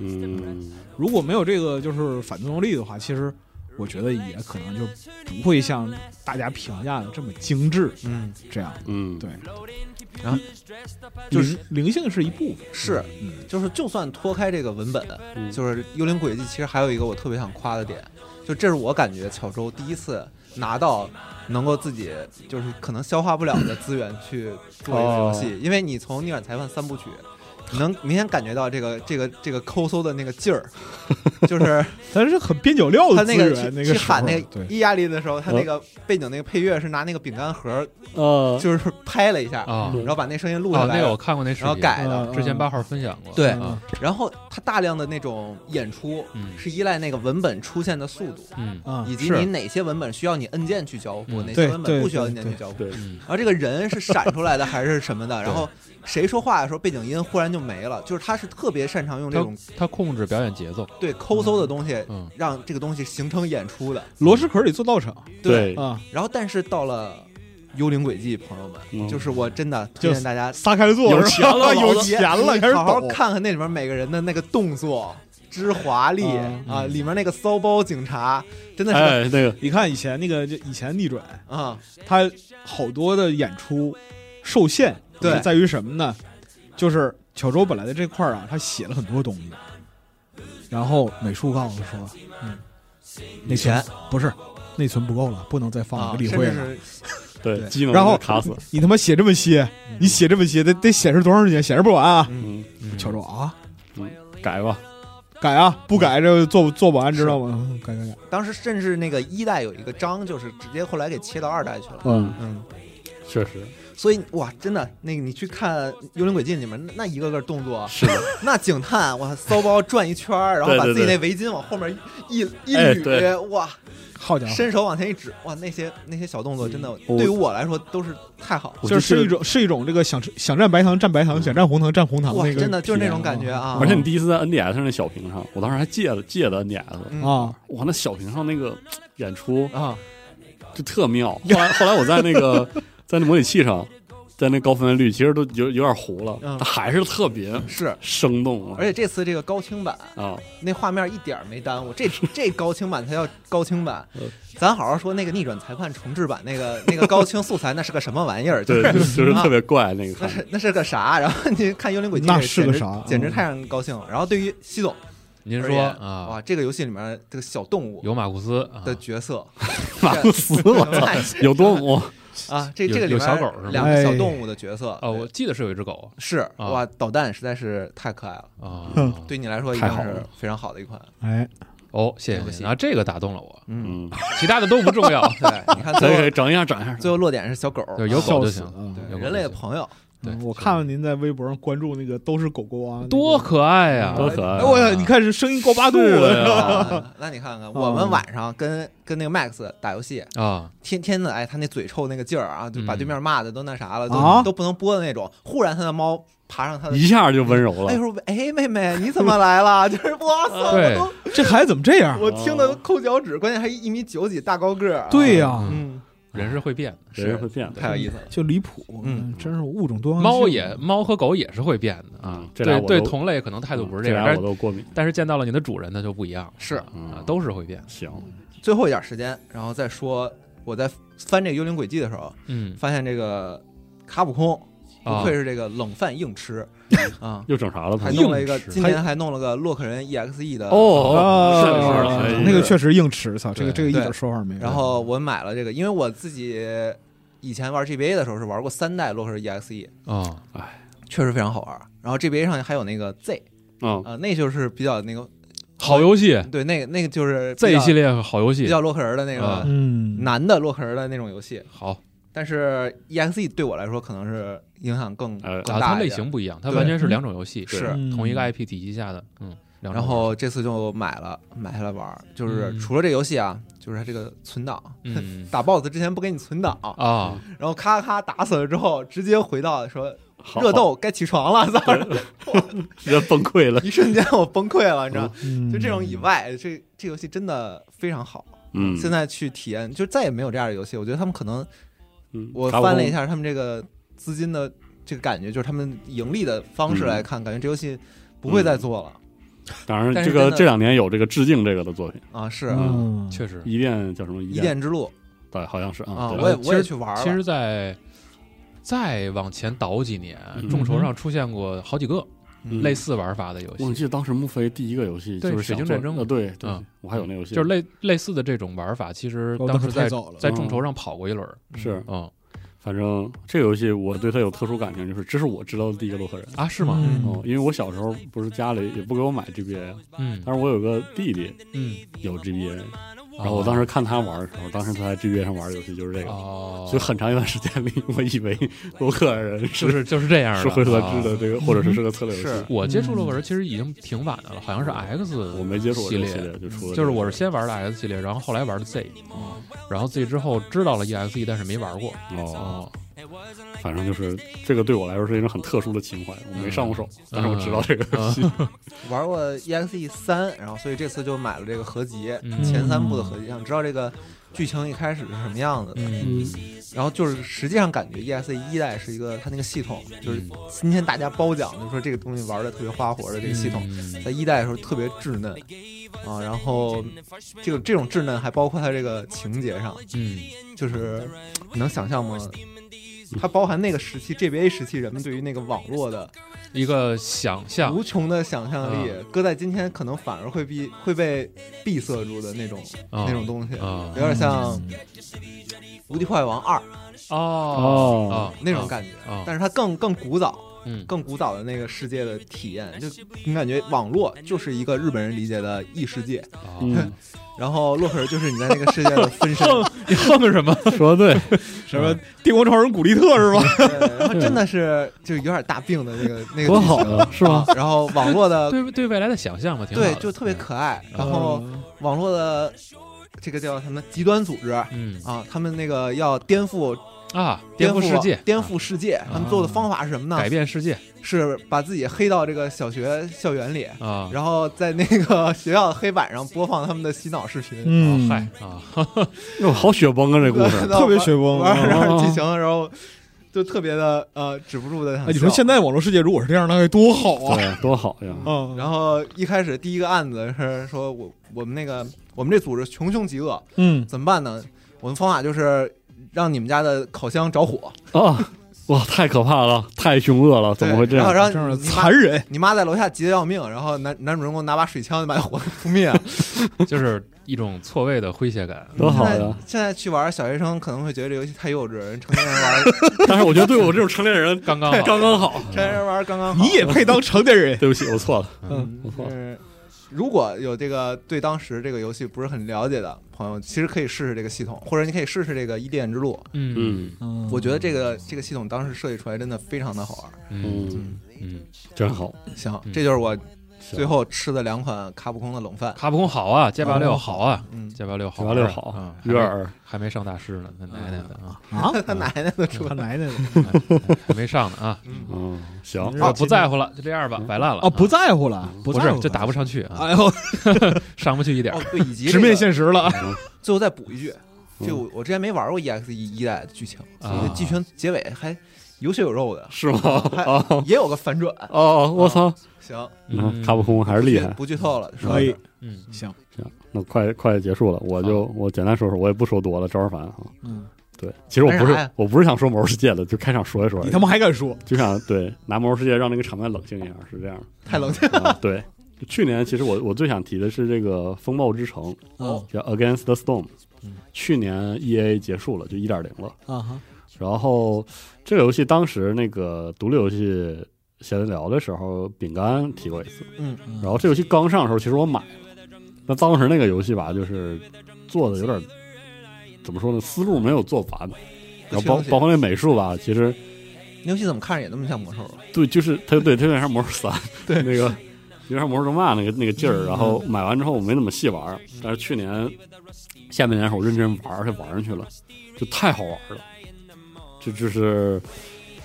嗯，如果没有这个就是反作用力的话，其实我觉得也可能就不会像大家评价的这么精致。嗯这样嗯，对，然后就是灵性是一部分，是，嗯就是就算脱开这个文本，嗯就是《幽灵轨迹》，其实还有一个我特别想夸的点，就这是我感觉巧周第一次拿到能够自己就是可能消化不了的资源去做一个游哦戏，因为你从《逆转裁判》三部曲，你能明显感觉到这个这个这个抠搜的那个劲 儿，就是但是很边角料他的资那源，去那去个时候喊那个对，嗯伊亚利的时候，他那个背景那个配乐是拿那个饼干盒呃，就是拍了一下，啊，嗯然后把那声音录哦啊，下来那，个我看过那视然后频，改的，嗯之前八号分享过，对啊，然后他大量的那种演出嗯是依赖那个文本出现的速度。嗯啊以及是你哪些文本需要你按键去交互，嗯哪对些文本不需要按键去交互对。对嗯然后这个人是闪出来的还是什么 的？然后谁说话的时候背景音忽然就没了，就是他是特别擅长用这种他控制表演节奏，对抠搜的东西，嗯让这个东西形成演出的。螺蛳壳里做道场对，啊，然后但是到了《幽灵轨迹》，朋友们，嗯就是我真的推荐大家撒开做有是钱吧了有钱了，开始好好抖看看那里面每个人的那个动作之华丽嗯啊，嗯里面那个骚包警察真的是哎，那个你看以前那个，就以前逆转，啊，它好多的演出受限，对是在于什么呢？就是巧周本来在这块儿啊，他写了很多东西，然后美术告诉说，嗯，内钱存不是内存不够了，不能再放啊一个例甚会至了，是对对嗯机能然后卡死，你他妈写这么些，你写这么些得得显示多长时间？显示不完啊！嗯，乔嗯周啊，改吧，改啊，不嗯改这做做保安知道吗？嗯改改改，当时甚至那个一代有一个章，就是直接后来给切到二代去了。嗯，嗯，确实所以哇，真的，那个你去看《幽灵轨迹》里面那一个个动作，是的，那警探哇骚包转一圈儿，然后把对对自己对那围巾往后面一一哎捋，对哇，好家伙，伸手往前一指，哇，那些那些小动作真的我对于我来说都是太好了。我就就是记一得种是一种这个想吃想蘸白糖蘸白糖，想蘸红糖蘸红啊糖嗯哇那个，真的就是那种感觉啊而且你第一次在 NDS 上那小屏上，我当时还借了借的 NDS，嗯啊，哇，那小屏上那个演出啊，就特妙。后来后来我在那 个在那模拟器上，在那高分辨率其实都有有点糊了，嗯但还是特别是。生动啊而且这次这个高清版啊！那画面一点儿没耽 误，这这高清版才叫高清版嗯。咱好好说那个逆转裁判重制版那个那个高清素材，那是个什么玩意儿？就对，是就是啊特别怪那个那看着，是那是个啥？然后你看《幽灵轨迹》，那是个简直啥嗯简直太让人高兴了。然后对于西总您而说言啊哇，，这个游戏里面这个小动物有马库斯啊的 角色 马克思，我操，太有多母？啊，这有这个里有面小狗是吗两个哎小动物的角色哦，我记得是有一只狗是啊哇，导弹实在是太可爱了。啊。嗯 对你来说一定太好是了非常好的一款，哎，哦，谢游谢戏谢。啊，这个打动了我，嗯，嗯，其他的都不重 要，对，你看可以可最以后整一下，整一下，最后落点是小狗，对有狗笑就死行。嗯啊！对有狗人类的朋友，对，我看看您在微博上关注那个都是狗狗啊，那个多可爱呀！多可爱啊哎！我操，你看这声音高八度了，是啊啊 那你看看我们晚上跟跟那个 Max 打游戏，啊！天天的哎，他那嘴臭那个劲儿啊，就把嗯对面骂的都那啥了，啊都都不能播的那种。忽然他的猫爬上他的一，下就温柔了哎。呦哎妹妹你怎么来了？就是哇塞，对我 这孩子怎么这样 都？我听的都抠脚趾，关键还一米九几大高个儿。对，呀、嗯嗯，人是会变的，人是会变的，太有意思了。就离谱，嗯，真是物种多样性。猫也猫和狗也是会变的啊嗯。这俩对我对，都嗯同类可能态度不是这样，俩但我是都过敏。但是见到了你的主人那就不一样，是啊，嗯都是会变的。行，最后一点时间，然后再说我在翻这个《幽灵轨迹》的时候，嗯，发现这个卡普空不啊愧是这个冷饭硬吃啊，又整啥了？还他弄了一个硬吃今年还弄了个洛克人 EXE 的哦，啊是的是的，那个哎确实硬吃，操，这个这对个一对点说法没有。然后我买了这个，因为我自己以前玩 GBA 的时候是玩过三代洛克人 EXE，啊，确实非常好玩。然后 GBA 上还有那个 Z 嗯啊、那就是比较那个好游戏对，那个那个就是比，Z 较系列好游比戏，较洛克人的那个啊嗯，男的洛克人的那种游戏。好但是 EXE 对我来说可能是影响更呃更啊，它大一类点。型不一样，它对完全是两种游戏，是嗯同一个 IP 体系下的，嗯，两种然后这次就买了，买下来玩儿。就是嗯除了这游戏啊，就是它这个存档，游戏嗯 打 BOSS 之前不给你存档，啊，然后咔咔打死了之后，直接回到说好热斗该起床了，操！直接崩溃了。 一瞬间我崩溃了，你知道？嗯就这种以外，这这游戏真的非常好。嗯， 现在去体验，就再也没有这样的游戏。我觉得他们可能，嗯我翻了一，下他们这个资金的这个感觉，就是他们盈利的方式来看，感觉这游戏不会再做了当然但是这个真的这两年有这个致敬这个的作品，啊！是嗯，确实，一店叫什么一一店，店之路对，好像是啊，啊，对我也其实我也去玩其了实，在再往前倒几年，嗯众筹上出现过好几个嗯类似玩法的游我戏，记得当时穆飞第一个游戏对就是水想晶做战争呃，对对嗯，我还有那游戏，就是类类似的这种玩法，其实哦那当可时太在早了，在众筹上跑过一轮儿，是，嗯反正这个游戏我对它有特殊感情，就是这是我知道的第一个洛克人。啊，是吗？嗯哦，因为我小时候不是家里也不给我买 GBA，嗯但是我有个弟弟嗯，有 GBA，然然后我当时看他玩的时候，当时他在 GBA 上玩的游戏就是这个，哦，所以很长一段时间里，我以为洛克人 就是是就是这样的，是回合制啊的这个，或者是是个策略游是戏。我接触洛克人其实已经挺晚的了，好像是 X，我没接触过系这个列系，列，就出了这个就是我是先玩的 X 系列，然后后来玩的 Z，然嗯后 Z 之后知道了 EXE，但是没玩过。哦，哦，反正就是这个对我来说是一种很特殊的情怀，我没上过手，但是我知道这个游戏。玩过 EXE 三，然后所以这次就买了这个合集，嗯前三部的合集，想知道这个剧情一开始是什么样子的。嗯， 然后就是实际上感觉 EXE 一代是一个它那个系统，嗯就是今天大家褒奖，就是说这个东西玩的特别花活的这个系统，嗯在一代的时候特别稚嫩啊，然后这个这种稚嫩还包括它这个情节上，嗯，就是你能想象吗？它包含那个时期 GBA 时期人们对于那个网络的一个想象无穷的想象力，搁在今天可能反而会闭会被闭塞住的那种、啊那种东西，啊有点像《嗯无敌破坏王二》哦哦，那种感觉，啊但是它更更古早。嗯更古早的那个世界的体验，就你感觉网络就是一个日本人理解的异世界，啊 嗯，然后洛克人就是你在那个世界的分 身，你哼的什 么？说的对， 什么帝国超人古力特是吧？对然后真的是就有点大病的那个那个多剧好情，啊，是吗？然后网络的嗯对对未来的想象嘛，挺好的对就特别可爱，然后嗯网络的这个叫什么极端组织啊，嗯他们那个要颠覆啊，颠覆世界，啊颠覆世界，他们做的方法是什么呢？改变世界是把自己黑到这个小学校园里。啊，然后在那个学校黑板上播放他们的洗脑视频，嗯，嗨啊， 哟，好雪崩啊，这故事。特别雪崩玩啊！玩玩剧情，然后就特别的呃止不住的想哎你说笑现在网络世界如果是这样，那该多好啊！对，多好呀！嗯，然后一开始第一个案子是说我我们那个我们这组织穷凶极恶，嗯，怎么办呢？我们方法就是让你们家的烤箱着火，啊，哇，太可怕了，太凶恶了，怎么会这对然后样？让这样的你妈残忍， 你妈在楼下急得要命，然后男男主人公拿把水枪把火扑灭。就是一种错位的诙谐感。多 现哦好在呀！现在去玩小学生可能会觉得这游戏太幼稚，人成年人玩 但是我觉得对我这种成年人刚刚好 刚刚好。成年人玩刚刚好。你也配当成年人？对不起，我错了。嗯，我错就了。是如果有这个对当时这个游戏不是很了解的朋友，其实可以试试这个系统，或者你可以试试这个《伊甸之路》。嗯嗯我觉得这个这个系统当时设计出来真的非常的好玩。嗯嗯，嗯，真好。行嗯，这就是我行最后吃的两款卡普空的冷饭。卡普空好啊，街霸六哦好啊，嗯，街霸六好九八玩啊，六好嗯，还悦没耳。还没上大师呢，他奶奶的啊，啊，他奶奶的出他奶奶的还没上呢 啊，嗯，行，我不在乎了，就这样吧，摆烂了啊，不在乎了，嗯不在是乎就打不上去啊，哎呦， 上不去一点儿哦，对，以及直面现实了啊！最后再补一句，嗯就我之前没玩过 EX 一一代的剧情，所以啊这剧情结尾还有血有肉的，是吗？啊也有个反转。哦，我操！行，嗯卡普空还是厉害。哎不剧透了，说到可以这儿嗯，行，行，那快快结束了，我就我简单说说，我也不说多了。赵二凡啊，嗯，对，其实我不干啥是呀我不是想说魔兽世界的，就开场说一说而你已他，妈还敢说？就想对拿魔兽世界让那个场面冷静一下，是这样的。太冷静了。啊，对，去年其实我我最想提的是这个《风暴之城》，哦叫《Against the Storm 嗯》，去年 E A 结束了，就一点零了。啊哈，然后这个游戏当时那个独立游戏闲聊的时候，饼干提过一次。嗯，然后这游戏刚上的时候，其实我买了。那当时那个游戏吧，就是做的有点怎么说呢，思路没有做完。不然后去包东西包括那美术吧，其实那游戏怎么看着也那么像魔兽？对，就是它对它有点像魔兽三，对那个有点像魔兽争霸那个那个劲儿。然后买完之后我没怎么细玩儿，但是去年下半年的时候我认真玩儿，而且玩上去了，就太好玩了。这就是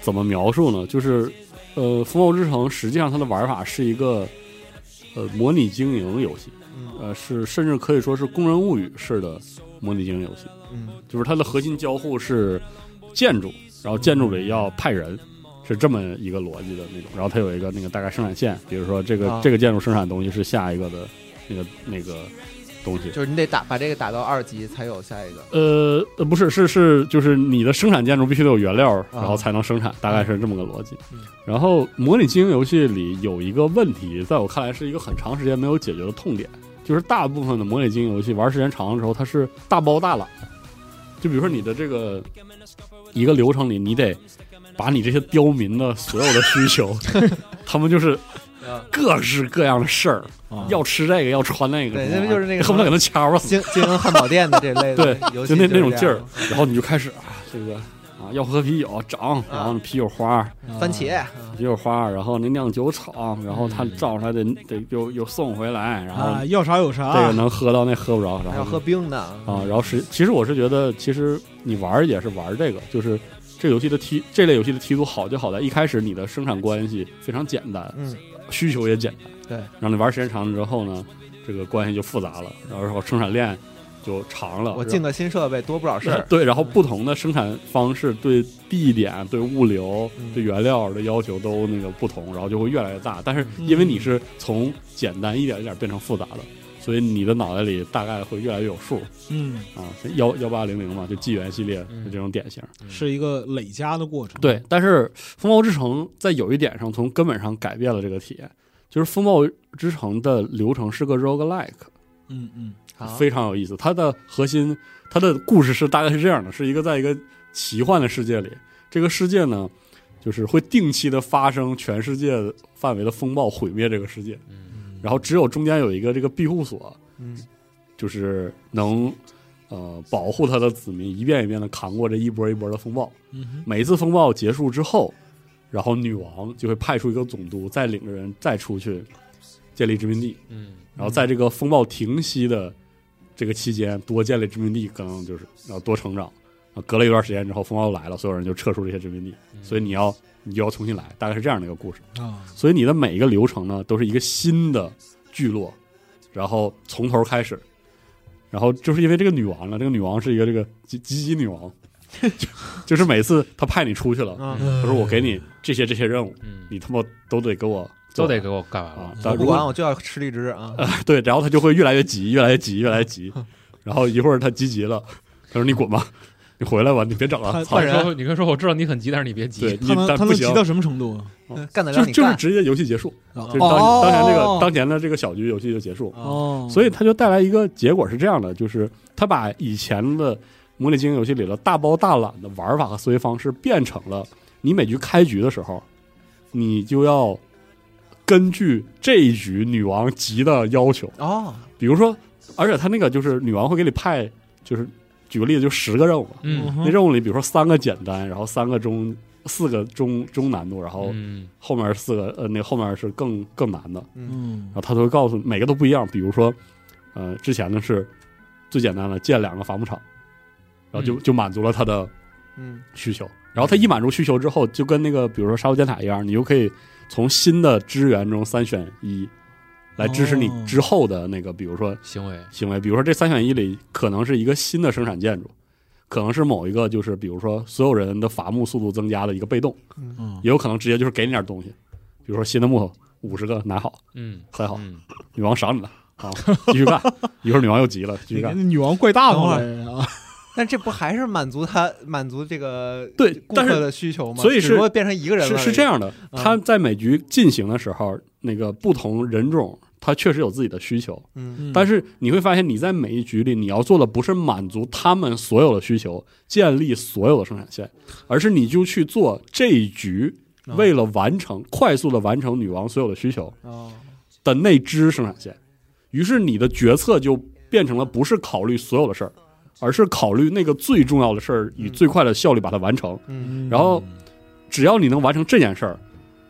怎么描述呢？就是呃，《风暴之城》实际上它的玩法是一个呃模拟经营游戏，嗯呃是甚至可以说是《工人物语》式的模拟经营游戏。嗯就是它的核心交互是建筑，然后建筑里要派人，是这么一个逻辑的那种。然后它有一个那个大概生产线，比如说这个、啊这个建筑生产的东西是下一个的那个那个东西。就是你得打把这个打到二级才有下一 个。呃，呃不是，是是，就是你的生产建筑必须得有原料，然后才能生产，大概是这么个逻辑。啊嗯然后模拟经营游戏里有一个问题，在我看来是一个很长时间没有解决的痛点，就是大部分的模拟经营游戏玩时间长了之后，它是大包大揽的。就比如说你的这个一个流程里，你得把你这些刁民的所有的需求，他们就是啊各式各样的事儿，啊要吃这个，要穿那个，对那不就是那个恨不得给他掐吧死。经经营汉堡店的这 类的对游戏就那是那种这样劲儿，然后你就开始啊，这个啊要喝啤酒涨，然啊后啤酒花，番茄，啤酒花，然后那酿酒厂，然后他嗯照出来得得又又送回来，然后啊，要啥有这个啥，能喝到那喝不着，还然要后喝冰的，啊，然后是其实我是觉得，其实你玩儿也是玩儿这个，就是这游戏的梯这类游戏的梯度好就好在一开始你的生产关系非常简单，嗯，需求也简单。对，让你玩时间长了之后呢，这个关系就复杂了，然后生产链就长了。我然，进个新设备多不少事儿 对，然后不同的生产方式对地点、对物流、嗯对原料的要求都嗯那个不同，然后就会越来越大。但是因为你是从简单一点一点变成复杂的，所以你的脑袋里大概会越来越有数嗯，啊。幺幺八零零嘛，就纪元系列嗯是这种典型。是一个累加的过程。对，但是《风暴之城》在有一点上从根本上改变了这个体验，就是《风暴之城》的流程是个 roguelike，嗯嗯啊非常有意思。它的核心，它的故事是大概是这样的：是一个在一个奇幻的世界里，这个世界呢，就是会定期的发生全世界范围的风暴毁灭这个世界，嗯，然后只有中间有一个这个庇护所，嗯就是能呃保护他的子民一遍一遍的扛过这一波一波的风暴。嗯每一次风暴结束之后，然后女王就会派出一个总督，再领着人再出去建立殖民地。嗯然后在这个风暴停息的这个期间，多建立殖民地，可能就是要多成长。然后隔了一段时间之后，风暴来了，所有人就撤出这些殖民地，嗯所以你要你就要重新来，大概是这样的一个故事。哼啊，所以你的每一个流程呢，都是一个新的聚落，然后从头开始。然后就是因为这个女王呢，这个女王是一个这个吉吉吉女王， 就就是每次她派你出去了，嗯，她他说我给你这些这些任务，嗯，你他妈都得给我做都完得给我干完啊哦了。！但我如不果管，我就要吃荔枝啊！对，然后他就会越来越急，越来越急，越来越急。然后一会儿他急急了，他说：“你滚吧，你回来吧，你别整了。他操你人说，你可以说我知道你很急，但是你别急。对你他能但他不能行急，到什么程度啊？ 干得就让是你就是干，直接游戏结束，哦就是当哦当年这个当年的这个小局游戏就结束。啊哦，所以他就带来一个结果是这样的，就是他把以前的模拟经营游戏里的大包大揽的玩法和思维方式变成了你每局开局的时候，你就要根据这一局女王急的要求。哦，比如说，而且他那个就是女王会给你派，就是举个例子，就十个任务嘛，嗯那任务里比如说三个简单，然后三个中，四个中中难度，然哦后嗯后面四个呃那后面是更更难的，嗯然后他都会告诉你每个都不一样，比如说，呃之前的是最简单的建两个伐木场，然后就嗯就满足了他的嗯需求，然后他一满足需求之后，就跟那个比如说沙丘尖塔一样，你就可以从新的支援中三选一。来支持你哦之后的那个，比如说行为，行为，比如说这三选一里可能是一个新的生产建筑，可能是某一个就是比如说所有人的伐木速度增加的一个被动，嗯也有可能直接就是给你点东西，比如说新的木头五十个拿好，嗯，很好，嗯女王赏你了，好，继续干，一会儿女王又急了，继续你看干。那女王怪大等会方儿的人啊，但这不还是满足他满足这个对顾但是客的需求吗？所以只是不过变成一个人是了，是这，样的，嗯他在每局进行的时候，那个不同人种他确实有自己的需求，嗯但是是你会发现你在每一局里，你要做的不是满足他们所有的需求，建立所有的生产线，而是你就去做这一局嗯为了完成、快速的完成女王所有的需求哦，的那支生产线。于是你的决策就变成了不是考虑所有的事儿，而是考虑那个最重要的事儿，以嗯最快的效率把它完成。嗯然后只要你能完成这件事儿，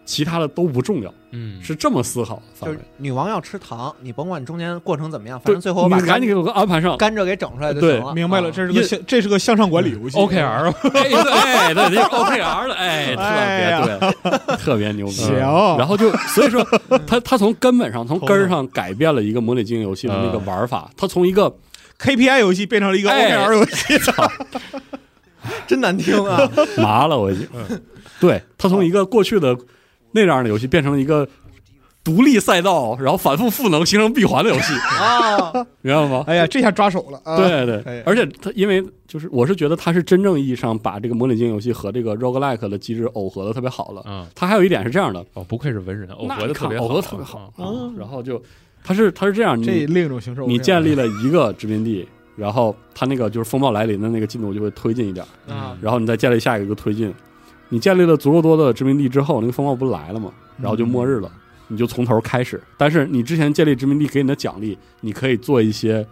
其他的都不重要，嗯，是这么思考的范就围是。女王要吃糖，你甭管中间过程怎么样，反对，正最后我把你赶紧给我安排上。甘蔗给整出来就行了。嗯明白了，啊这是个向这是个向上管理游戏 OKR 哎，对，哎对，那是 OKR 的，哎，特别对，特别牛逼。嗯行然后就所以说，他他从根本上、从根儿上改变了一个模拟经营游戏的那个玩法，他从一个 KPI 游戏变成了一个哎 OKR 游 戏， 真难听啊！麻了我已经， 对他从一个过去的那样的游戏变成了一个独立赛道，然后反复赋能形成闭环的游戏，啊，明白吗？ 哎呀，这下抓手了啊！，对对可以，而且它因为就是我是觉得它是真正意义上把这个模拟经营游戏和这个 roguelike 的机制耦合的特别好了。嗯，它还有一点是这样的， 哦，不愧是文人，耦那合的你特看别耦合特别好好，嗯哦啊，然后就它是它是这样，这你另一种形式 OKR，你建立了一个殖民地，然后它那个就是风暴来临的那个进度就会推进一点，啊然后你再建立下一个推进，你建立了足够多的殖民地之后，那个风暴不来了吗？然后就嗯末日了。你就从头开始，但是你之前建立殖民地给你的奖励，你可以做一些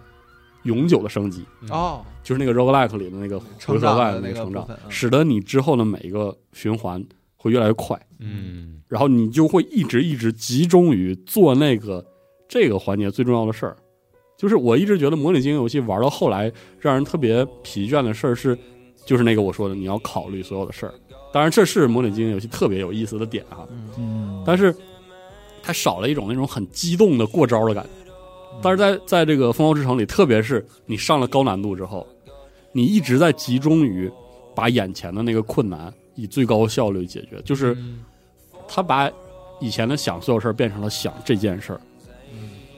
永久的升级，哦，就是那个 roguelike 里的那个回成合长外的那个个成部长分，嗯使得你之后的每一个循环会越来越快，嗯然后你就会一直一直集中于做那个这个环节最重要的事儿。就是我一直觉得模拟经营游戏玩到后来让人特别疲倦的事儿是，就是那个我说的你要考虑所有的事儿。当然，这是模拟经营游戏特别有意思的点啊，嗯嗯，但是它少了一种那种很激动的过招的感觉。但是在在这个《风暴之城》里，特别是你上了高难度之后，你一直在集中于把眼前的那个困难以最高效率解决，嗯嗯就是他把以前的想所有事儿变成了想这件事儿。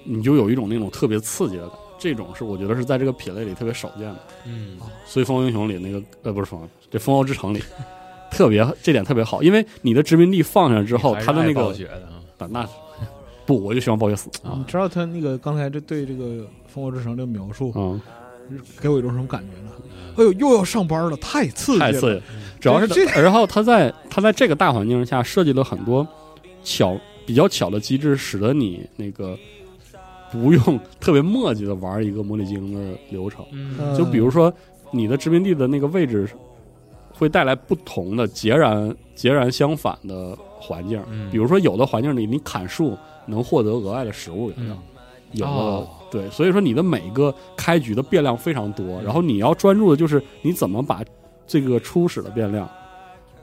你就有一种那种特别刺激的感觉。这种是我觉得是在这个品类里特别少见的，嗯《随风英雄》里那个呃不是风，这《风暴之城》里特别这点特别好，因为你的殖民地放下之后，还是他的爱那暴个雪的啊那那不，我就希望暴雪死你啊知道他那个刚才这对这个《烽火之城》这个描述，嗯，给我一种什么感觉呢？哎呦，又要上班了，太刺激太了！刺激了，主要是这然后他在他在这个大环境下设计了很多巧比较巧的机制，使得你那个不用特别墨迹的玩一个模拟经营的流程。嗯嗯就比如说你的殖民地的那个位置，会带来不同的截然截然相反的环境。嗯比如说有的环境里你砍树能获得额外的食物原料，嗯有的、哦对，所以说你的每个开局的变量非常多，然后你要专注的就是你怎么把这个初始的变量，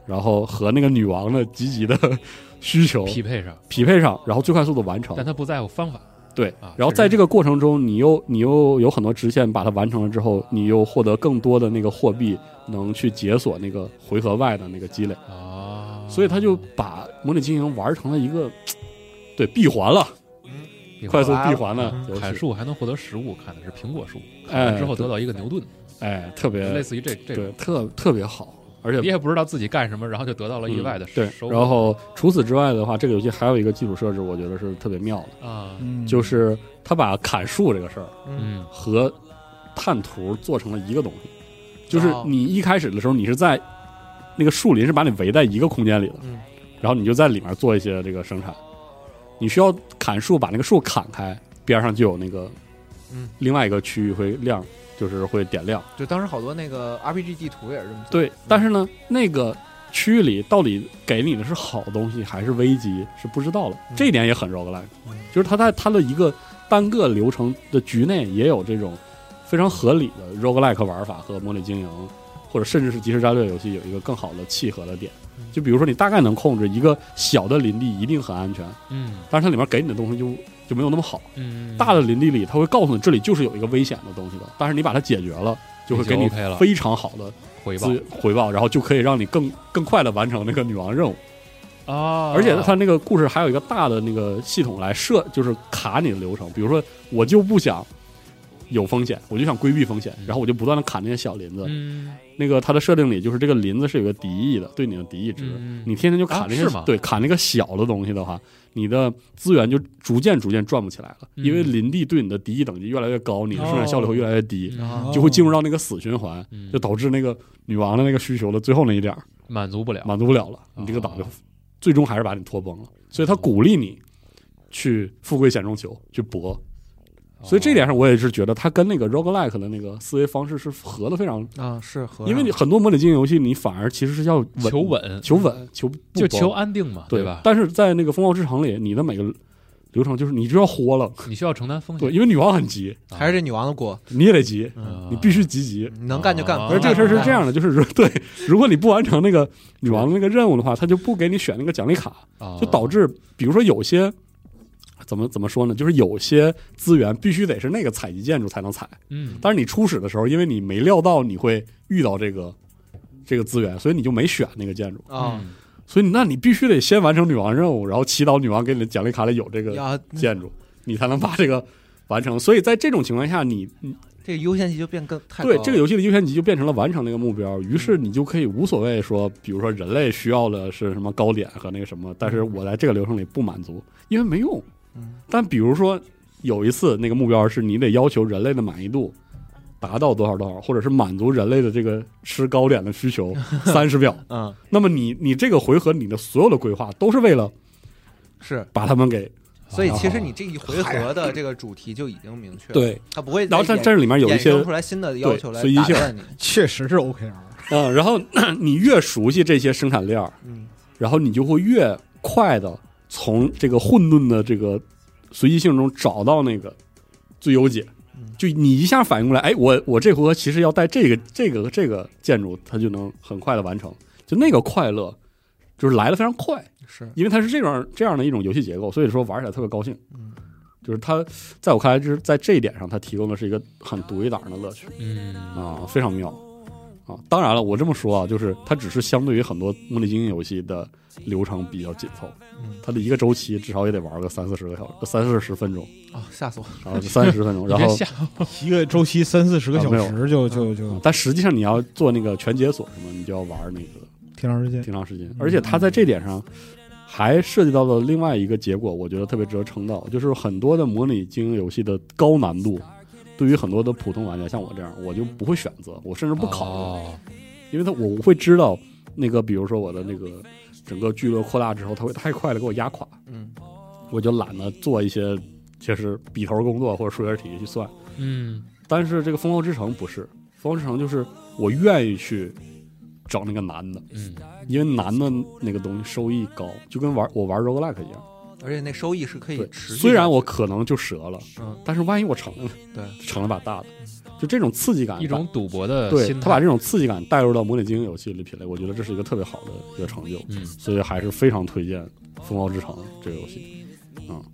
然后和那个女王的积极的 需求匹配上，匹配上，然后最快速的完成。但他不在乎方法，对啊，然后确实在这个过程中，你又你又有很多支线把它完成了之后，你又获得更多的那个货币，能去解锁那个回合外的那个积累，哦，所以他就把模拟经营玩成了一个对闭环了，嗯比如快速说闭环的游戏砍，树还能获得食物，砍的是苹果树，砍哎完之后得对到一个牛顿，哎，特别类似于这这对种，，特特别好，而且你也不知道自己干什么，然后就得到了意嗯外的对收，获然后除此之外的话，这个游戏还有一个基础设置，我觉得是特别妙的，啊，嗯就是他把砍树这个事儿嗯和探图做成了一个东西，就是哦你一开始的时候，你是在那个树林是把你围在一个空间里的，嗯然后你就在里面做一些这个生产。你需要砍树，把那个树砍开，边上就有那个嗯另外一个区域会亮，就是会点亮。就当时好多那个 RPG 地图也是这么做。对，但是呢，那个区域里到底给你的是好东西还是危机是不知道的，这一点也很 roguelike，、嗯就是它在它的一个单个流程的局内也有这种非常合理的 roguelike 玩法和模拟经营，或者甚至是即时战略游戏有一个更好的契合的点。就比如说，你大概能控制一个小的林地一定很安全，嗯但是它里面给你的东西就就没有那么好。嗯，大的林地里，它会告诉你这里就是有一个危险的东西的，但是你把它解决了，就会你就给你 OK 了非常好的回报资回报，然后就可以让你更更快的完成那个女王任务。啊，而且它那个故事还有一个大的那个系统来设，就是卡你的流程。比如说，我就不想有风险，我就想规避风险，然后我就不断的砍那些小林子。嗯那个它的设定里就是这个林子是有个敌意的，对你的敌意值。嗯你天天就砍啊那些、是吗对砍那个小的东西的话，你的资源就逐渐逐渐转不起来了，因为嗯林地对你的敌意等级越来越高，你的生产效率会越来越低，嗯就会进入到那个死循环。嗯啊就导致那个女王的那个需求的最后那一点儿满足不了，啊满足不了了，你这个岛就最终还是把你拖崩了。所以他鼓励你去富贵险中求，去搏。哦所以这点上我也是觉得他跟那个 roguelike 的那个思维方式是合的非常，啊，是和尚因为你很多模拟经营游戏你反而其实是要稳求、稳求稳、求不就求崩安定嘛，对吧？但是在那个风暴之城里，你的每个流程就是你就要豁了，你需要承担风险对，，因为女王很急，啊还是这女王的锅，你也得急，啊你必须积极。你能干就干。啊而这个事儿是这样的，的，就是如对，如果你不完成那个女王的那个任务的话，他就不给你选那个奖励卡，啊就导致比如说有些怎么怎么说呢，就是有些资源必须得是那个采集建筑才能采，嗯但是你初始的时候，因为你没料到你会遇到这个这个资源，所以你就没选那个建筑，啊，嗯所以那你必须得先完成女王任务，然后祈祷女王给你的奖励卡里有这个呀，建筑，你才能把这个完成。所以在这种情况下，你这个优先级就变更太高对了嗯这个游戏的优先级就变成了完成那个目标，于是你就可以无所谓说，比如说人类需要的是什么糕点和那个什么，但是我在这个流程里不满足，因为没用嗯。但比如说有一次那个目标是你得要求人类的满意度达到多少多少，或者是满足人类的这个吃糕点的需 求三十秒，嗯那么你你这个回合你的所有的规划都是为了是，把他们给所以其实你这一回合的这个主题就已经明确了，，对，他不会再然后但衍但是里面有一衍些生出来新的要求来随机打性断你，确实是 OKR，嗯，然后 你越熟悉这些生产链儿，嗯然后你就会越快的从这个混沌的这个随机性中找到那个最优解嗯。就你一下反应过来，哎，我我这回合其实要带这个这个这个建筑，它就能很快的完成。就那个快乐，就是来的非常快，是因为它是这种这样的一种游戏结构，所以说玩起来特别高兴。嗯，就是它在我看来，就是在这一点上，它提供的是一个很独一档的乐趣嗯啊，非常妙。啊。当然了，我这么说啊，就是它只是相对于很多目的经营游戏的流程比较紧凑，嗯它的一个周期至少也得玩个三四十个小时，三四十分钟，啊，吓死我了！然后三十 分钟，然别后吓一个周期三四十个啊小没有时就就就但实际上你要做那个全解锁什么，你就要玩那个挺长时间。挺长时间。而且它在这点上还涉及到了另外一个结果，我觉得特别值得称道，就是很多的模拟经营游戏的高难度，对于很多的普通玩家，像我这样，我就不会选择，我甚至不考虑，哦因为他我会知道那个，比如说我的那个整个聚落扩大之后，它会太快了给我压垮，嗯，我就懒得做一些就是笔头工作或者数学题去算。嗯，但是这个《风暴之城》不是，《风暴之城》就是我愿意去找那个难的，嗯，因为难的那个东西收益高，就跟玩我玩 roguelike 一样。而且那收益是可以对，持续。虽然我可能就折了，嗯但是万一我成了呢，对成了把大的，就这种刺激感，一种赌博的把对心态，他把这种刺激感带入到模拟经营游戏里品类，我觉得这是一个特别好的一个成就，嗯，所以还是非常推荐《风暴之城》这个游戏。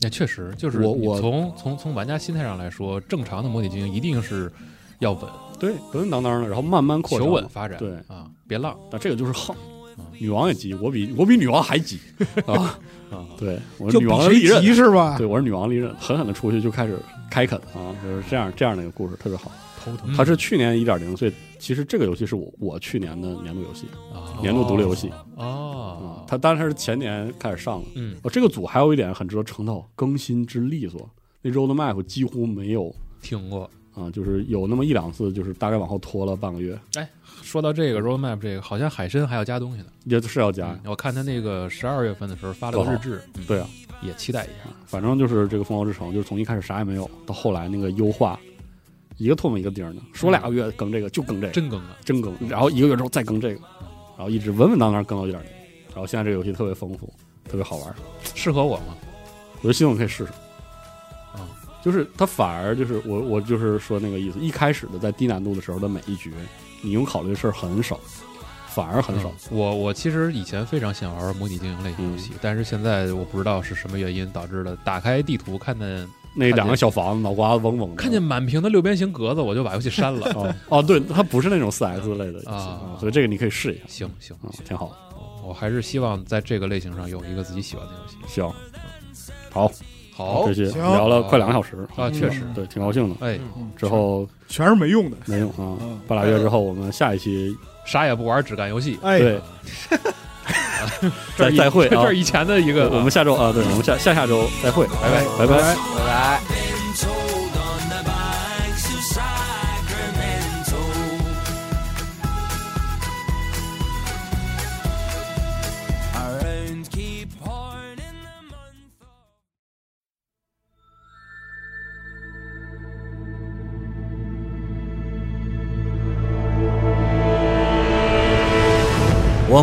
那确实就是我你我从从从玩家心态上来说，正常的模拟经营一定是要稳，对，稳稳当当的，然后慢慢扩求张。稳发展，对啊，别浪，但这个就是横嗯。女王也急，我比我比女王还急啊！啊，对，我是就女比王的谁利刃，急是吧？对，我是女王利刃，狠狠的出去就开始开垦啊，就是这样这样的一个故事，特别好。头疼。嗯它是去年一点零，所以其实这个游戏是我我去年的年度游戏啊年度独立游戏啊哦，，它当然它是前年开始上的。嗯哦，这个组还有一点很值得称道，更新之利索。那 roadmap 几乎没有听过。啊，就是有那么一两次，就是大概往后拖了半个月，说到这个 roadmap 这个，好像海参还要加东西呢。也是要加。嗯我看他那个十二月份的时候发了个日志，嗯对啊，啊也期待一下。反正就是这个《风暴之城》，就是从一开始啥也没有，到后来那个优化，一个唾沫一个钉儿的，说俩月更这个就更这嗯个，真更啊，真更，然后一个月之后再更这个，然后一直稳稳当当更到一点零，然后现在这个游戏特别丰富，特别好玩，适合我吗？我觉得新总可以试试。啊，就是它反而就是我我就是说那个意思，一开始的在低难度的时候的每一局，你用考虑的事儿很少，反而很少嗯。我我其实以前非常想玩模拟经营类型游嗯戏，但是现在我不知道是什么原因导致的。打开地图看见那两个小房子脑瓜子嗡嗡的，看见满屏的六边形格子，我就把游戏删 了。哦哦，对，它不是那种四 S 类的游戏，啊嗯所以这个你可以试一下，行行啊，行，挺好的，我还是希望在这个类型上有一个自己喜欢的游戏。行。好，好这期行聊了快两个小时啊，确实，对，挺高兴的。哎，之后全是没用的。没用啊嗯，半拉月之后，我们下一期啥也不玩，只干游戏。哎，对， 这再是以再会这啊是！以前的一个，我们下周啊，对，我们下下下周再会，拜拜，拜拜。拜拜。 been told on the banks of Sacramento. Around Cape Horn in the month of 《我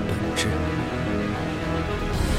本质。